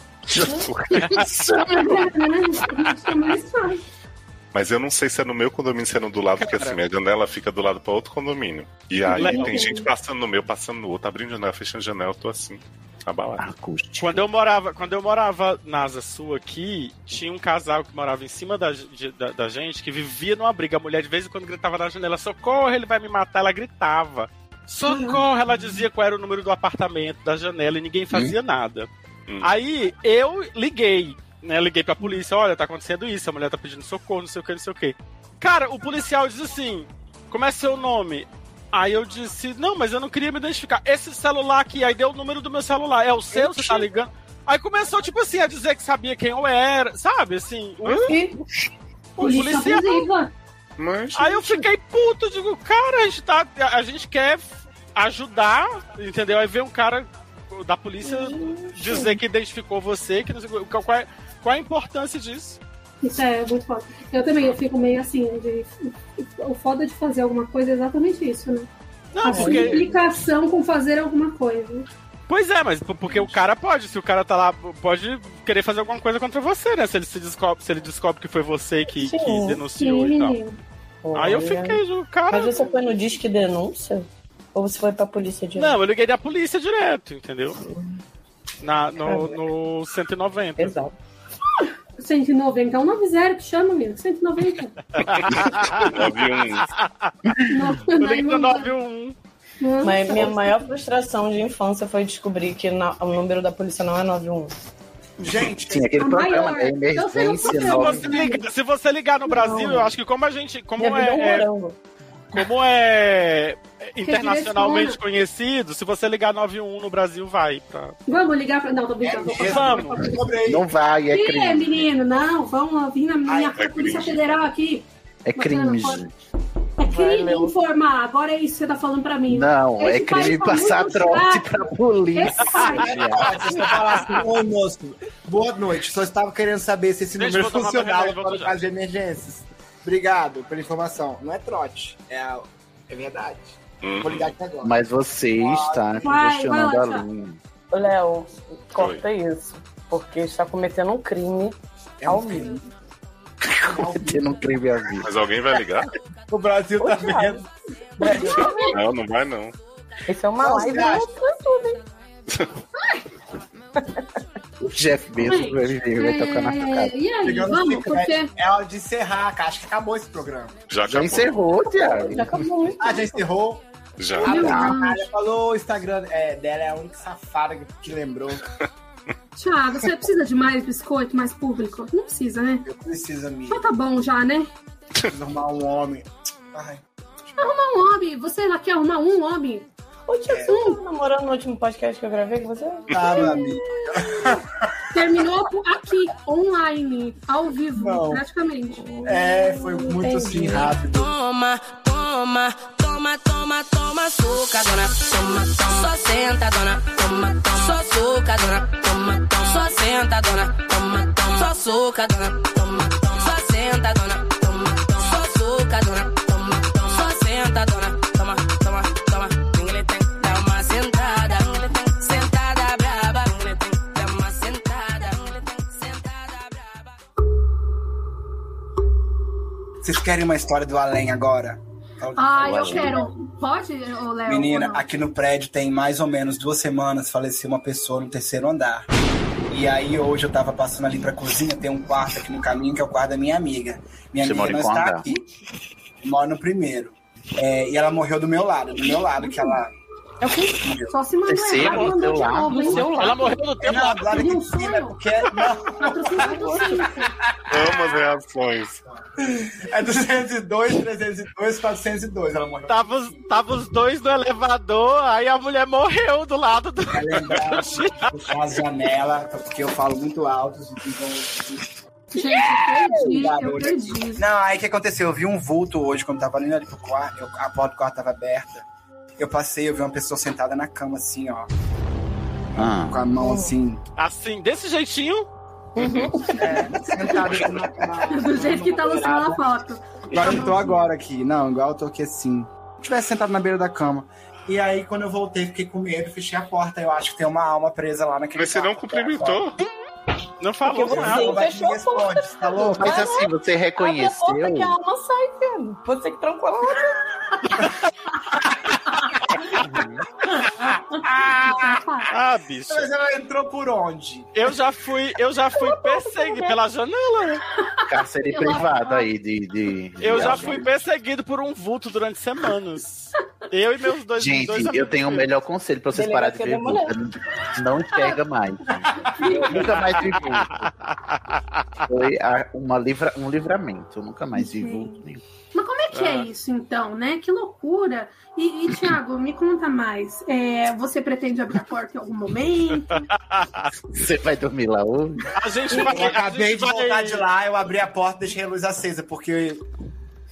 [SPEAKER 2] Mas eu não sei se é no meu condomínio, se é no do lado, porque assim, minha janela fica do lado pra outro condomínio. E aí
[SPEAKER 4] Legal.
[SPEAKER 2] tem gente passando no meu, passando no outro, abrindo janela, fechando janela, eu tô assim, abalado.
[SPEAKER 4] Quando eu morava, quando eu morava na Asa Sul aqui, tinha um casal que morava em cima da, de- da, da gente que vivia numa briga. A mulher de vez em quando gritava na janela: socorro, ele vai me matar. Ela gritava. Socorro, ela dizia qual era o número do apartamento, da janela, e ninguém fazia nada. Aí eu liguei, né? Liguei pra polícia, olha, tá acontecendo isso, a mulher tá pedindo socorro, não sei o que, não sei o que. Cara, o policial diz assim: como é seu nome? Aí eu disse, não, mas eu não queria me identificar. Esse celular aqui, aí deu o número do meu celular. É o seu, você tá ligando? Aí começou, tipo assim, a dizer que sabia quem eu era, sabe? Assim, o- o
[SPEAKER 6] Polícia
[SPEAKER 4] policial.
[SPEAKER 6] abusiva.
[SPEAKER 4] Aí eu fiquei puto, digo, cara, a gente, tá, a gente quer ajudar, entendeu? Aí vem um cara da polícia dizer que identificou você, que não sei o que- qual, é, qual é a importância disso?
[SPEAKER 6] Isso é muito foda. Eu também, eu fico meio assim, de... o foda de fazer alguma coisa é exatamente isso, né?
[SPEAKER 4] Não,
[SPEAKER 6] a
[SPEAKER 4] Ah, porque-
[SPEAKER 6] implicação com fazer alguma coisa.
[SPEAKER 4] Pois é, mas p- porque o cara pode, se o cara tá lá, pode querer fazer alguma coisa contra você, né? Se ele, se descobre, se ele descobre que foi você que, que
[SPEAKER 5] Sim,
[SPEAKER 4] denunciou
[SPEAKER 5] sim.
[SPEAKER 4] e tal. Aí eu
[SPEAKER 5] Olha.
[SPEAKER 4] fiquei, ju- cara.
[SPEAKER 5] Mas você foi no Disque Denúncia? Ou você foi pra polícia direto?
[SPEAKER 4] Não, eu liguei da polícia direto, entendeu? Na, no, no 190.
[SPEAKER 5] Exato.
[SPEAKER 6] 190, 190 que chama, amigo. 190.
[SPEAKER 4] 991.
[SPEAKER 5] Mas minha maior frustração de infância foi descobrir que na- o número da polícia não é 91.
[SPEAKER 7] Gente,
[SPEAKER 6] É
[SPEAKER 3] Sim, aquele programa da emergência
[SPEAKER 4] Se você,
[SPEAKER 3] nova.
[SPEAKER 4] ligar, se você ligar no Brasil,
[SPEAKER 5] Não.
[SPEAKER 4] eu acho que como a gente. Como
[SPEAKER 5] Minha vida é um
[SPEAKER 4] é, é-
[SPEAKER 5] morango.
[SPEAKER 4] como é internacionalmente
[SPEAKER 6] direciona.
[SPEAKER 4] conhecido, se você ligar 91 no Brasil, vai. Pra...
[SPEAKER 6] Vamos ligar pra. Não, tô
[SPEAKER 4] É,
[SPEAKER 6] brincando. vou passar.
[SPEAKER 4] Vamos!
[SPEAKER 3] Não vai, é
[SPEAKER 6] Ih, é,
[SPEAKER 3] crime.
[SPEAKER 6] menino, não, vamos vir na
[SPEAKER 7] é
[SPEAKER 6] minha rua, Polícia Federal aqui.
[SPEAKER 3] É
[SPEAKER 6] Botando
[SPEAKER 3] cringe.
[SPEAKER 6] fora. É crime informar, agora é isso que você tá falando pra mim.
[SPEAKER 3] Não, é
[SPEAKER 6] Esse país
[SPEAKER 3] crime
[SPEAKER 6] tá
[SPEAKER 3] passar
[SPEAKER 6] muito
[SPEAKER 3] trote
[SPEAKER 6] chato.
[SPEAKER 3] pra polícia.
[SPEAKER 6] Esse tá país-
[SPEAKER 3] é.
[SPEAKER 7] Se eu falasse, oi, assim, moço, boa noite. Só estava querendo saber se esse
[SPEAKER 4] Gente,
[SPEAKER 7] número
[SPEAKER 4] vou tomar
[SPEAKER 7] funcionava
[SPEAKER 4] meu remédio,
[SPEAKER 7] para o
[SPEAKER 4] volto
[SPEAKER 7] caso de emergências. Obrigado pela informação. Não é trote, é, a- é verdade.
[SPEAKER 2] um,
[SPEAKER 7] Vou ligar aqui agora.
[SPEAKER 3] Mas você está
[SPEAKER 6] Vai,
[SPEAKER 3] questionando
[SPEAKER 6] vai
[SPEAKER 3] a
[SPEAKER 6] lá, tchau.
[SPEAKER 3] linha.
[SPEAKER 5] Ô, Léo, corta isso. Porque está cometendo um crime
[SPEAKER 7] É um
[SPEAKER 5] ao vivo.
[SPEAKER 3] Tendo um crime à vida.
[SPEAKER 2] Mas alguém vai ligar?
[SPEAKER 7] O Brasil tá vendo.
[SPEAKER 2] Não, não vai não.
[SPEAKER 5] Isso é uma
[SPEAKER 7] Não,
[SPEAKER 5] live
[SPEAKER 7] você acha?
[SPEAKER 5] pra tudo, hein?
[SPEAKER 3] Jeff Bezos vai viver, vai tocar na tua
[SPEAKER 6] É,
[SPEAKER 3] cara.
[SPEAKER 6] e aí,
[SPEAKER 7] Chegando
[SPEAKER 6] vamos,
[SPEAKER 7] no
[SPEAKER 6] porque.
[SPEAKER 7] chiclete. É hora de encerrar, cara. Acho que acabou esse programa.
[SPEAKER 2] Já
[SPEAKER 3] Já
[SPEAKER 2] acabou.
[SPEAKER 3] encerrou, Thiago.
[SPEAKER 5] Já acabou, hein?
[SPEAKER 7] Ah, já encerrou.
[SPEAKER 2] Já.
[SPEAKER 7] A
[SPEAKER 6] Meu
[SPEAKER 7] Natália falou o Instagram é, dela é a única safada que- que lembrou.
[SPEAKER 6] Thiago, você precisa de mais biscoito, mais público? Não precisa, né?
[SPEAKER 7] Eu preciso, amiga,
[SPEAKER 6] Já tá bom já, né?
[SPEAKER 7] arrumar um homem. Ai.
[SPEAKER 6] Arrumar um homem. Você ainda quer arrumar um homem?
[SPEAKER 5] Ô, Tia, você não tava namorando no último podcast que eu gravei com você?
[SPEAKER 7] Tava, amiga.
[SPEAKER 6] Terminou por- aqui, online, ao vivo,
[SPEAKER 7] Não.
[SPEAKER 6] praticamente.
[SPEAKER 7] É, foi muito assim rápido.
[SPEAKER 14] Toma, toma, toma, toma, toma açúcar, dona. Toma, toma. Só senta, dona. Toma, toma. Só açúcar, dona. Toma, toma. Só senta, dona. Toma, toma. Só açúcar, dona. Toma, toma. Só senta, dona. Toma, toma. Só açúcar, dona. Toma, toma. Só senta, dona. Toma, toma, toma. Ninguém tem que dar uma sentada. Ninguém tem que sentada braba. Ninguém tem que dar uma sentada. Ninguém tem que sentada braba.
[SPEAKER 7] Vocês querem uma história do além agora?
[SPEAKER 6] Ah, eu quero. Pode, ô, Léo?
[SPEAKER 7] Menina,
[SPEAKER 6] ou É, não?
[SPEAKER 7] aqui no prédio tem mais ou menos duas semanas faleceu uma pessoa no terceiro andar. E aí hoje eu tava passando ali pra cozinha, tem um quarto aqui no caminho que é o quarto da minha amiga. Minha
[SPEAKER 3] Você
[SPEAKER 7] amiga
[SPEAKER 3] mora em
[SPEAKER 7] não
[SPEAKER 3] qual
[SPEAKER 7] está
[SPEAKER 3] andar?
[SPEAKER 7] aqui. Mora no primeiro. É, e ela morreu do meu lado, do meu lado que ela.
[SPEAKER 6] É o quê? Só se mandou
[SPEAKER 3] Terceiro,
[SPEAKER 6] errado, mandou de
[SPEAKER 3] seu lado,
[SPEAKER 6] novo, hein?
[SPEAKER 4] Ela morreu no tempo
[SPEAKER 7] Ela
[SPEAKER 4] lá.
[SPEAKER 7] do lado
[SPEAKER 6] Não
[SPEAKER 7] que
[SPEAKER 6] sou
[SPEAKER 7] sim, né?
[SPEAKER 6] eu.
[SPEAKER 7] Porque é- não,
[SPEAKER 2] Amo as reações.
[SPEAKER 7] é 202, 302, 402. Ela morreu.
[SPEAKER 4] Tava, os- tava os dois no elevador, aí a mulher morreu do lado do.
[SPEAKER 7] "Tá, Pra lembrar, puxar a janela, porque eu falo muito alto. Então,
[SPEAKER 6] Gente, eu perdi, eu perdi.
[SPEAKER 7] Não, aí o que aconteceu? Eu vi um vulto hoje, quando tava indo ali pro quarto, eu- a porta do quarto tava aberta. Eu passei, eu vi uma pessoa sentada na cama, assim, ó.
[SPEAKER 3] Ah.
[SPEAKER 7] Com a mão assim.
[SPEAKER 4] Assim, desse jeitinho.
[SPEAKER 6] Do jeito que tá lançando na foto.
[SPEAKER 7] Igual eu tô agora aqui. Não, igual eu tô aqui assim. Se tivesse sentado na beira da cama. E aí, quando eu voltei, fiquei com medo, fechei a porta. Eu acho que tem uma alma presa lá naquele
[SPEAKER 2] Mas você não
[SPEAKER 7] quarto.
[SPEAKER 2] cumprimentou?
[SPEAKER 4] Não
[SPEAKER 2] falou
[SPEAKER 7] Porque você
[SPEAKER 2] nada.
[SPEAKER 7] vai me responde, tá louco?
[SPEAKER 3] Mas assim, você reconheceu.
[SPEAKER 11] Abre a porta que a alma sai, velho. Você que trancou a porta.
[SPEAKER 4] Ah, bicho.
[SPEAKER 7] Mas ela entrou por onde?
[SPEAKER 4] Eu já fui, eu já fui perseguido pela janela. né?
[SPEAKER 3] Cárcere
[SPEAKER 4] Eu
[SPEAKER 3] privado aí de. de- de
[SPEAKER 4] Eu já
[SPEAKER 3] alma.
[SPEAKER 4] fui perseguido por um vulto durante semanas. Eu e meus dois,
[SPEAKER 3] Gente,
[SPEAKER 4] dois
[SPEAKER 3] eu
[SPEAKER 4] amigos
[SPEAKER 3] tenho o
[SPEAKER 4] meus.
[SPEAKER 3] melhor conselho pra vocês pararem de ver vulto. Não enxerga mais. nunca mais vi vulto. Foi a- uma livra, um livramento. Eu nunca mais vi vulto nenhum.
[SPEAKER 6] Mas como é que é
[SPEAKER 3] Ah.
[SPEAKER 6] isso, então, né? Que loucura. E, e Thiago, me conta mais. É, você pretende abrir a porta em algum momento?
[SPEAKER 3] Você vai dormir lá hoje?
[SPEAKER 4] A gente
[SPEAKER 7] eu
[SPEAKER 6] vai- a
[SPEAKER 7] acabei
[SPEAKER 6] gente
[SPEAKER 7] de voltar de lá, eu abri a porta e deixei a luz acesa, porque.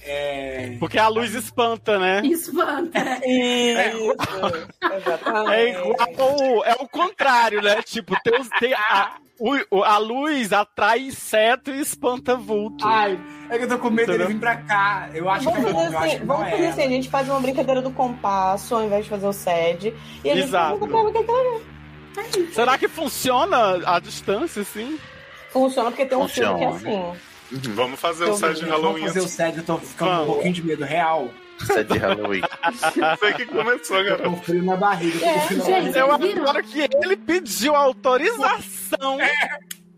[SPEAKER 7] É...
[SPEAKER 4] Porque a luz espanta, né?
[SPEAKER 6] Espanta.
[SPEAKER 4] É igual. É igual. É o contrário, né? Tipo, tem, os- tem a, o- o- a luz atrai inseto e espanta vulto.
[SPEAKER 7] Ai, é que eu tô com medo dele vir pra cá. Eu acho
[SPEAKER 11] Vamos
[SPEAKER 7] que é
[SPEAKER 11] fazer
[SPEAKER 7] bom, eu acho
[SPEAKER 11] assim,
[SPEAKER 7] que não
[SPEAKER 11] vamos fazer
[SPEAKER 7] é.
[SPEAKER 11] assim, a gente faz uma brincadeira do compasso ao invés de fazer o sede. E a gente
[SPEAKER 4] Exato.
[SPEAKER 11] pergunta pra ela o que é que ela é.
[SPEAKER 4] Será que funciona a distância, assim?
[SPEAKER 11] Funciona porque tem um filme que é
[SPEAKER 4] Funciona.
[SPEAKER 11] assim.
[SPEAKER 2] Vamos fazer um
[SPEAKER 4] Tô
[SPEAKER 2] set de
[SPEAKER 4] vendo.
[SPEAKER 2] Halloween.
[SPEAKER 7] Vamos fazer o set, eu tô ficando
[SPEAKER 2] Vamos.
[SPEAKER 7] um pouquinho de medo real.
[SPEAKER 3] Set é de Halloween.
[SPEAKER 2] Sei que começou,
[SPEAKER 7] Eu tô
[SPEAKER 2] garoto.
[SPEAKER 7] com frio na barriga.
[SPEAKER 11] É,
[SPEAKER 7] eu tô com frio na barriga.
[SPEAKER 4] eu adoro que ele pediu autorização.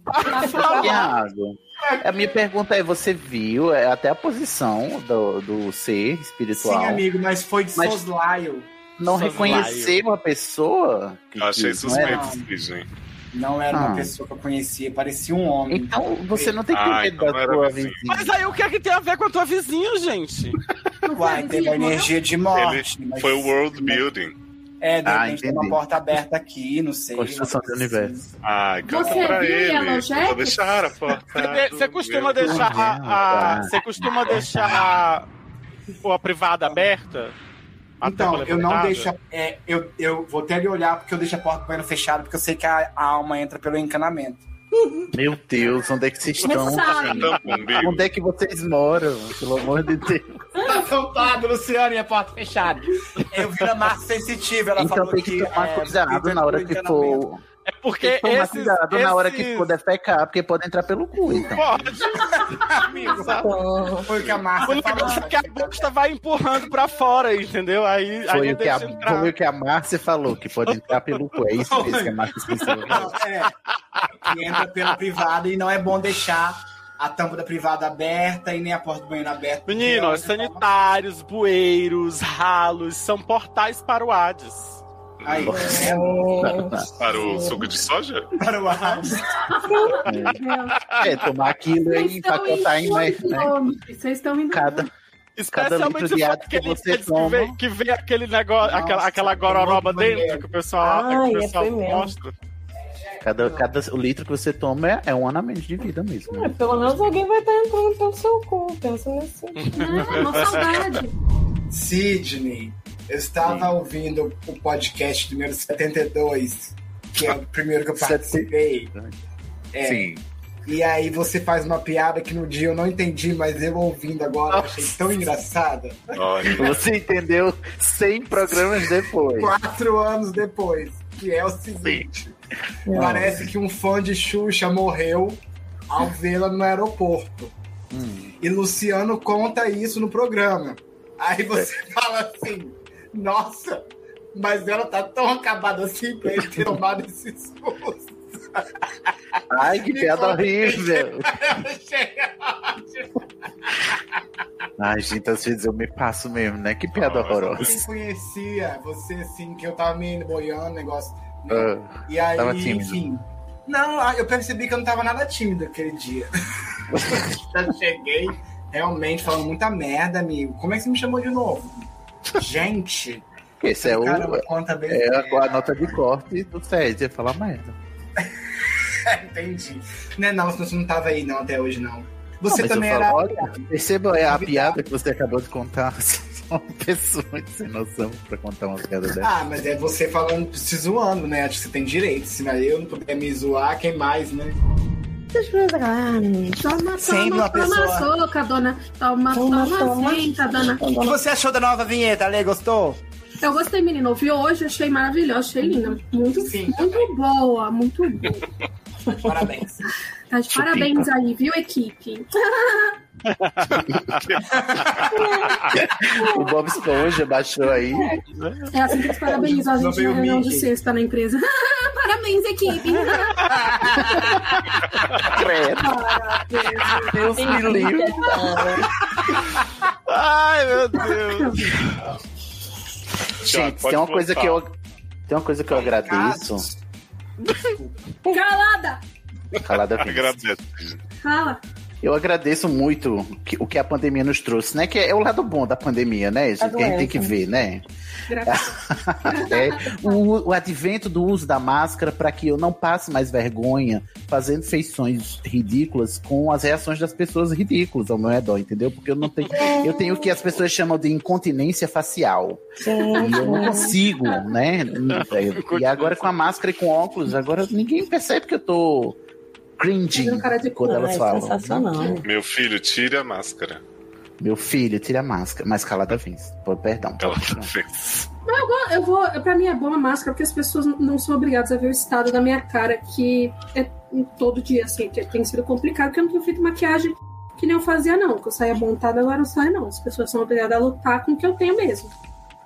[SPEAKER 4] pra falar.
[SPEAKER 3] Thiago, a minha pergunta é: você viu é, até a posição do, do ser espiritual?
[SPEAKER 7] Sim, amigo, mas foi de
[SPEAKER 3] Mas-
[SPEAKER 7] soslaio.
[SPEAKER 3] Não reconhecer uma pessoa?
[SPEAKER 2] Eu achei
[SPEAKER 3] que é não
[SPEAKER 2] suspeito
[SPEAKER 3] era-
[SPEAKER 2] esse vídeo, hein?
[SPEAKER 7] Não era uma
[SPEAKER 3] Ah.
[SPEAKER 7] pessoa que eu conhecia, parecia um homem.
[SPEAKER 3] Então você não tem que ter
[SPEAKER 7] Ah,
[SPEAKER 3] medo
[SPEAKER 7] então
[SPEAKER 3] da
[SPEAKER 7] era
[SPEAKER 3] sua
[SPEAKER 7] vizinho.
[SPEAKER 3] vizinha.
[SPEAKER 4] Mas aí o que é que tem a ver com a tua vizinha, gente?
[SPEAKER 11] Então,
[SPEAKER 7] Uai, teve a energia de morte.
[SPEAKER 2] Ele
[SPEAKER 7] mas-
[SPEAKER 2] foi o world building.
[SPEAKER 7] É, de
[SPEAKER 2] Ah,
[SPEAKER 7] repente tem uma
[SPEAKER 2] entendi.
[SPEAKER 7] porta aberta aqui, não sei. assim.
[SPEAKER 3] Construção do universo.
[SPEAKER 2] Ai, canta
[SPEAKER 7] Você
[SPEAKER 2] pra
[SPEAKER 7] viu
[SPEAKER 2] ele.
[SPEAKER 7] Yellow
[SPEAKER 2] Eu Vou
[SPEAKER 7] Jackets?
[SPEAKER 2] deixar a porta.
[SPEAKER 4] Você, de- você
[SPEAKER 2] do
[SPEAKER 4] costuma
[SPEAKER 2] meu-
[SPEAKER 4] deixar a, a-
[SPEAKER 2] Ah.
[SPEAKER 4] você costuma deixar a, pô, a privada aberta? A
[SPEAKER 7] Então,
[SPEAKER 4] tampa
[SPEAKER 7] eu não
[SPEAKER 4] levantada?
[SPEAKER 7] deixo. é, eu, eu vou até lhe olhar porque eu deixo a porta do banheiro fechada, porque eu sei que a, a alma entra pelo encanamento.
[SPEAKER 3] Meu Deus, onde é que vocês estão?
[SPEAKER 7] Começaram.
[SPEAKER 3] gente?
[SPEAKER 2] Então,
[SPEAKER 7] Tampa, umbigo.
[SPEAKER 3] Onde é que vocês moram? Pelo amor de Deus.
[SPEAKER 7] Tampado, Luciano, e a porta fechada. Eu vi a massa sensitiva, ela
[SPEAKER 3] Então
[SPEAKER 7] falou
[SPEAKER 3] tem que tomar
[SPEAKER 7] é,
[SPEAKER 3] cuidado na hora que for.
[SPEAKER 4] É porque
[SPEAKER 3] Tem que tomar
[SPEAKER 4] esses-
[SPEAKER 3] cuidado na hora que
[SPEAKER 4] esses-
[SPEAKER 3] for defecar, porque pode entrar pelo cu. Então.
[SPEAKER 4] Pode.
[SPEAKER 7] Amigo,
[SPEAKER 11] assim.
[SPEAKER 7] foi o que a Márcia
[SPEAKER 4] O negócio é que a bosta vai empurrando pra fora, entendeu? Aí, aí
[SPEAKER 3] Foi
[SPEAKER 4] não
[SPEAKER 3] o, que a,
[SPEAKER 4] deixa entrar.
[SPEAKER 3] foi o que a Márcia falou, que pode entrar pelo cu. É isso mesmo que a Márcia esqueceu.
[SPEAKER 7] é, que entra pela privada e não é bom deixar a tampa da privada aberta e nem a porta do banheiro aberta. porque
[SPEAKER 4] Menino, é
[SPEAKER 7] ela-
[SPEAKER 4] ó, sanitários, bueiros, ralos, são portais para o Hades.
[SPEAKER 7] Aí. né,
[SPEAKER 2] Para o suco de soja?
[SPEAKER 7] Para o Hades.
[SPEAKER 3] É, tomar aquilo e empacotar em mais, né?
[SPEAKER 6] Vocês estão indo.
[SPEAKER 3] Cada, cada
[SPEAKER 4] Especialmente
[SPEAKER 3] litro
[SPEAKER 4] se
[SPEAKER 3] de
[SPEAKER 4] for
[SPEAKER 3] água que
[SPEAKER 4] aquele
[SPEAKER 3] você
[SPEAKER 4] Hades que
[SPEAKER 3] toma.
[SPEAKER 4] vê, que vê aquele negócio, aquela, aquela gororoba dentro que o pessoal,
[SPEAKER 11] Ai,
[SPEAKER 4] que o
[SPEAKER 11] é,
[SPEAKER 4] pessoal
[SPEAKER 11] foi mesmo.
[SPEAKER 4] mostra.
[SPEAKER 3] Cada, cada litro que você toma é, é um ano a menos de vida mesmo. né?
[SPEAKER 11] Pelo menos alguém vai estar entrando pelo seu cu. Pensa nisso.
[SPEAKER 6] É, uma saudade.
[SPEAKER 7] Sidney, eu estava ouvindo o podcast número 72, que é o primeiro que eu participei. É.
[SPEAKER 3] Sim.
[SPEAKER 7] E aí você faz uma piada que no dia eu não entendi, mas eu ouvindo agora eu achei tão engraçada.
[SPEAKER 3] Você entendeu 100 programas depois.
[SPEAKER 7] Quatro anos depois, que é o seguinte. Parece que um fã de Xuxa morreu ao vê-la no aeroporto. E Luciano conta isso no programa. Aí você fala assim, nossa, mas ela tá tão acabada assim pra ele ter tomado esse susto.
[SPEAKER 3] Ai, que piada horrível. Ai, gente, às vezes eu me passo mesmo, né? Que piada
[SPEAKER 7] Quem
[SPEAKER 3] horrorosa.
[SPEAKER 7] conhecia você, assim, que eu tava me boiando, negócio.
[SPEAKER 3] Ah,
[SPEAKER 7] E aí,
[SPEAKER 3] tava tímido.
[SPEAKER 7] enfim. Não, ah, eu percebi que eu não tava nada tímido aquele dia. Já cheguei realmente falando muita merda, amigo. Como é que você me chamou de novo? Gente,
[SPEAKER 3] Esse é o.
[SPEAKER 7] Caramba, quanta
[SPEAKER 3] É
[SPEAKER 7] besteira.
[SPEAKER 3] a, a nota de corte do Sérgio, é falar merda.
[SPEAKER 7] Entendi. Né, não, você não tava aí não até hoje, não. Você
[SPEAKER 3] Não, mas
[SPEAKER 7] também
[SPEAKER 3] eu
[SPEAKER 7] era.
[SPEAKER 3] falo, olha, perceba é a piada que você acabou de contar. Você é uma pessoa muito sem noção pra contar uma piada dessa.
[SPEAKER 7] Ah, mas é você falando, se zoando, né? Acho que você tem direito. Se não, eu não puder me zoar, quem mais, né?
[SPEAKER 11] Ah,
[SPEAKER 6] Toma,
[SPEAKER 7] Sempre
[SPEAKER 6] toma,
[SPEAKER 7] uma
[SPEAKER 6] toma
[SPEAKER 7] pessoa.
[SPEAKER 6] soca, dona. Toma, toma,
[SPEAKER 7] Toma,
[SPEAKER 6] toma
[SPEAKER 7] toma.
[SPEAKER 6] senta, dona.
[SPEAKER 7] O que você achou da nova vinheta, Lê? Gostou?
[SPEAKER 6] Eu gostei, menino. Ouvi hoje, achei maravilhosa, achei linda. Muito, muito boa, muito boa.
[SPEAKER 7] Parabéns.
[SPEAKER 6] Tá de parabéns aí, viu, equipe?
[SPEAKER 3] o Bob Esponja baixou aí.
[SPEAKER 6] É assim que eles parabenizam a
[SPEAKER 3] Não
[SPEAKER 6] gente
[SPEAKER 3] veio
[SPEAKER 6] na reunião
[SPEAKER 3] Mickey.
[SPEAKER 6] de sexta na empresa. parabéns, equipe!
[SPEAKER 3] Deus me livre.
[SPEAKER 2] Ai, meu Deus.
[SPEAKER 3] Gente, tem uma coisa que eu tem uma coisa que eu agradeço.
[SPEAKER 6] Calada!
[SPEAKER 3] Calada fica.
[SPEAKER 6] Fala!
[SPEAKER 3] Eu agradeço muito que- o que a pandemia nos trouxe, né? Que é o lado bom da pandemia, né, gente? Que a gente tem que ver, né? É, o, o advento do uso da máscara para que eu não passe mais vergonha fazendo feições ridículas com as reações das pessoas ridículas ao meu redor, entendeu? Porque eu não tenho. Eu tenho o que as pessoas chamam de incontinência facial. E eu não consigo, né? E agora com a máscara e com óculos, agora ninguém percebe que eu tô cringe quando elas falam. né?
[SPEAKER 2] Meu filho, tire a máscara.
[SPEAKER 3] Meu filho, tira a máscara, mas calada vence. Pô, Perdão.
[SPEAKER 2] Calada vence.
[SPEAKER 6] Mas eu vou, eu vou. Pra mim é bom a máscara, porque as pessoas não são obrigadas a ver o estado da minha cara, que é todo dia, assim, que tem sido complicado, porque eu não tenho feito maquiagem que nem eu fazia, não. Que eu saía montada, agora não saio, não. As pessoas são obrigadas a lutar com o que eu tenho mesmo.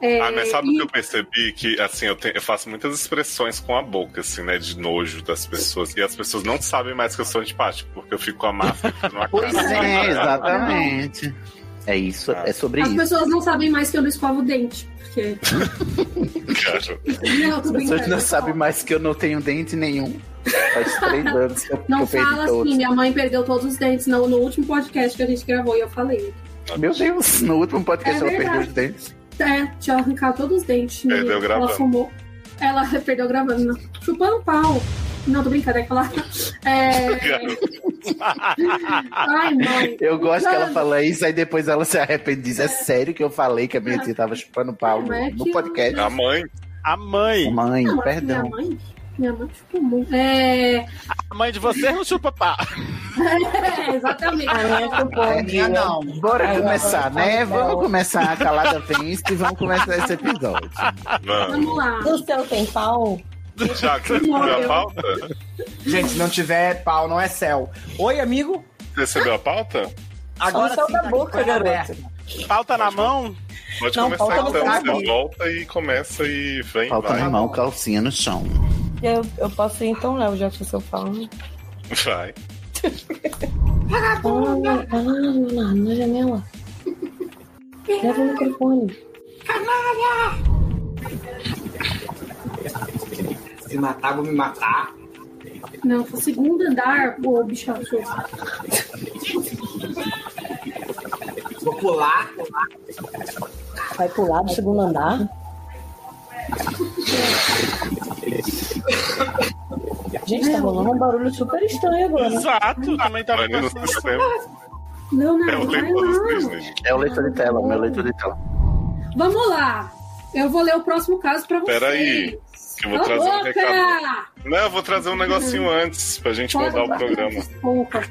[SPEAKER 6] É,
[SPEAKER 2] Ah, mas sabe o
[SPEAKER 6] e-
[SPEAKER 2] que eu percebi? Que, assim, eu, te- eu faço muitas expressões com a boca, assim, né? De nojo das pessoas. E as pessoas não sabem mais que eu sou antipático, porque eu fico com a máscara e fico numa
[SPEAKER 3] Pois
[SPEAKER 2] cara.
[SPEAKER 3] é, exatamente. É isso, é sobre
[SPEAKER 6] As
[SPEAKER 3] isso.
[SPEAKER 6] pessoas não sabem mais que eu não escovo o dente, porque.
[SPEAKER 2] Cara.
[SPEAKER 3] As
[SPEAKER 6] Não, tô
[SPEAKER 3] pessoas
[SPEAKER 6] brincando.
[SPEAKER 3] não sabem mais que eu não tenho dente nenhum. Faz três anos que eu, que
[SPEAKER 6] Não
[SPEAKER 3] eu perdi
[SPEAKER 6] fala assim,
[SPEAKER 3] todos.
[SPEAKER 6] minha mãe perdeu todos os dentes não, no último podcast que a gente gravou e eu falei.
[SPEAKER 3] Meu Deus, no último podcast
[SPEAKER 6] É
[SPEAKER 3] ela perdeu os
[SPEAKER 6] verdade.
[SPEAKER 3] dentes.
[SPEAKER 6] É, tinha arrancado todos os dentes. menino.
[SPEAKER 3] Perdeu
[SPEAKER 6] Ela
[SPEAKER 3] gravando.
[SPEAKER 6] fumou. Ela perdeu gravando. não. Chupando um pau. Não, tô brincando, é que ela. É... Ai, mãe.
[SPEAKER 3] Eu gosto que ela
[SPEAKER 6] Não.
[SPEAKER 3] fala isso, aí depois ela se arrepende e diz: É sério que eu falei que a minha tia tava chupando pau
[SPEAKER 6] Não é
[SPEAKER 3] no, no
[SPEAKER 6] que-
[SPEAKER 3] podcast?
[SPEAKER 2] A mãe.
[SPEAKER 4] A mãe.
[SPEAKER 3] A mãe,
[SPEAKER 6] Não, acho que
[SPEAKER 3] perdão.
[SPEAKER 6] Minha mãe, minha mãe chupou muito. É.
[SPEAKER 4] A mãe de você não chupa pá.
[SPEAKER 6] É, exatamente.
[SPEAKER 5] Ah,
[SPEAKER 3] É, não. Bora
[SPEAKER 6] Ai,
[SPEAKER 3] começar,
[SPEAKER 6] agora
[SPEAKER 3] né?
[SPEAKER 6] eu falo
[SPEAKER 3] Vamos
[SPEAKER 6] dela.
[SPEAKER 3] começar a calada vence e vamos começar esse episódio.
[SPEAKER 2] Vamos
[SPEAKER 6] lá.
[SPEAKER 11] O seu tem pau?
[SPEAKER 2] Já que recebeu a pauta?
[SPEAKER 7] Gente, se não tiver pau, não é céu. Oi, amigo.
[SPEAKER 2] Recebeu a pauta?
[SPEAKER 7] Agora
[SPEAKER 4] Só
[SPEAKER 7] sim,
[SPEAKER 4] da
[SPEAKER 7] tá
[SPEAKER 4] boca,
[SPEAKER 7] aqui, tá
[SPEAKER 4] garota.
[SPEAKER 7] aberto.
[SPEAKER 4] Pauta na mão?
[SPEAKER 2] Pode
[SPEAKER 4] Não,
[SPEAKER 2] começar
[SPEAKER 4] pauta no
[SPEAKER 2] então.
[SPEAKER 4] carro.
[SPEAKER 2] Você volta e começa e vem.
[SPEAKER 3] Falta
[SPEAKER 2] vai.
[SPEAKER 3] na mão, calcinha no chão.
[SPEAKER 11] Eu, eu posso ir então, Léo, já que o seu fala.
[SPEAKER 2] Vai.
[SPEAKER 11] Vagabunda! Ah, não, na janela. Leva o microfone.
[SPEAKER 7] Se matar, vou me matar.
[SPEAKER 6] Não, foi segundo andar, pô, bicho. é
[SPEAKER 7] Vou pular.
[SPEAKER 11] Vai pular do segundo andar. Gente, tá rolando um barulho super estranho agora.
[SPEAKER 4] Exato, também tá tava pensando.
[SPEAKER 6] Não, não,
[SPEAKER 3] É o
[SPEAKER 6] vai
[SPEAKER 3] leitor
[SPEAKER 6] lá.
[SPEAKER 2] né?
[SPEAKER 3] É o leitor de tela, o meu leitor de tela.
[SPEAKER 6] Vamos lá. Eu vou ler o próximo caso pra vocês.
[SPEAKER 2] Peraí. Que eu vou
[SPEAKER 6] Cala a
[SPEAKER 2] trazer um
[SPEAKER 6] boca!
[SPEAKER 2] recado. Não, eu vou trazer um negocinho antes, pra gente
[SPEAKER 6] Pode
[SPEAKER 2] mudar o
[SPEAKER 6] falar.
[SPEAKER 2] programa.
[SPEAKER 6] Desculpa.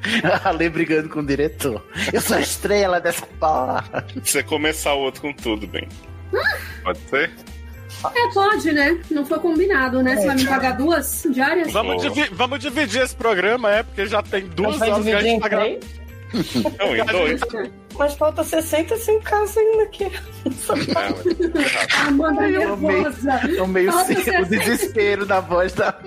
[SPEAKER 3] Ale brigando com o diretor. Eu sou a estrela dessa porra.
[SPEAKER 2] Você começar o outro com tudo, bem. Pode ser?
[SPEAKER 6] É, pode, né? Não foi combinado, né? Você vai me pagar duas diárias?
[SPEAKER 4] Vamos, divi- vamos dividir esse programa, é? Porque já tem duas
[SPEAKER 11] vai
[SPEAKER 4] horas que a
[SPEAKER 11] dividir
[SPEAKER 4] gente
[SPEAKER 11] em
[SPEAKER 4] tá gravando.
[SPEAKER 2] Não, em dois.
[SPEAKER 11] Mas falta 65 casos ainda aqui.
[SPEAKER 6] Amanda
[SPEAKER 2] né?
[SPEAKER 3] Eu amei,
[SPEAKER 6] Ah, nervosa.
[SPEAKER 3] eu meio
[SPEAKER 6] Falta
[SPEAKER 3] sem o
[SPEAKER 6] 60.
[SPEAKER 3] desespero na voz da.